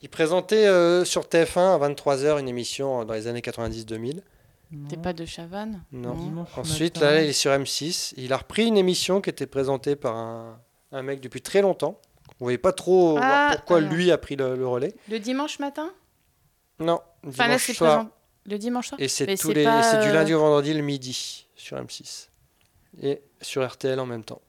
D: Il présentait euh, sur TF1 à 23h une émission euh, dans les années 90-2000.
E: T'es pas de Chavannes
D: Non.
C: Dimanche
D: Ensuite,
C: matin.
D: là, il est sur M6. Il a repris une émission qui était présentée par un, un mec depuis très longtemps. On voyait pas trop euh, voir
E: Ah,
D: pourquoi
E: alors.
D: lui a pris le, le relais.
E: Le dimanche matin
D: Non,
E: Enfin là,
D: dimanche
E: c'est
D: soir.
E: présent. Le dimanche soir
D: Et c'est
E: Mais
D: tous
E: c'est
D: les,
E: pas,
D: et c'est du
E: euh,
D: lundi au vendredi le midi sur M6 et sur RTL en même temps.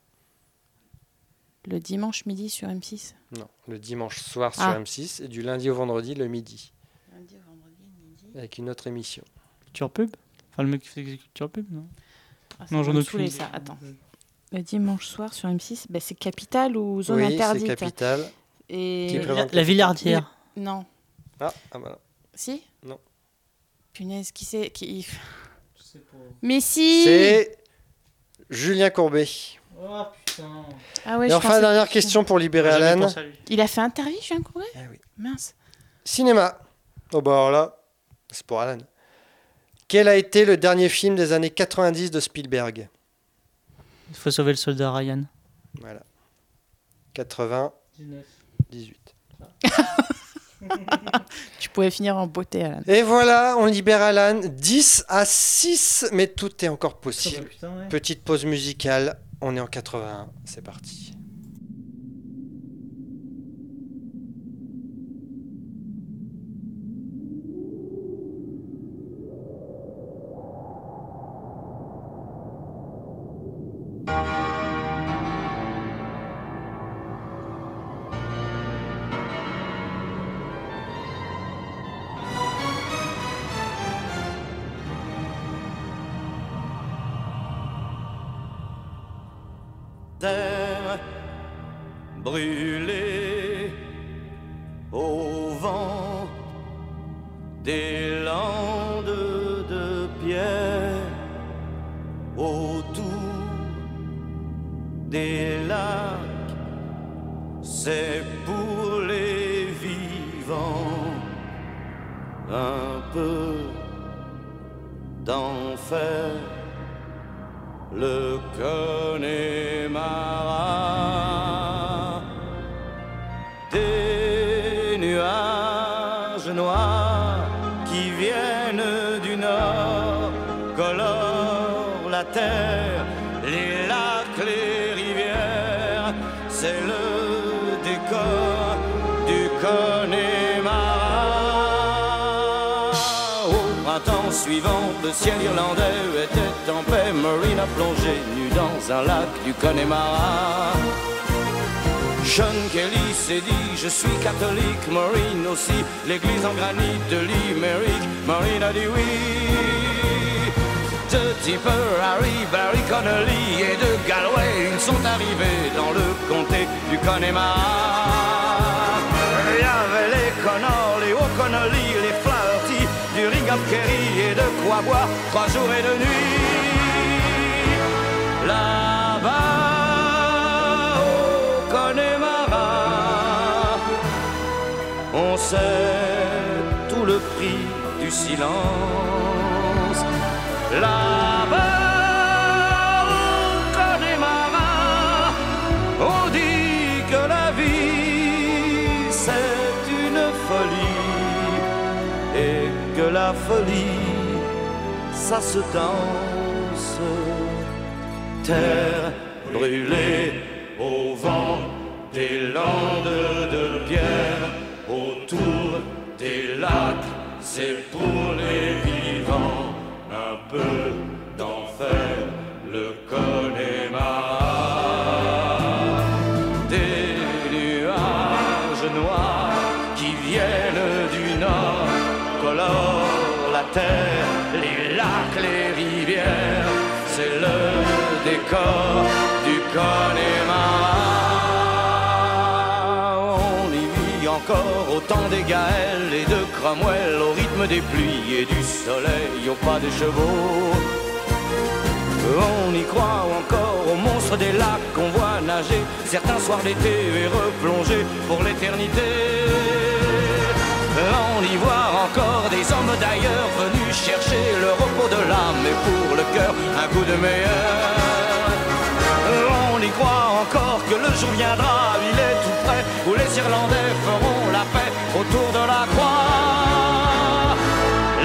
E: Le dimanche midi sur M6
D: Non, le dimanche soir sur
E: Ah.
D: M6 et du lundi au vendredi le midi
E: Lundi au vendredi midi.
D: avec une autre émission.
C: Culture pub Enfin, le mec qui fait des culture pub, non
E: non, j'en ai
C: aucune idée.
E: ça, attends.
D: Mm-hmm.
E: Le dimanche soir sur M6, bah, c'est Capital ou Zone
D: oui, c'est
E: Interdite
D: Capital. Qui
E: Et...
D: est présent-
C: La, la Villardière.
E: Non.
D: Ah, ah, voilà.
E: Si
D: Non.
E: Punaise, qui c'est qui... Mais si
D: C'est Julien Courbet.
C: Oh putain.
E: Ah ouais,
D: et
E: je
D: enfin,
E: pensais-
D: dernière question pour libérer Alan.
E: Il a fait interview, je viens de courir
D: Eh oui.
E: Mince.
D: Cinéma. Oh bah alors là, c'est pour Alan. Quel a été le dernier film des années 90 de Spielberg
C: Il faut sauver le soldat Ryan.
D: Voilà. 98.
E: Tu pouvais finir en beauté, Alan.
D: Et voilà, on libère Alan 10 à 6, mais tout est encore possible.
H: Putain, ouais.
D: Petite pause musicale, on est en 81, c'est parti.
G: terre brûlée au vent des landes de pierre autour des lacs c'est pour les vivants un peu d'enfer le Connemara. Des nuages noirs qui viennent du nord colorent la terre, les lacs, les rivières. C'est le décor du Connemara. Au printemps suivant, le ciel irlandais était en paix. Marina plongée nue dans un lac du Connemara. Sean Kelly s'est dit Je suis catholique, Maureen aussi, l'église en granit de l'Imérique. Maureen a dit oui. De Tipper, Harry, Barry Connolly et de Galway, ils sont arrivés dans le comté du Connemara. Il y avait les Connors, les O'Connolly, les Flaherty, du Ringham Kerry et de quoi boire trois jours et deux nuits. Là-bas, au Connemara, on sait tout le prix du silence. Là-bas, au Connemara, on dit que la vie c'est une folie et que la folie ça se danse. Terre brûlée au vent des landes de pierre, autour des lacs, c'est pour les vivants un peu d'enfer, le Connemara. Des nuages noirs qui viennent du nord colorent la terre, les lacs, les rivières. C'est le décor du Connemara. On y vit encore au temps des Gaëls et de Cromwell, au rythme des pluies et du soleil, au pas des chevaux. On y croit encore aux monstres des lacs qu'on voit nager certains soirs d'été et replonger pour l'éternité. On y voit encore des hommes d'ailleurs venus chercher le repos de l'âme et pour le cœur un goût de meilleur. On y croit encore que le jour viendra, il est tout près, où les Irlandais feront la paix autour de la croix.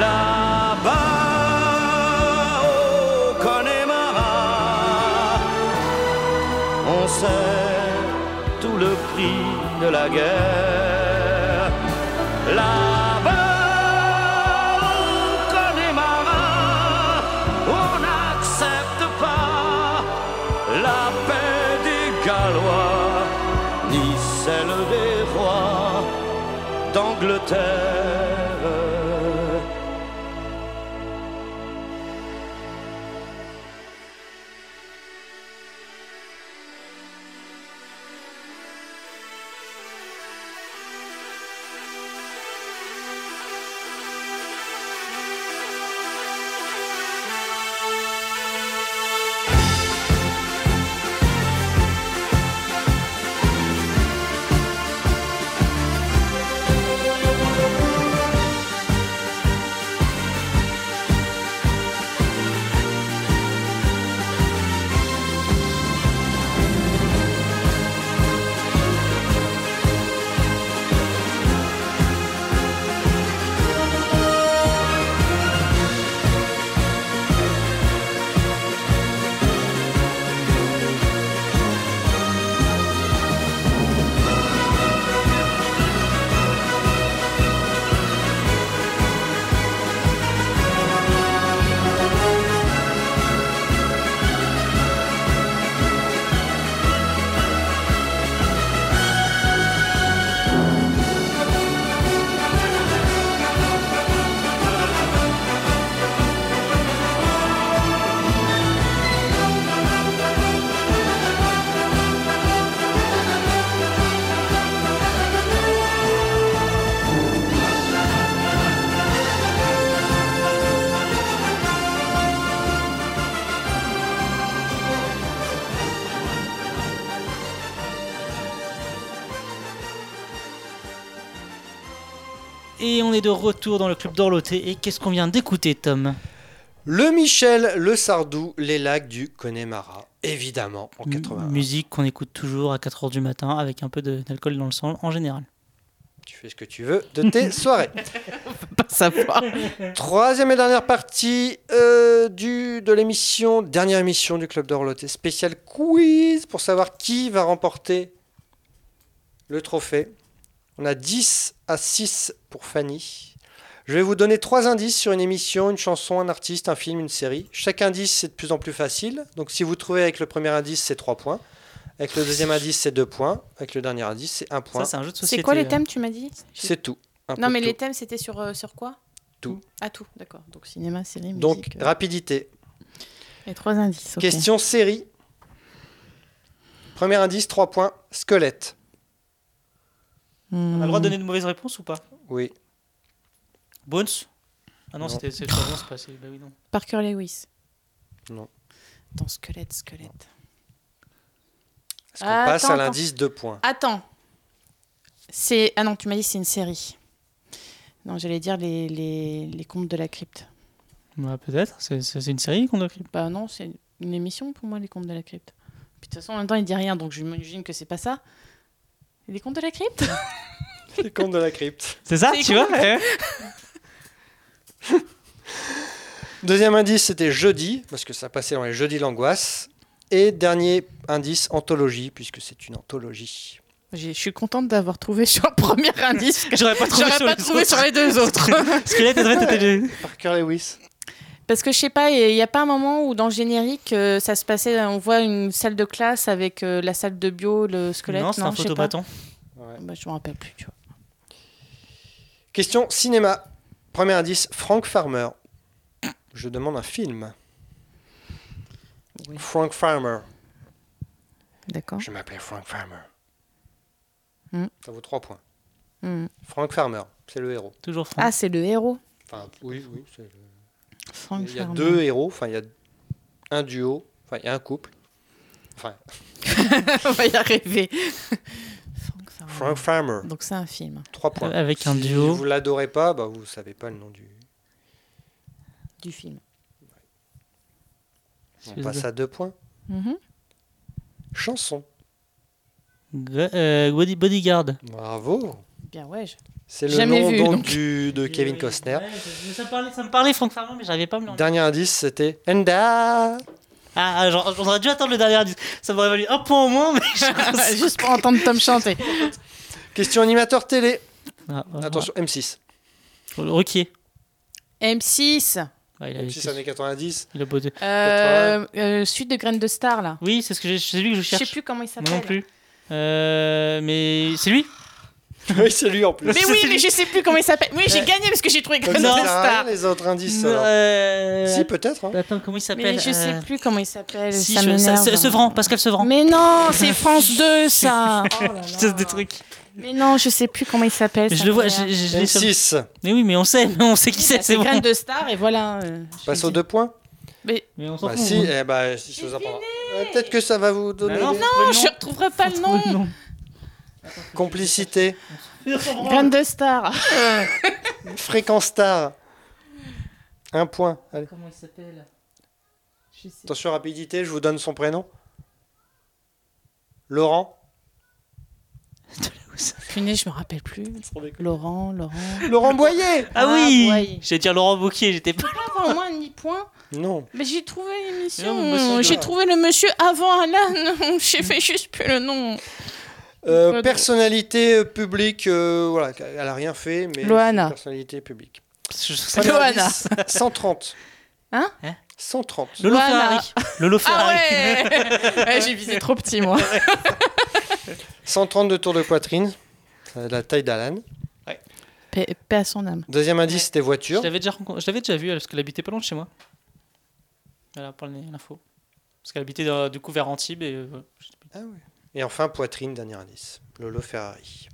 G: Là-bas, au Connemara, on sait tout le prix de la guerre. Là-bas, au Connemara, on n'accepte pas la paix des Gallois, ni celle des rois d'Angleterre.
C: Et on est de retour dans le club d'Orloté. Et qu'est-ce qu'on vient d'écouter, Tom
D: Le Michel, le Sardou, les lacs du Connemara, évidemment, en 80.
C: Musique qu'on écoute toujours à 4h du matin avec un peu de- d'alcool dans le sang en général.
D: Tu fais ce que tu veux de tes soirées.
E: Pas savoir.
D: Troisième et dernière partie euh, du, de l'émission, dernière émission du Club d'Orloté, spécial quiz pour savoir qui va remporter le trophée. On a 10 à 6 pour Fanny. Je vais vous donner trois indices sur une émission, une chanson, un artiste, un film, une série. Chaque indice, c'est de plus en plus facile. Donc si vous trouvez avec le premier indice, c'est 3 points. Avec le deuxième indice, c'est 2 points. Avec le dernier indice, c'est 1 point.
C: Ça, c'est un jeu de société.
E: C'est quoi les
C: euh.
E: thèmes, tu m'as dit
D: hein. C'est tout. Un
E: Non,
D: peu
E: mais
D: tout.
E: les thèmes, c'était sur, euh, sur quoi
D: Tout.
E: Ah, tout, d'accord. Donc cinéma, série, musique.
D: Donc,
E: euh,
D: rapidité.
E: les trois indices. ok.
D: Question série. Premier indice, 3 points. Squelette.
E: Hmm.
C: On a le droit de donner de mauvaises réponses ou pas
D: Oui.
C: Bones Ah non,
D: Non.
C: c'était c'est pas bon, c'est pas c'est- bah oui, non.
E: Parker Lewis.
D: Non.
E: Dans squelette, squelette.
D: Est-ce qu'on
E: Attends,
D: passe à
E: Ah, attends.
D: l'indice 2 points
E: Attends. C'est ah non, tu m'as dit c'est une série. Non, j'allais dire les, les, les contes de la crypte.
C: Bah, peut-être, c'est c'est- c'est une série qu'on doit créer.
E: Bah non, c'est une émission pour moi les contes de la crypte. Puis de toute façon, en même temps, il dit rien, donc j'imagine que c'est pas ça. Les contes de la crypte
D: Les contes de la crypte.
C: C'est ça,
E: C'est
C: tu vois eh
D: Deuxième indice, c'était jeudi, parce que ça passait dans les jeudis l'angoisse. Et dernier indice, anthologie, puisque c'est une anthologie.
E: J'ai- Je suis contente d'avoir trouvé sur le premier indice. que
C: J'aurais pas trouvé
E: J'aurais
C: sur
E: pas
C: les
E: trouvé
C: autres.
E: sur les deux autres.
C: Squelette, elle devrait être intelligente.
D: Parker Lewis.
E: Parce que je sais pas, il n'y a pas un moment où dans le générique euh, ça se passait, on voit une salle de classe avec euh, la salle de bio, le squelette.
C: Non, c'est un
E: je sais pas.
C: photobâton.
E: Bah, je me rappelle plus, tu vois.
D: Question cinéma. Premier indice, Frank Farmer. Je demande un film.
E: Oui.
D: Frank Farmer.
E: D'accord.
D: Je m'appelle Frank Farmer.
E: Hmm.
D: Ça vaut 3 points. Frank Farmer, c'est le héros.
C: Toujours franc.
E: Ah, c'est le héros.
D: Enfin, oui, oui, c'est le-
E: Frank
D: Il y a
E: Farmer.
D: deux héros, enfin il y a un duo, enfin il y a un couple. Enfin,
E: On va y arriver. Frank Farmer.
D: Frank Farmer,
E: Donc c'est un film.
D: 3 points.
C: Avec un
D: si
C: duo.
D: vous l'adorez pas, bah, vous savez pas le nom du...
E: Du film.
D: On passe à 2 points.
C: Mm-hmm.
D: Chanson.
C: Gu- euh, Body- Bodyguard.
D: Bravo.
E: Bien ouais. je-
D: C'est le
E: Jamais
D: nom
E: vu,
D: donc,
E: donc.
D: du- de Kevin
C: Ouais,
D: Costner.
C: ouais, je- ça, me parlait, ça me parlait, Franck Farman, mais j'arrivais pas à me le
D: Dernier indice, c'était
C: Ah,
D: Enda.
C: ah, genre, j'aurais dû attendre le dernier indice. Ça m'aurait valu un point au moins, mais je-
E: Juste pour entendre Tom chanter.
D: Question animateur télé.
C: Ah, ouais.
D: Attention, M6.
C: Ruquier.
E: M6.
C: Ouais, il, a,
D: M6 années 90.
C: il a beauté.
E: Euh, euh, suite de Graines de Star là.
C: Oui, c'est ce que j'ai- c'est lui que je
E: Je
C: cherche.
E: sais plus comment il
C: Moi
E: s'appelle.
C: non plus. Euh, mais c'est lui
D: oui, c'est lui en plus.
E: Mais oui, mais je sais plus comment il s'appelle. Oui, j'ai
C: Euh,
E: gagné parce que j'ai trouvé
D: Donc,
E: Graines
D: ça
E: de
D: sert à rien,
E: Star.
D: les autres indices. alors.
C: Euh,
D: Si, peut-être. hein.
C: Attends, comment il s'appelle
E: Mais je sais
C: euh,
E: plus comment il s'appelle.
C: si,
E: ça
C: je- ça-
E: m'énerve. hein.
C: c'est- Sevran, Pascal Sevran.
E: Mais non, c'est France 2 ça.
C: Putain, des trucs.
E: Mais non, je sais plus comment il s'appelle.
C: Je
E: ça
C: le vois,
E: m'énerve.
C: je- je- je l'ai sur-
D: M6.
C: Mais oui, mais on sait, mais on sait qui
E: C'est
C: c'est, c'est bon.
E: Graines de Star et voilà. euh, je
D: Passe
E: le
D: aux
E: dis.
D: deux points.
E: Mais
C: Mais on s'en
D: Bah
C: fout,
D: si,
C: on-
D: eh bah, si je vous apprends. Euh, Peut-être que ça va vous donner
C: Bah non,
D: des-
E: non, je retrouverai pas le nom.
D: complicité.
E: Graines de Star.
D: Fréquence star. Un point. Allez.
C: Comment il s'appelle Je sais.
D: Attention, rapidité, je vous donne son prénom. Laurent.
E: Punaise, je me rappelle plus. Laurent, Laurent.
D: Laurent Boyer
C: Ah
E: Ah,
C: oui
E: ouais.
C: J'allais dire Laurent Bouquier, j'étais pas.
E: Enfin, au moins Ah, un demi-point.
D: Non.
E: Mais j'ai trouvé
C: Non, mais monsieur,
E: l'émission. J'ai
C: là.
E: trouvé le monsieur avant Alan. J'ai
C: Mm.
E: fait juste plus le nom.
D: Euh,
E: Pas de-
D: personnalité euh, publique, euh, voilà, elle a rien fait, mais.
E: Loana.
D: c'est une Personnalité publique.
C: Je- je-
D: Premier
E: Loana.
D: indice, 130.
E: Hein
C: Hein
D: 130.
C: Lolo
E: Voilà.
C: Ferrari. Lolo
E: Ah
C: Ferrari.
E: ouais, Ouais, J'ai visé trop petit, moi.
D: 130 de tour de poitrine. euh, La taille d'Alan.
E: Paix paix à son âme.
D: Deuxième indice,
C: Ouais.
D: c'était voiture.
C: Je l'avais déjà, rencon- je l'avais déjà vu parce qu'elle habitait pas loin de chez moi. Voilà pour l'info. Parce qu'elle habitait euh, du coup vers Antibes et. euh, je sais pas.
D: Et enfin, poitrine, dernier indice. Lolo Ferrari.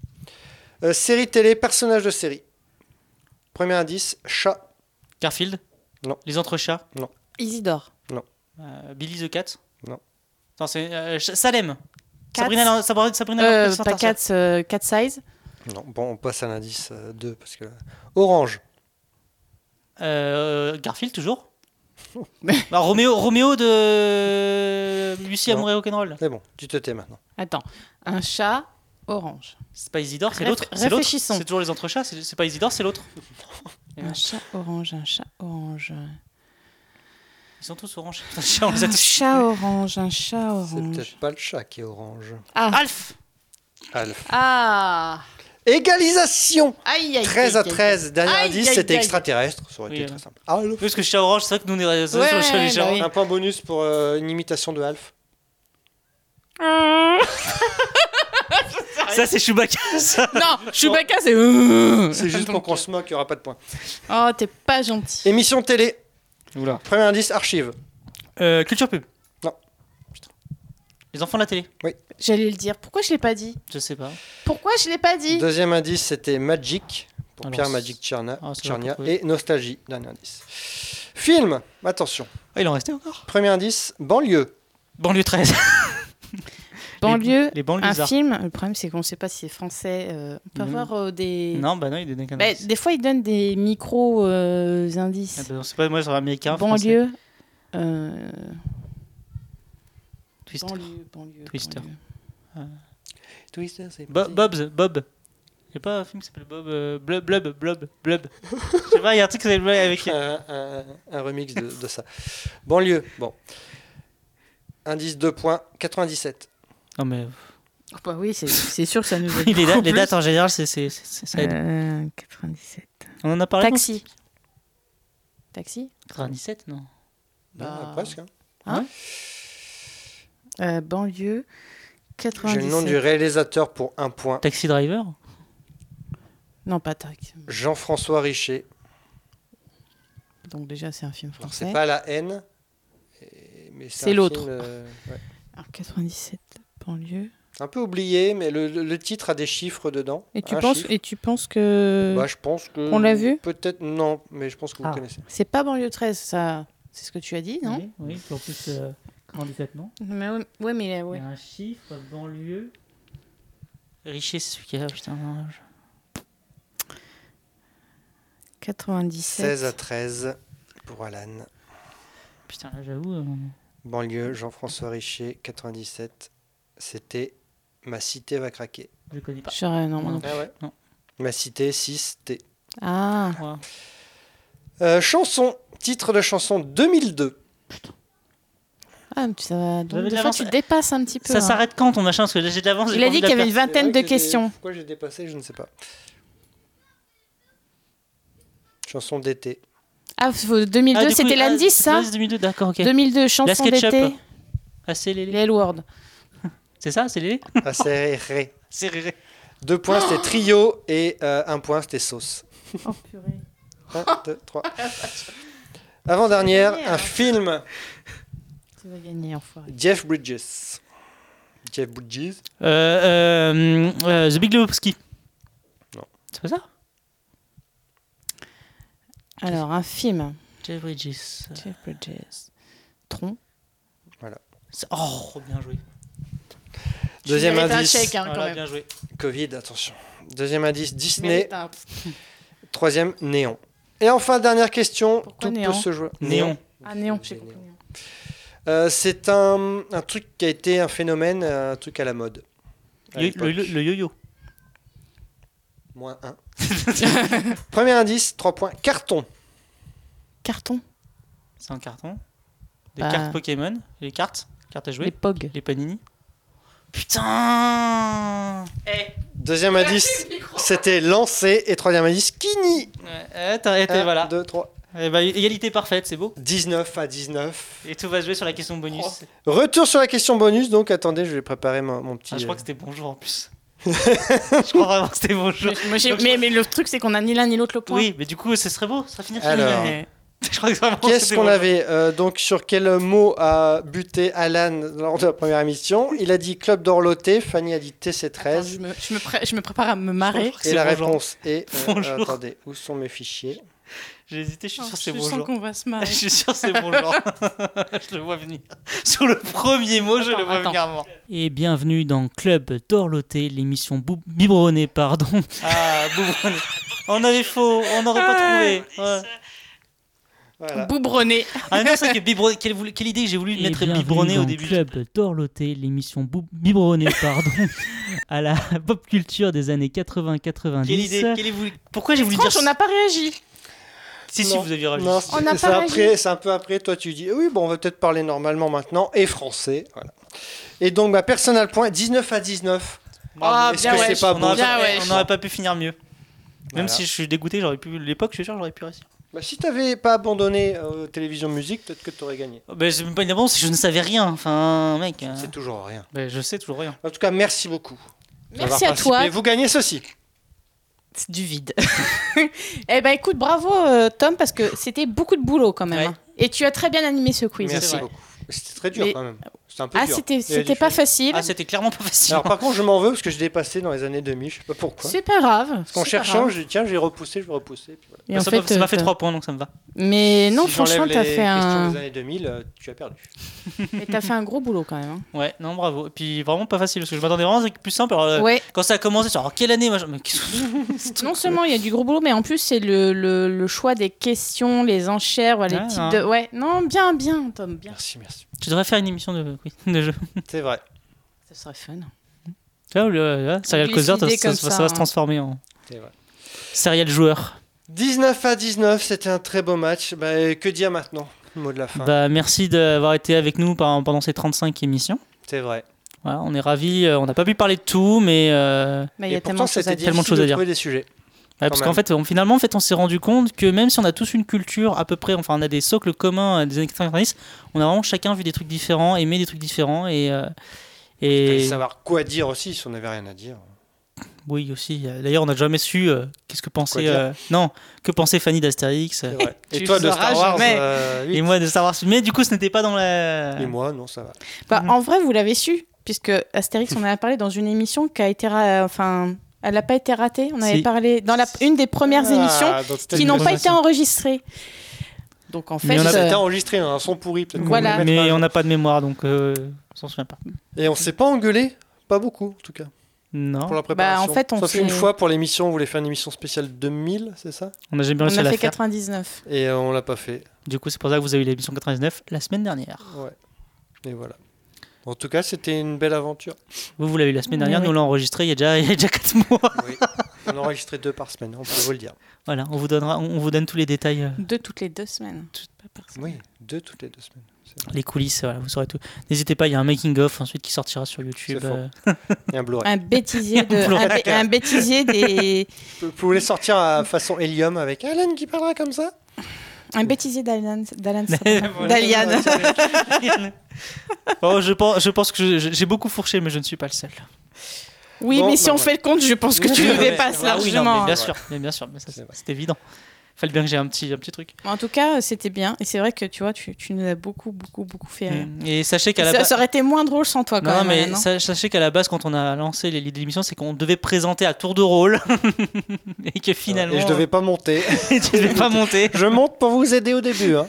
D: Euh, série télé, personnage de série. Premier indice, chat.
C: Garfield
D: Non.
C: Les Entrechats
E: Isidore.
C: Euh, Billy the Cat
D: Non.
C: Non, c'est euh, Ch- Salem.
E: Cats.
C: Sabrina, la- Sabri- Sabrina, la
E: Euh,
C: petite
E: pas
C: sorcière.
E: Cat, euh, Cat Size.
D: Non, bon, on passe à l'indice 2 parce que là- Orange.
C: Euh, Garfield, toujours bah, Roméo, Roméo de euh, Lucie
D: Non.
C: Amour et Rock'n'Roll.
D: C'est bon, tu te tais maintenant.
E: Attends, un chat orange.
C: C'est pas Isidore, c'est
E: Réf-
C: l'autre. c'est l'autre.
E: réfléchissons.
C: C'est toujours les entrechats, c'est c'est pas Isidore, c'est l'autre.
E: Un chat orange, un chat orange.
C: Ils sont tous oranges. Putain, on les a
E: Un
C: tous-
E: chat orange, un chat
D: C'est
E: orange.
D: peut-être pas le chat qui est orange.
E: Ah,
C: Alf
D: Alf.
E: ah
D: Égalisation
E: Aïe, aïe,
D: 13 à
E: aïe, aïe.
D: 13. Dernier
E: Aïe,
D: indice,
E: aïe,
D: c'était
E: aïe.
D: extraterrestre. Ça aurait
C: Oui,
D: été
C: euh.
D: très simple. Ah, Alf.
C: Parce que chat orange, c'est vrai que nous on est restés
E: Ouais,
C: sur le chat des
E: bah
C: gens.
E: oui.
D: Un point bonus pour euh, une imitation de Alf.
E: bah
C: Ça, c'est Chewbacca. ça.
E: Non, Chewbacca, c'est...
D: C'est juste pour qu'on se moque, il n'y aura pas de point.
E: Oh, t'es pas gentil.
D: Émission télé.
C: Oula.
D: Premier indice, archive.
C: Euh, culture pub.
D: Non.
C: Putain. Les enfants de la télé.
E: J'allais le dire. Pourquoi je l'ai pas dit
C: Je sais pas.
E: Pourquoi je l'ai pas dit
D: Deuxième indice, c'était Magic. Pour
C: Alors,
D: Pierre
C: c'est-
D: Magic Tchernia.
C: Ah, ça va
D: Tchernia.
C: pas trouver.
D: et Nostalgie, dernier indice. Film, attention.
C: Ah, il en restait encore.
D: Premier indice, banlieue.
C: Banlieue 13.
E: Banlieue,
C: Les
E: un
C: banlieues
E: film. Le problème, c'est qu'on sait pas si c'est français. euh, on peut
C: Mm.
E: avoir euh, des...
C: Non, bah non, il est des
E: Bah, des fois, ils donnent des
C: Ah,
E: micro-indices.
C: bah, on sait pas, moi, sur américain. français.
E: banlieue. euh,
C: Twister.
E: banlieue, banlieue,
C: Twister.
E: banlieue.
D: Twister, c'est
C: Bo- Bob's, Bob. Il y a pas un film qui s'appelle Bob. euh, Blub, Blub, Blub, Blub. Je sais pas, il y a un truc qui s'appelle Blub avec.
D: un, un- un remix de, de ça. Banlieue, bon. Indice 2 points, 97.
C: Non, mais.
E: Oh, bah oui, c'est- c'est sûr que ça nous aide.
C: Les, da-
E: beaucoup
C: les
E: plus.
C: dates en général, c'est, c'est, c'est- ça aide.
E: Euh, 97.
C: On en a parlé.
E: Taxi. Taxi
C: non 97, non
E: Bah.
D: Ah, presque. hein.
E: Euh, Banlieue. 97.
D: J'ai le nom du réalisateur pour un point.
C: Taxi Driver
E: Non, pas taxi.
D: Jean-François Richer.
E: Donc déjà, c'est un film
D: Alors,
E: français.
D: c'est pas la haine, et- mais
E: C'est
D: un
E: l'autre.
D: film, euh, ouais.
E: Alors, 97, banlieue.
D: Un peu oublié, mais le, le- le titre a des chiffres dedans.
E: Et
C: Ah,
E: tu,
D: Un
E: penses,
D: chiffre.
E: et tu penses que
D: Bah, je pense que.
E: Mmh. on l'a vu
D: Peut-être non, mais je pense que vous
C: Ah.
D: connaissez.
E: c'est pas banlieue 13, ça C'est ce que tu as dit, non
C: Oui, oui, puis en plus, euh, 97, non
E: mais ouais, ouais, mais euh, ouais.
C: Il y a un chiffre, banlieue. Richer, c'est celui qui a, putain. non, je-
E: 97.
D: 16 à 13 pour Alan.
C: Putain, là, j'avoue. euh,
D: Banlieue, Jean-François Richer, 97. C'était Ma cité va craquer.
C: je le connais pas.
E: J'aurais- euh, non, moi non.
D: Ah ouais
C: Non.
D: Ma cité, 6 T.
E: Ah,
C: Ouais.
D: Euh, chanson, titre de chanson 2002.
E: ah mais ça va.
C: J'avais
E: Donc,
C: de
E: des fois,
C: l'avance.
E: tu dépasses un petit peu.
C: Ça
E: hein.
C: s'arrête quand ton machin Parce que là, j'ai de l'avance. j'ai
E: Il
C: pas
E: a
C: envie
E: dit
C: de
E: qu'il y
C: la
E: avait une
C: perdre.
D: C'est
E: vingtaine
D: vrai
E: de
D: que j'ai-
E: questions.
D: Pourquoi j'ai dépassé Je ne sais pas. Chanson d'été.
E: Ah, faut- 2002,
C: Ah, du coup,
E: c'était
C: ah,
E: l'indice,
C: c'est
E: ça
C: l'indice 2002, d'accord, ok.
E: 2002, chanson
C: SketchUp.
E: d'été.
C: Ah, c'est les- les-
E: Les Word.
C: C'est ça, c'est les.
D: Ah, c'est ré.
C: C'est réré.
D: Deux points, c'était trio et euh, un point, c'était sauce.
E: Oh purée.
D: 1, 2, 3. Avant-dernière,
E: C'est génial.
D: un film.
E: Tu vas gagner, enfoiré.
D: Jeff Bridges. Jeff Bridges
C: Euh, euh, euh, The Big Lebowski.
D: Non.
C: C'est pas ça
E: Alors, un film.
C: Jeff Bridges.
E: Jeff Bridges. Tron.
C: C'est- Oh, bien joué.
D: Deuxième
E: mérites un
D: indice.
E: chèque, hein, quand
C: Voilà,
E: même.
C: bien joué.
D: Covid, attention. Deuxième indice,
E: Tu
D: Disney.
E: mérites un-
D: Troisième, Néon. Et enfin, dernière question.
E: Pourquoi
D: Tout
E: Néon
D: peut se jouer.
C: Néon.
E: Ah, néon, j'ai compris.
D: Euh, c'est un, un truc qui a été un phénomène, euh, un truc à la mode. À
C: Yo-
D: l'époque.
C: le, le yo-yo.
D: Moins un. Premier indice, 3 points. Carton.
E: Carton.
C: C'est un carton. Des
E: Bah.
C: cartes Pokémon. Les cartes. Cartes à jouer.
E: Les
C: Les,
E: POG.
C: panini. Putain
D: Deuxième indice, c'était lancé. Et troisième indice, Kini.
C: ouais, eh, t'as- eh, t'es-
D: 1,
C: voilà.
D: 2, 3.
C: Eh ben, égalité parfaite, c'est beau.
D: 19 à 19.
C: Et tout va se jouer sur la question bonus. Ah,
D: Oh. Retour sur la question bonus. Donc, attendez, je vais préparer mon, mon petit.
C: Ah, je
D: euh,
C: crois que c'était bonjour en plus. je crois vraiment que c'était bonjour.
E: Moi, j'ai-
C: Donc, je
E: mais, mais le truc, c'est qu'on a ni l'un ni l'autre le point.
C: Oui, mais du coup, ce serait beau. Ça finirait
D: Alors.
C: Je crois que vraiment,
D: Qu'est-ce
C: c'était
D: qu'on
C: bonjour.
D: avait euh, donc sur quel mot a buté Alan lors de la première émission Il a dit club d'Orloté, Fanny a dit
E: Attends, je,
D: TC13
E: me, je me pré- je me prépare à me marrer.
C: crois que
D: et
C: c'est
D: la
C: bonjour.
D: réponse est euh,
C: Bonjour.
D: attendez, où sont mes fichiers
C: J'ai hésité, je suis
E: Oh,
C: sûr que
E: je
C: c'est bon
E: sens
C: genre.
E: qu'on va se marrer.
C: Je suis sûr que c'est bon genre. je le vois venir. Sur le premier mot, je le
E: Attends,
C: vois
E: attends.
C: venir moi. Et bienvenue dans Club Dorloté, l'émission bou- biberonnée, pardon. Ah, biberonnée. On avait faux, on n'aurait pas trouvé.
E: Ouais.
C: Ouais.
D: Voilà.
E: Boubronné.
C: Ah non, c'est vrai que biberonné, quelle, voulu- quelle idée j'ai voulu
H: Et
C: mettre
H: bienvenue
C: biberonné au
H: dans
C: début.
H: Club Dorloté, l'émission bou- biberonnée, pardon, à la pop culture des années 80-90.
C: Quelle idée quelle est voulu- Pourquoi j'ai voulu dire
E: Franche, on n'a pas réagi.
C: Si, si,
D: Non.
C: vous aviez raison.
D: Non,
E: On n'a
D: c'est- c'est
E: pas réagi.
D: après, c'est un peu après. Toi, tu dis oui, bon, on va peut-être parler normalement maintenant et français. Voilà. Et donc, ma personne a le point 19 à 19.
E: Ah,
D: Est-ce
E: bien
D: que
E: ouais.
D: c'est pas
C: on
D: bon
C: n'aurait
E: Bien
C: pas,
E: ouais.
C: on n'aurait pas pu finir mieux. Même
D: Voilà.
C: si je suis dégoûté, j'aurais pu l'époque, je suis sûr, j'aurais pu réussir.
D: Bah, Si t'avais pas abandonné euh, télévision musique, peut-être que t'aurais gagné.
C: Oh, Ben, c'est même pas une avance, je ne savais rien. Enfin, mec. euh,
D: C'est toujours rien.
C: ben, je sais toujours rien.
D: En tout cas, merci beaucoup. d'avoir
E: Merci à
D: participé.
E: toi.
D: Vous gagnez ceci.
E: C'est du vide. eh ben écoute, bravo euh, Tom, parce que c'était beaucoup de boulot quand même.
C: Ouais.
E: hein. Et tu as très bien animé ce quiz.
D: Merci
C: vrai.
D: beaucoup. C'était très dur
E: Mais-
D: quand même. C'était un peu
E: Ah,
D: dur.
E: c'était
D: Il y a
E: c'était
D: du
E: pas
D: chemin.
E: facile.
C: Ah, c'était clairement pas facile.
D: Alors par contre, je m'en veux parce que je dépassais dans les années 2000. Je sais pas pourquoi.
E: c'est pas grave. c'est
D: En
E: pas
D: cherchant,
E: grave.
D: je dis tiens, je vais repousser, je vais repousser. Puis voilà.
E: Et en
C: ça m'a- ça m'a
E: euh,
C: fait 3 points, donc ça me va.
E: Mais non,
D: Si j'enlève
E: franchement, t'as
D: les
E: fait
D: questions
E: un,
D: des années 2000, euh, tu as perdu.
E: mais t'as fait un gros boulot quand même. hein.
C: Ouais, non, bravo. Et puis vraiment pas facile, parce que je m'attendais vraiment à un truc plus simple. Alors, euh,
E: hein. Ouais.
C: Quand ça a commencé, genre, alors, quelle année machin Mais qu'est-ce que-
E: Non seulement il y a du gros boulot, mais en plus c'est le, le- le choix des questions, les enchères, voilà, les
C: Ouais,
E: types
C: hein.
E: de. Ouais, non, bien, bien, Tom, bien.
D: Merci, merci.
C: Tu devrais faire une émission de, oui, de jeu.
D: C'est vrai.
E: Ça serait fun.
C: Tu vois, le- là, Serial
E: glisse
C: Causer, ça,
E: l'idée
C: ça-
E: comme
C: ça-
E: ça,
C: ça va se
E: hein.
C: transformer en
D: C'est vrai.
C: Serial Joueur.
D: 19 à 19, c'était un très beau match. Bah, que dire maintenant Mot de la fin.
C: Bah, merci d'avoir été avec nous par- pendant ces 35 émissions.
D: C'est vrai.
C: Voilà, on est ravis. euh, On n'a pas pu parler de tout, mais. euh,
E: Mais il y
D: Et
E: a
D: pourtant,
E: tellement de choses à
D: c'était
E: dire.
C: tellement de choses à
D: difficile de
C: dire.
D: trouver des sujets.
C: Ouais,
D: Quand
C: parce
D: même.
C: qu'en fait, on, finalement, en fait, on s'est rendu compte que même si on a tous une culture à peu près, enfin, on a des socles communs euh, des années 90, on a vraiment chacun vu des trucs différents, aimé des trucs différents et. euh,
D: Il fallait
C: et
D: savoir quoi dire aussi si on n'avait rien à dire.
C: oui aussi. euh, D'ailleurs, on n'a jamais su euh, qu'est-ce que pensait
D: dire
C: euh, non que pensait Fanny d'Astérix euh,
D: C'est vrai. Et
E: Tu
D: toi de
E: le sauras
D: Star Wars
E: jamais.
D: euh, oui.
C: et moi de Star Wars. Mais du coup, ce n'était pas dans la.
D: Et moi, non, ça va.
E: Bah,
C: Mhm.
E: En vrai, vous l'avez su, puisque Astérix, on en a parlé dans une émission qui a été. ra- euh, Enfin, elle n'a pas été ratée. On avait
C: Si.
E: parlé dans la, une des premières émissions
D: Ah, donc c'était
E: qui
D: une
E: n'ont
D: bonne
E: pas
D: façon.
E: été enregistrées. Donc en
C: Mais
E: fait.
C: on a-
E: euh,
D: C'était enregistré dans un son pourri. peut-être qu'on
E: Voilà.
D: peut le mettre
C: Mais
D: un
C: on n'a pas de mémoire, donc euh, on s'en souvient pas.
D: jour. Et on s'est pas engueulé. Pas beaucoup, en tout cas,
C: Non,
D: pour la préparation.
E: Bah, en fait, on
D: Sauf
E: s'est-
D: une fois pour l'émission, on voulait faire une émission spéciale 2000, c'est ça
C: on n'a jamais
E: on
C: réussi à
E: a
C: la
E: fait
C: faire.
E: 99.
D: Et euh, on l'a pas fait.
C: Du coup, c'est pour ça que vous avez eu l'émission 99 la semaine dernière.
D: Et voilà. En tout cas, c'était une belle aventure.
C: Vous, vous l'avez eu la semaine dernière,
E: Oui,
C: nous
E: oui.
C: l'a enregistré il y a déjà, il y a déjà 4 mois.
D: Oui. On enregistrait deux par semaine, on peut vous le dire.
C: Voilà, on vous, donnera, on vous donne tous les détails. euh,
E: Deux toutes les deux semaines. Pas par semaine.
D: Oui, deux toutes les deux semaines.
C: les coulisses, voilà, vous saurez tout. N'hésitez pas, il y a un making of ensuite qui sortira sur YouTube.
D: C'est fort.
C: euh,
D: Et un Blu-ray.
E: Un bêtisier, de,
C: Blu-ray.
E: un, bé- un bêtisier des,
D: Vous pouvez les sortir à façon Helium avec Alan qui parlera comme ça
E: un bêtisier d'Alan, d'Alan Sordin.
C: Voilà.
E: d'Aliane.
C: oh, je pense, je pense que je- je- j'ai beaucoup fourché, mais je ne suis pas le seul.
E: Oui,
D: Bon,
E: mais
D: bah,
E: si on
D: voilà.
E: fait le compte, je pense que tu
D: Oui,
E: le
D: mais-
E: dépasses
C: Ah oui, non,
E: largement.
C: mais bien
D: hein.
C: sûr, mais bien sûr, mais ça,
D: C'est vrai.
C: c'est évident. Fallait bien que j'ai un petit, un petit truc.
E: En tout cas, c'était bien. Et c'est vrai que tu vois, tu, tu nous as beaucoup, beaucoup, beaucoup fait rire.
C: Mm. Et sachez qu'à la
E: Ça,
C: base.
E: ça aurait été moins drôle sans toi, quand
C: Non,
E: même.
C: mais
E: Alain,
C: sa- sachez qu'à la base, quand on a lancé l'idée de l'émission, c'est qu'on devait présenter à tour de rôle et que finalement,
D: Et je devais pas monter.
C: tu devais pas monter.
D: je monte pour vous aider au début. hein.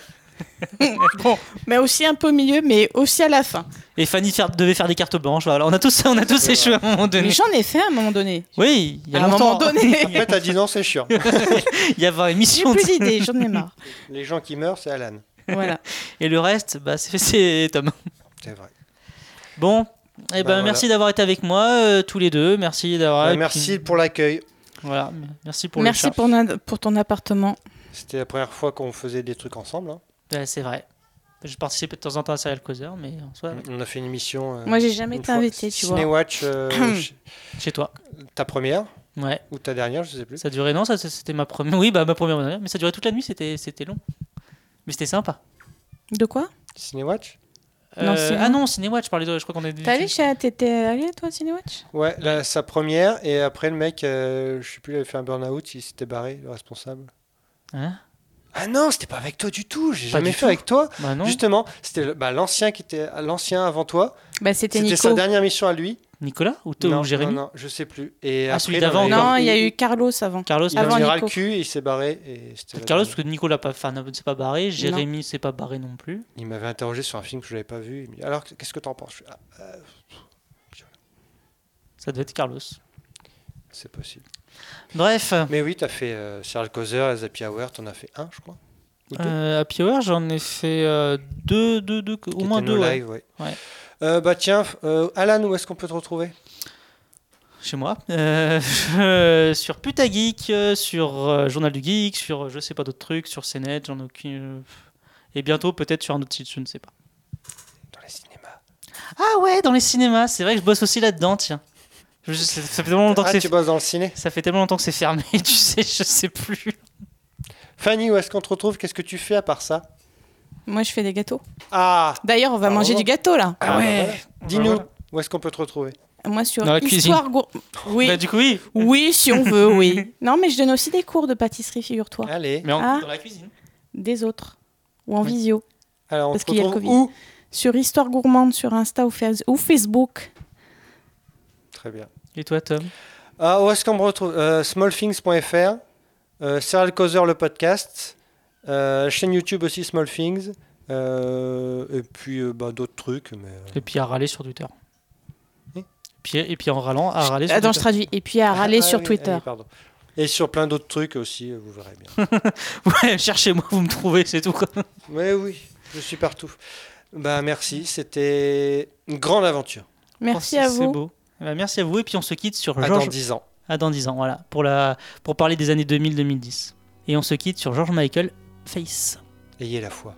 E: Mais aussi un peu au milieu, mais aussi à la fin.
C: Et Fanny faire- devait faire des cartes blanches. Voilà, on a tous, on a tous
D: C'est
C: échoué à un moment
E: Mais
C: donné.
E: j'en ai fait à un moment donné.
C: Oui, il y a
E: à un
C: longtemps.
E: moment donné.
D: Après, t'as dit non, c'est chiant.
C: il y a 20 émissions.
E: J'ai plus d'idées, j'en ai marre.
D: Les gens qui meurent, c'est Alan.
E: Voilà.
C: Et le reste, bah, c'est- c'est Tom.
D: C'est vrai.
C: Bon, eh ben,
D: Bah, voilà.
C: merci d'avoir été avec moi, euh, tous les deux. Merci d'avoir.
D: Bah,
C: et
D: merci
C: puis,
D: pour l'accueil.
C: voilà, merci pour
E: Merci
C: le chat.
E: pour, na- pour ton appartement.
D: C'était la première fois qu'on faisait des trucs ensemble. hein.
C: Ouais, Bah, c'est vrai. Je participe de temps en temps à Serial Causer, mais en soi,
D: On a fait une émission. euh,
E: Moi, j'ai jamais
D: une
E: été
D: fois.
E: invitée, tu vois.
D: Cinéwatch, euh, ch-
C: chez toi.
D: ta première
C: Ouais.
D: ou ta dernière, je sais plus.
C: Ça durait, non, ça c'était ma première. Oui, bah ma première, ma dernière, mais ça durait toute la nuit, c'était c'était long. Mais c'était sympa.
E: De quoi
D: Cinéwatch
E: Non,
C: Euh,
E: c'est-
C: ah non, Cinéwatch, je parlais de. Je crois qu'on est.
E: T'es allé chez... T'étais allé, toi, à Cinewatch
D: Ouais, la- sa première. Et après, le mec, euh, je sais plus, il avait fait un burn-out, il s'était barré, le responsable.
C: Hein
D: Ah non, c'était pas avec toi du tout, j'ai
C: Pas
D: jamais
C: du
D: fait
C: tout.
D: avec toi.
C: Bah non.
D: Justement, c'était le- bah, l'ancien qui était l'ancien avant toi.
E: Bah, c'était
D: C'était sa
E: Nico.
D: dernière mission à lui.
C: Nicolas ou, toi,
D: non,
C: ou Jérémy
D: non, non, je sais plus. Et
C: Ah,
D: après,
C: celui
D: dans
C: d'avant,
D: les-
C: encore.
E: Non, il y a eu Carlos avant.
C: Carlos,
D: Il
C: non.
D: a
E: Avant
D: tiré
E: Nico.
D: le cul, il s'est barré et c'était la
C: Carlos,
D: dernière.
C: parce que Nicolas pas- enfin, ne s'est pas barré, Jérémy s'est pas barré non plus.
D: Il m'avait interrogé sur un film que je n'avais pas vu. Il me dit Alors, qu'est-ce que t'en penses Je fais, Ah, euh,
C: Ça devait être Carlos.
D: C'est possible.
C: Bref,
D: Mais oui, t'as fait euh, Serge Causer, Zappy Hour, t'en as fait un, je crois. Ou deux.
C: euh, Happy Hour, j'en ai fait euh, deux, deux, deux,
D: Qui
C: au moins
D: étaient
C: deux.
D: nos
C: ouais.
D: lives, ouais.
C: Ouais.
D: Euh, bah tiens, euh, Alan, où est-ce qu'on peut te retrouver
C: Chez moi. Euh, je- sur Puta Geek, euh, sur euh, Journal du Geek, sur euh, je sais pas d'autres trucs, sur CNET, j'en ai aucune. euh, Et bientôt peut-être sur un autre site, je ne sais pas.
D: Dans les cinémas.
C: Ah ouais, dans les cinémas, c'est vrai que je bosse aussi là-dedans, tiens. Je- ça fait tellement longtemps que
D: Ah,
C: c'est
D: tu bosses dans le ciné.
C: Ça fait tellement longtemps que c'est fermé, tu sais, je sais plus.
D: Fanny, où est-ce qu'on te retrouve Qu'est-ce que tu fais à part ça
E: Moi, je fais des gâteaux.
D: Ah
E: D'ailleurs, on va
D: Ah,
E: manger
D: vraiment
E: du gâteau là.
D: Ah ouais. Dis-nous,
C: Voilà.
D: où est-ce qu'on peut te retrouver
E: Moi, sur
C: Dans la cuisine.
E: Histoire Gour- Oui.
C: Bah, du coup, oui.
E: Oui, si on veut, oui. Non, mais je donne aussi des cours de pâtisserie, figure-toi.
D: Allez,
C: Mais en-
E: Ah.
C: dans la cuisine.
E: Des autres. Ou en
C: Oui.
E: visio.
D: alors on
E: Parce
D: te
E: qu'il y a le
D: retrouve
E: Covid.
D: où
E: Sur Histoire Gourmande, sur Insta ou, Face- ou Facebook.
D: Très bien.
C: Et toi, Tom
D: Ah, où est-ce qu'on me retrouve Euh, Smallthings.fr, euh, Serial Causer le podcast, euh, chaîne YouTube aussi Smallthings, euh, et puis euh, bah, d'autres trucs. Mais, euh,
C: Et puis à râler sur Twitter.
D: Oui.
C: Et puis, et puis en râlant, à râler sur
E: Attends,
C: Twitter.
E: je traduis. Et puis à râler
D: ah,
E: sur
D: oui,
E: Twitter.
D: allez, pardon. Et sur plein d'autres trucs aussi, euh, vous verrez bien.
C: Ouais, cherchez-moi, vous me trouvez, c'est tout. Quoi.
D: Mais oui, je suis partout. Bah merci, c'était une grande aventure.
E: Merci
C: Oh, c'est-
E: à vous.
C: C'est beau. Eh ben, merci à vous, et puis on se quitte sur
D: À dans
C: Georges.
D: 10 ans.
C: À dans 10 ans, voilà. Pour, la... pour parler des années 2000-2010. Et on se quitte sur George Michael Face.
D: Ayez la foi.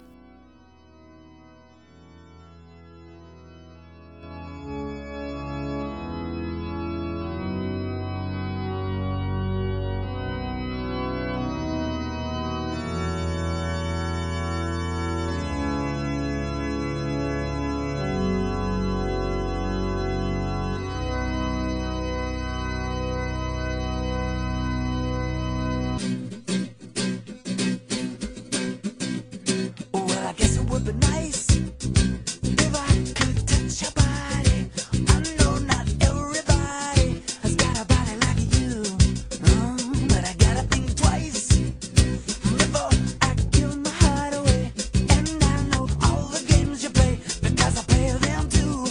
G: Well, I guess it would be nice if I could touch your body. I know not everybody has got a body like you, Mm, but I gotta think twice before I give my heart away. And I know all the games you play because I play them too.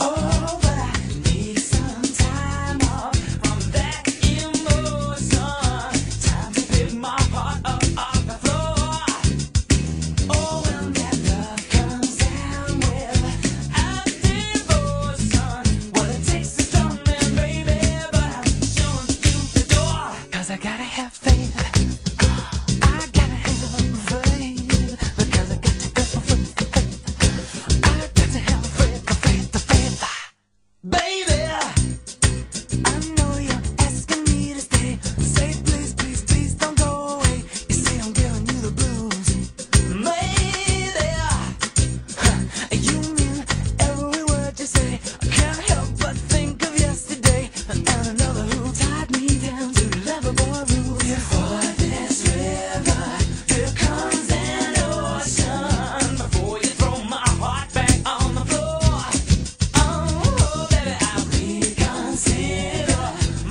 G: Oh, but I need some time off from that emotion. Time to pick my heart up off the floor. Oh, when that love comes down with a devotion, well it takes a strong man, baby, but I'm showing through the door. 'Cause I gotta have faith, Ah, I gotta have faith, because I got to go faith, I got to have faith, faith, faith, baby. I know you're asking me to stay. Say please, please, please don't go away. You say I'm giving you the blues, maybe you mean every word you say. I can't help but think of yesterday and another who tied me down to the lover boy rule. Before this river, here comes an ocean. Before you throw my heart back on the floor. Oh, baby, I'll reconsider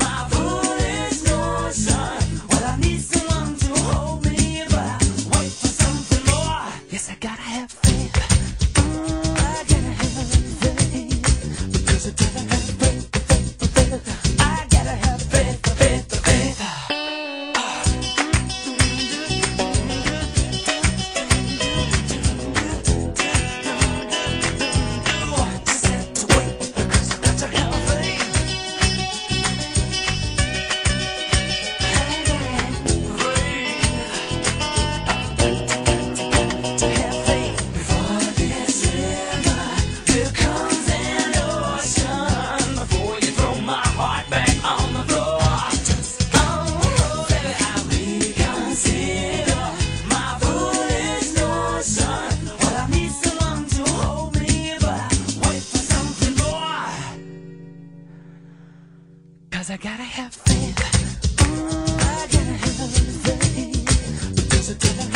G: my foolish notion. Well, I need someone to hold me, but I wait for something more. Yes, I gotta have faith. I gotta have faith because I gotta have faith, faith, faith. I gotta have faith, faith, faith. Just have to wait because I got to have faith. Cause I gotta have faith. I gotta have faith. Because I gotta